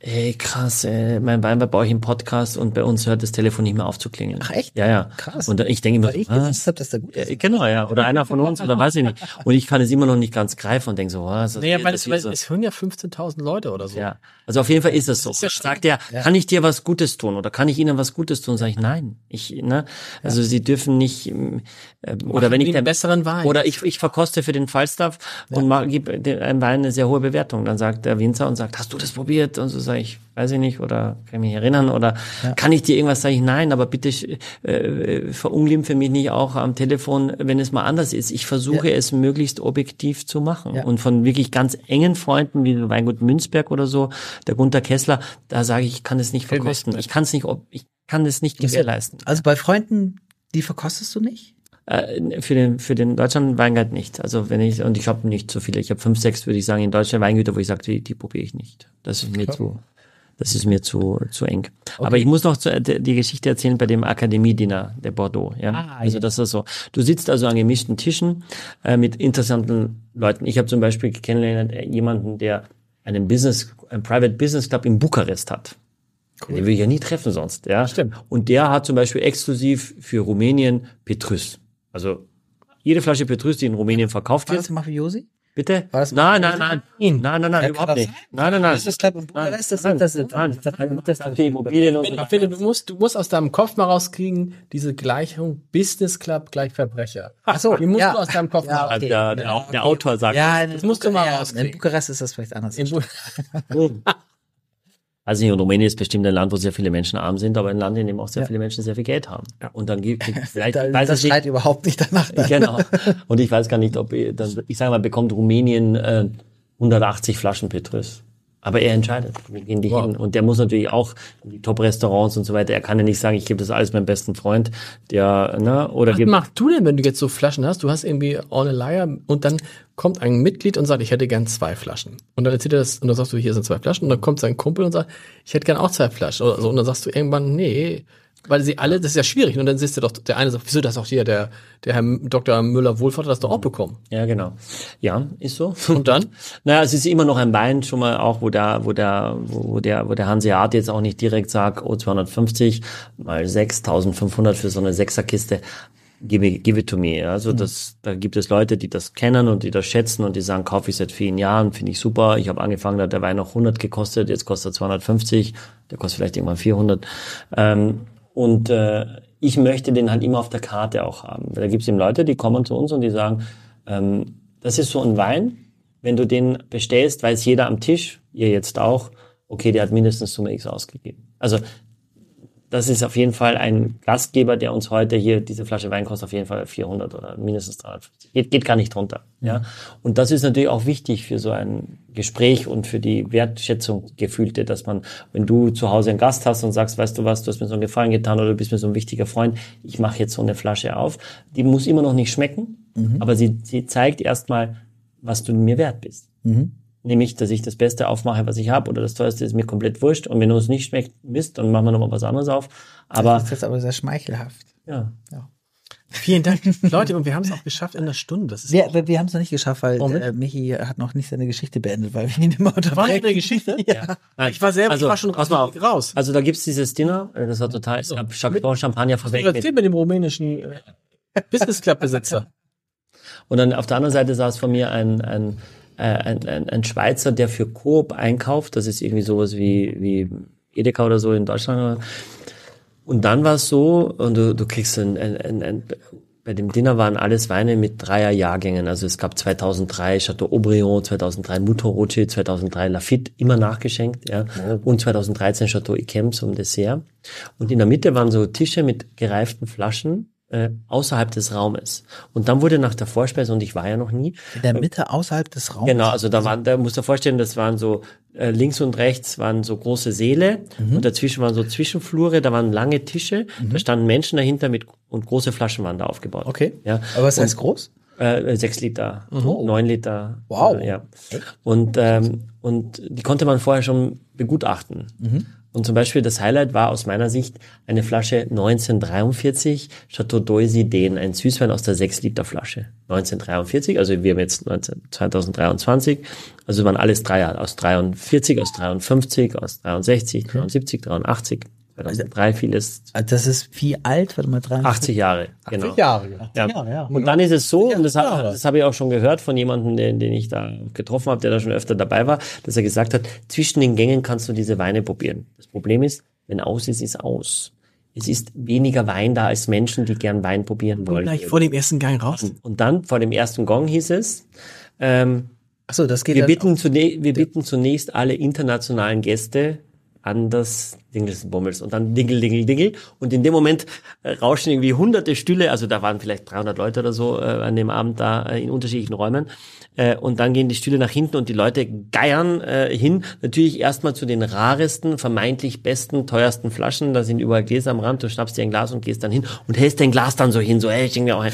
Speaker 3: ey, krass, ey, mein Wein war bei euch im Podcast und bei uns hört das Telefon nicht mehr auf zu klingeln. Ach
Speaker 2: echt?
Speaker 3: Ja, ja.
Speaker 2: Krass.
Speaker 3: Und ich denke immer,
Speaker 2: Weil ich
Speaker 3: was?
Speaker 2: gewusst habe, dass der gut ist.
Speaker 3: Ja, genau, ja. Oder einer von uns, oder weiß ich nicht. Und ich kann es immer noch nicht ganz greifen und denke so, was ist
Speaker 4: Naja, weil
Speaker 3: das
Speaker 4: es,
Speaker 3: hier
Speaker 4: weil
Speaker 3: so?
Speaker 4: es hören ja 15.000 Leute oder so.
Speaker 3: Ja. Also auf jeden Fall ist es so.
Speaker 4: ist ja schlimm.
Speaker 3: Sagt er, kann ich dir was Gutes tun oder kann ich ihnen was Gutes tun? Sage ich, nein. Ich, ne? Also sie dürfen nicht, ähm, äh, oder wenn ich
Speaker 4: den
Speaker 3: der,
Speaker 4: besseren Wein.
Speaker 3: Oder ich, ich verkoste für den Falstaff und mag, gebe dem- einem Wein eine sehr hohe Bewertung. Dann sagt der Winzer und sagt, hast du das probiert? Und so sage ich, weiß ich nicht oder kann ich mich erinnern oder kann ich dir irgendwas? Sage ich, nein, aber bitte äh, verunglimpfe mich nicht auch am Telefon, wenn es mal anders ist. Ich versuche es möglichst objektiv zu machen. Und von wirklich ganz engen Freunden wie Weingut Münzberg oder so, der Gunther Kessler, da sage ich, ich kann es nicht verkosten. Ich kann es nicht, ob- ich kann es nicht gewährleisten.
Speaker 2: Also bei Freunden, die verkostest du nicht?
Speaker 3: Äh, für den für den Deutschland Weingart nicht. Also wenn ich und ich habe nicht so viele. Ich habe fünf, sechs, würde ich sagen, in Deutschland Weingüter, wo ich sage, die, die probiere ich nicht. Das ist mir zu das ist mir zu zu eng. Aber ich muss noch zu, äh, die Geschichte erzählen bei dem Akademiediener der Bordeaux. Ja, also das ist so. Du sitzt also an gemischten Tischen äh, mit interessanten Leuten. Ich habe zum Beispiel kennengelernt äh, jemanden, der einen Business, einen Private Business Club in Bukarest hat. Den will ich ja nie treffen sonst, ja. Stimmt. Und der hat zum Beispiel exklusiv für Rumänien Petrus. Also jede Flasche Petrus, die in Rumänien verkauft
Speaker 2: War
Speaker 3: wird,
Speaker 2: das Mafiosi?
Speaker 3: Bitte?
Speaker 2: War das-
Speaker 3: nein, nein, nein, nein, nein, nein,
Speaker 2: kann
Speaker 3: überhaupt
Speaker 2: das
Speaker 3: nicht.
Speaker 2: sein?
Speaker 3: Nein, nein, nein.
Speaker 2: Das ist Club und Bukarest, das
Speaker 3: nein,
Speaker 2: sind- das sind-
Speaker 3: nein, das sind- das sind die Immobilien und
Speaker 4: Aber Philipp, du musst, du musst aus deinem Kopf mal rauskriegen, diese Gleichung Business Club gleich Verbrecher. Ach
Speaker 2: so,
Speaker 4: Die musst
Speaker 2: ja.
Speaker 4: du aus deinem Kopf
Speaker 2: Ja,
Speaker 4: mal
Speaker 2: okay.
Speaker 3: Also, der, der, der Autor sagt.
Speaker 2: Ja, in,
Speaker 4: Das musst du mal
Speaker 2: ja, in
Speaker 4: rauskriegen.
Speaker 2: Bukarest ist das vielleicht anders.
Speaker 4: raus.
Speaker 3: Also nicht, und Rumänien ist bestimmt ein Land, wo sehr viele Menschen arm sind, aber ein Land, in dem auch sehr viele Menschen sehr viel Geld haben. Und dann gibt es vielleicht,
Speaker 2: Da,
Speaker 3: ich weiß
Speaker 2: das
Speaker 3: es
Speaker 2: schreit
Speaker 3: nicht,
Speaker 2: überhaupt nicht danach.
Speaker 3: genau. Und ich weiß gar nicht, ob, ihr- dann, ich sage mal, bekommt Rumänien äh, 180 Flaschen Petrus. Aber er entscheidet, wo gehen die hin? Und der muss natürlich auch die Top-Restaurants und so weiter, er kann ja nicht sagen, ich gebe das alles meinem besten Freund, der, ne, oder
Speaker 4: Was
Speaker 3: gibt,
Speaker 4: machst du denn, wenn du jetzt so Flaschen hast? Du hast irgendwie on a liar und dann kommt ein Mitglied und sagt, ich hätte gern zwei Flaschen. Und dann erzählt er das und dann sagst du, hier sind zwei Flaschen. Und dann kommt sein Kumpel und sagt, ich hätte gern auch zwei Flaschen. Oder so. Und dann sagst du irgendwann, nee, weil sie alle, das ist ja schwierig. Und dann siehst du doch, der eine sagt, wieso das auch hier, der, der Herr Dr. Müller-Wohlfahrt hat das doch auch bekommen.
Speaker 3: ja, genau. Ja, ist so.
Speaker 4: Und dann?
Speaker 3: Naja, es ist immer noch ein Wein schon mal auch, wo der, wo der, wo wo der, wo der Hanseat jetzt auch nicht direkt sagt, oh, 250 mal 6.500 für so eine Sechserkiste. Give, it- give it to me. Also das, da gibt es Leute, die das kennen und die das schätzen und die sagen, kaufe ich seit vielen Jahren, finde ich super. Ich habe angefangen, da hat der Wein noch 100 gekostet, jetzt kostet er 250, der kostet vielleicht irgendwann 400. Ähm, und äh, ich möchte den halt immer auf der Karte auch haben. Da gibt es eben Leute, die kommen zu uns und die sagen, ähm, das ist so ein Wein, wenn du den bestellst, weiß jeder am Tisch, ihr jetzt auch, okay, der hat mindestens Summe X ausgegeben. Also das ist auf jeden Fall ein Gastgeber, der uns heute hier diese Flasche Wein kostet auf jeden Fall 400 oder mindestens 350. Geht, geht gar nicht drunter. Ja. Und das ist natürlich auch wichtig für so ein Gespräch und für die Wertschätzung gefühlte, dass man, wenn du zu Hause einen Gast hast und sagst, weißt du was, du hast mir so einen Gefallen getan oder du bist mir so ein wichtiger Freund, ich mache jetzt so eine Flasche auf. Die muss immer noch nicht schmecken, aber sie, sie zeigt erstmal, was du mir wert bist. Nämlich, dass ich das Beste aufmache, was ich habe, oder das Teuerste ist mir komplett wurscht. Und wenn uns nicht schmeckt, Mist, dann machen wir nochmal was anderes auf. Aber
Speaker 2: Das ist jetzt aber sehr schmeichelhaft.
Speaker 3: ja,
Speaker 4: Vielen Dank, Leute. Und wir haben es auch geschafft in einer Stunde. Das ist
Speaker 2: Wir, aber wir haben es noch nicht geschafft, weil
Speaker 4: Warum nicht?
Speaker 2: äh, Michi hat noch nicht seine Geschichte beendet, weil wir ihn immer
Speaker 4: war das
Speaker 2: unterbrechen.
Speaker 4: eine Geschichte? Ja. Ich war selber,
Speaker 3: also,
Speaker 4: ich war schon
Speaker 3: pass mal auf.
Speaker 4: raus.
Speaker 3: Also da gibt's dieses Dinner, äh, das war total, ich habe Champagner, Champagner
Speaker 4: Also,
Speaker 3: verwendet.
Speaker 4: erzähl mit dem rumänischen äh, Business Club Besitzer.
Speaker 3: Und dann auf der anderen Seite saß vor mir ein, ein, äh, ein, ein, ein Schweizer, der für Coop einkauft. Das ist irgendwie sowas wie, wie Edeka oder so in Deutschland. Und dann war es so, und du, du kriegst ein, ein, ein, ein bei dem Dinner waren alles Weine mit dreier Jahrgängen. Also es gab 2003 Chateau Aubriand, 2003 Mouton Rothschild, 2003 Lafitte, immer nachgeschenkt, ja. Und 2013 Chateau Yquem zum Dessert. Und in der Mitte waren so Tische mit gereiften Flaschen äh, außerhalb des Raumes. Und dann wurde nach der Vorspeise, und ich war ja noch nie,
Speaker 2: In der Mitte außerhalb des Raums.
Speaker 3: Genau, also da waren, da musst du dir vorstellen, das waren so äh, links und rechts waren so große Säle und dazwischen waren so Zwischenflure, da waren lange Tische, da standen Menschen dahinter mit und große Flaschen waren da aufgebaut.
Speaker 2: Okay.
Speaker 3: Ja.
Speaker 2: Aber was heißt groß?
Speaker 3: Äh, sechs Liter, neun Liter.
Speaker 2: Wow.
Speaker 3: Äh, ja. Und, ähm, und die konnte man vorher schon begutachten. Und zum Beispiel das Highlight war aus meiner Sicht eine Flasche 1943 Chateau d'Oisy Den, ein Süßwein aus der 6-Liter-Flasche. 1943, also wir haben jetzt 19, 2023, also waren alles drei Jahre, aus 43, aus 53, aus 63, 73, 83, 2003 vieles,
Speaker 2: Also Das ist wie alt, warte mal, 83.
Speaker 3: 80 Jahre. Genau.
Speaker 4: Jahre.
Speaker 3: Ja.
Speaker 2: Jahre, ja.
Speaker 3: Und dann ist es so, und das, hab-
Speaker 4: Jahre.
Speaker 3: das habe ich auch schon gehört von jemandem, den, den ich da getroffen habe, der da schon öfter dabei war, dass er gesagt hat, zwischen den Gängen kannst du diese Weine probieren. Das Problem ist, wenn aus ist, ist aus. Es ist weniger Wein da als Menschen, die gern Wein probieren wollen.
Speaker 4: Gleich vor dem ersten Gang raus.
Speaker 3: Und dann vor dem ersten Gong hieß es,
Speaker 2: Achso, das geht
Speaker 3: wir
Speaker 2: dann
Speaker 3: bitten, zune wir bitten zunächst alle internationalen Gäste an das Dingelsen Bummels und dann Dingel, Dingel, Dingel. Und in dem Moment äh, rauschen irgendwie hunderte Stühle, also da waren vielleicht 300 Leute oder so äh, an dem Abend da äh, in unterschiedlichen Räumen. Äh, und dann gehen die Stühle nach hinten und die Leute geiern äh, hin. Natürlich erstmal zu den raresten, vermeintlich besten, teuersten Flaschen. Da sind überall Gläser am Rand. Du schnappst dir ein Glas und gehst dann hin und hältst dein Glas dann so hin, so, hey, ich denke mir auch ein.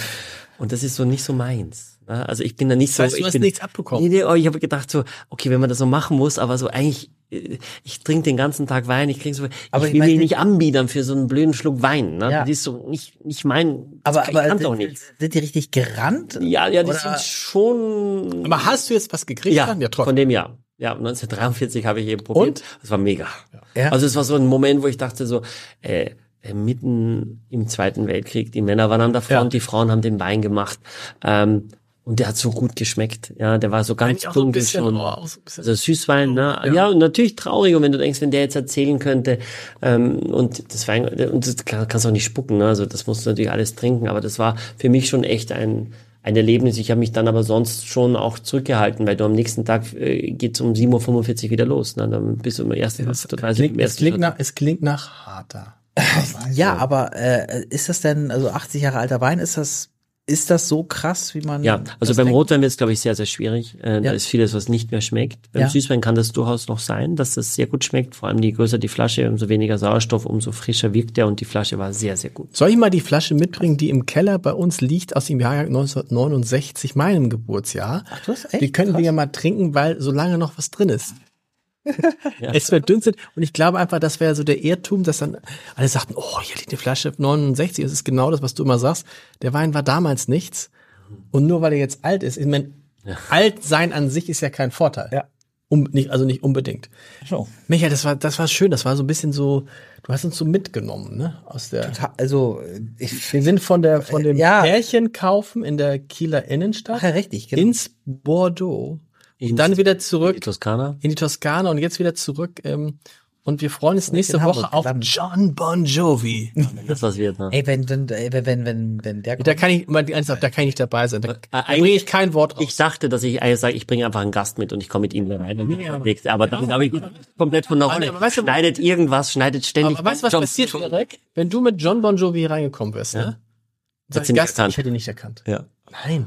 Speaker 3: Und das ist so nicht so meins. ne? Also ich bin da nicht so.
Speaker 4: heißt, du
Speaker 3: ich
Speaker 4: hast
Speaker 3: bin,
Speaker 4: nichts abbekommen.
Speaker 3: Nee, nee, aber Oh, ich habe gedacht so, okay, wenn man das so machen muss, aber so eigentlich, äh, ich trinke den ganzen Tag Wein, ich trinke so,
Speaker 2: Aber ich
Speaker 3: ich will
Speaker 2: mein,
Speaker 3: mich nicht anbiedern für so einen blöden Schluck Wein. Ne?
Speaker 2: Ja.
Speaker 3: Das ist so nicht, nicht mein, das
Speaker 2: aber,
Speaker 3: kann-
Speaker 2: aber
Speaker 3: ich kann doch
Speaker 2: sind-
Speaker 3: nicht.
Speaker 2: sind die richtig gerannt?
Speaker 3: Ja, ja, die
Speaker 2: Oder-
Speaker 3: sind schon
Speaker 4: Aber hast du jetzt was gekriegt?
Speaker 3: ja,
Speaker 4: dann? ja
Speaker 3: von
Speaker 4: trotzdem.
Speaker 3: dem Jahr. Ja, 1943 habe ich eben probiert.
Speaker 4: Und?
Speaker 3: Das war mega.
Speaker 2: Ja.
Speaker 3: Also es war so ein Moment, wo ich dachte so, äh, äh, mitten im Zweiten Weltkrieg, die Männer waren an der Front,
Speaker 4: Ja.
Speaker 3: die Frauen haben den Wein gemacht. Ähm, Und der hat so gut geschmeckt. Ja, der war so ganz
Speaker 4: Eigentlich auch so ein
Speaker 3: dunkel
Speaker 4: bisschen,
Speaker 3: schon.
Speaker 4: aber auch so ein bisschen-
Speaker 3: also Süßwein, ne? Ja. und natürlich traurig. Und wenn du denkst, wenn der jetzt erzählen könnte, ähm, und das Wein, und das klar, kannst du auch nicht spucken, ne? Also das musst du natürlich alles trinken. Aber das war für mich schon echt ein, ein Erlebnis. Ich habe mich dann aber sonst schon auch zurückgehalten, weil du am nächsten Tag äh, geht's um 7.45 Uhr wieder los. Ne? Dann bist du im ersten,
Speaker 4: Das
Speaker 3: total
Speaker 4: klingt, es, klingt nach, es klingt nach harter.
Speaker 2: Ja, aber äh, ist das denn, also 80 Jahre alter Wein, ist das, ist das so krass, wie man.
Speaker 3: Ja, also
Speaker 2: das
Speaker 3: beim
Speaker 2: denkt?
Speaker 3: Rotwein wird es, glaube ich, sehr, sehr schwierig. Äh, Da
Speaker 2: Ja.
Speaker 3: ist vieles, was nicht mehr schmeckt. Beim
Speaker 2: Ja.
Speaker 3: Süßwein kann das durchaus noch sein, dass das sehr gut schmeckt. Vor allem je größer die Flasche, umso weniger Sauerstoff, umso frischer wirkt der und die Flasche war sehr, sehr gut.
Speaker 4: Soll ich mal die Flasche mitbringen, die im Keller bei uns liegt, aus dem Jahrgang 1969, meinem Geburtsjahr? Ach,
Speaker 2: du hast echt?
Speaker 4: Die können wir ja mal trinken, weil so lange noch was drin ist. Es verdünstet und ich glaube einfach, das wäre so der Irrtum, dass dann alle sagten, oh, hier liegt eine Flasche 69, das ist genau das, was du immer sagst. Der Wein war damals nichts und nur weil er jetzt alt ist, ich meine, alt sein an sich ist ja kein Vorteil.
Speaker 2: Ja.
Speaker 4: Um, nicht, also nicht unbedingt.
Speaker 2: So.
Speaker 4: Michael, das war, das war schön, das war so ein bisschen so, du hast uns so mitgenommen, ne? Aus der,
Speaker 2: Ta- Also, ich,
Speaker 4: wir sind von der von dem
Speaker 2: Ja.
Speaker 4: Pärchen kaufen in der Kieler Innenstadt
Speaker 2: Ach ja, richtig, genau.
Speaker 4: ins Bordeaux
Speaker 3: Ins-
Speaker 4: und dann wieder zurück
Speaker 3: Die Toskana?
Speaker 4: in die Toskana und jetzt wieder zurück ähm, und wir freuen uns nächste
Speaker 2: in Hamburg
Speaker 4: Woche auf
Speaker 2: gelandet.
Speaker 4: John Bon Jovi.
Speaker 3: Das was wird, ne?
Speaker 2: ey, wenn, wenn, ey, wenn, wenn, wenn der kommt,
Speaker 4: Da kann ich, man, eins sagt, da kann ich nicht dabei sein. Da, da bringe
Speaker 3: eigentlich-
Speaker 4: ich kein Wort raus.
Speaker 3: Ich dachte, dass ich eigentlich sage, ich bringe einfach einen Gast mit und ich komme mit ihm da rein. aber, aber damit habe ich komplett von der Rolle.
Speaker 4: aber weißt du-
Speaker 3: schneidet irgendwas, schneidet ständig.
Speaker 4: Aber weißt du, was
Speaker 3: John-
Speaker 4: passiert,
Speaker 3: John-
Speaker 4: Derek? Wenn du mit John Bon Jovi reingekommen wärst, ne?
Speaker 3: Hat
Speaker 4: Sag
Speaker 3: sie
Speaker 4: ich,
Speaker 3: nicht
Speaker 4: Gast,
Speaker 3: erkannt.
Speaker 4: ich hätte ihn nicht erkannt.
Speaker 3: Ja.
Speaker 4: Nein.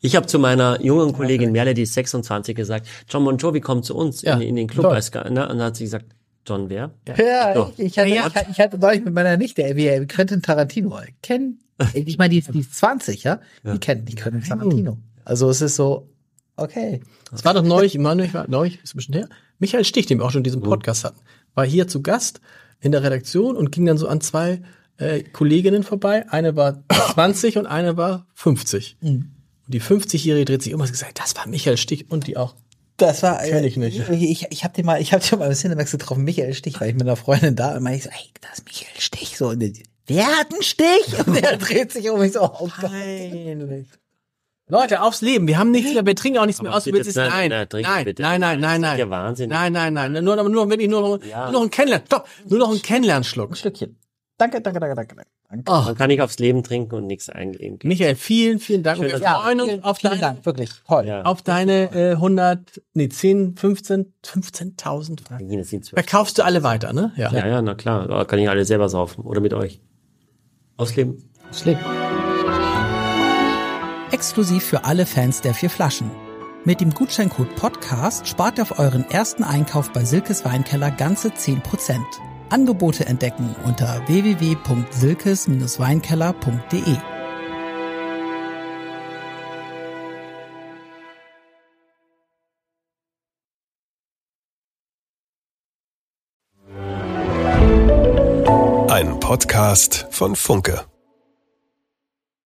Speaker 3: Ich habe zu meiner jungen Kollegin Merle, die ist 26, gesagt, John Bon Jovi kommt zu uns
Speaker 4: Ja,
Speaker 3: in, in den Club.
Speaker 4: toll.
Speaker 3: Als, Ga- ne? Und dann hat sie gesagt, John wer?
Speaker 2: Ja,
Speaker 3: So.
Speaker 2: ich, ich, hatte,
Speaker 4: Ja, ja.
Speaker 2: Ich, hatte- ich hatte neulich mit meiner Nichte, ey, wir Quentin Tarantino ey, kennen. äh, Ich meine, die, die ist 20, ja? Die kennen die Quentin Tarantino. Also es ist so, okay.
Speaker 4: Es war doch neulich, immer neulich, war- neulich ist ein bisschen her. Michael Stich, den wir auch schon in diesem Podcast hatten, war hier zu Gast in der Redaktion und ging dann so an zwei äh, Kolleginnen vorbei. Eine war 20 und eine war 50. Und die 50-Jährige dreht sich um und hat gesagt, das war Michael Stich und die auch.
Speaker 2: Das war äh,
Speaker 4: Kenn ich nicht.
Speaker 2: Ich, ich habe den mal, ich habe den mal im Cinemax getroffen, Michael Stich, weil ich mit einer Freundin da und meine ich so, ey, das ist Michael Stich so und die, wer hat einen Stich? Und der dreht sich um mich so, oh Gott.
Speaker 4: Peinlich. Leute, aufs Leben. Wir haben nichts mehr, wir trinken auch nichts mehr aus.
Speaker 3: bitte,
Speaker 4: Bitte,
Speaker 3: nein, nein,
Speaker 4: nein, nein,
Speaker 3: trink
Speaker 4: nein,
Speaker 3: bitte.
Speaker 4: nein, nein, nein, nein.
Speaker 3: ja Wahnsinn.
Speaker 4: Nein, nein, nein. Nur, nur, nur wirklich nur noch,
Speaker 3: Ja.
Speaker 4: nur noch ein Kennenlernen. Stopp, nur noch ein Kennenlernen schluck.
Speaker 2: Stückchen. Danke, danke, danke, danke. danke.
Speaker 4: Oh,
Speaker 3: Dann kann ich aufs Leben trinken und nichts eingeben.
Speaker 4: Michael, vielen, vielen Dank.
Speaker 3: Schön,
Speaker 4: wir
Speaker 3: dass-
Speaker 4: freuen uns
Speaker 2: vielen-
Speaker 4: auf
Speaker 2: vielen
Speaker 4: deine
Speaker 2: Dank, wirklich toll.
Speaker 3: Ja.
Speaker 4: auf deine äh, 100, nee, 10, 15, 15.000 Franken.
Speaker 3: Nein, das sind zwölf.
Speaker 4: Verkaufst du alle weiter, ne? Ja.
Speaker 3: Ja, ja, na klar. Aber Kann ich alle selber saufen. Oder mit euch. Ausleben.
Speaker 2: Das Leben.
Speaker 6: Exklusiv für alle Fans der vier Flaschen. Mit dem Gutscheincode Podcast spart ihr auf euren ersten Einkauf bei Silkes Weinkeller ganze 10%. Angebote entdecken unter www.silkes-weinkeller.de.
Speaker 7: Ein Podcast von Funke.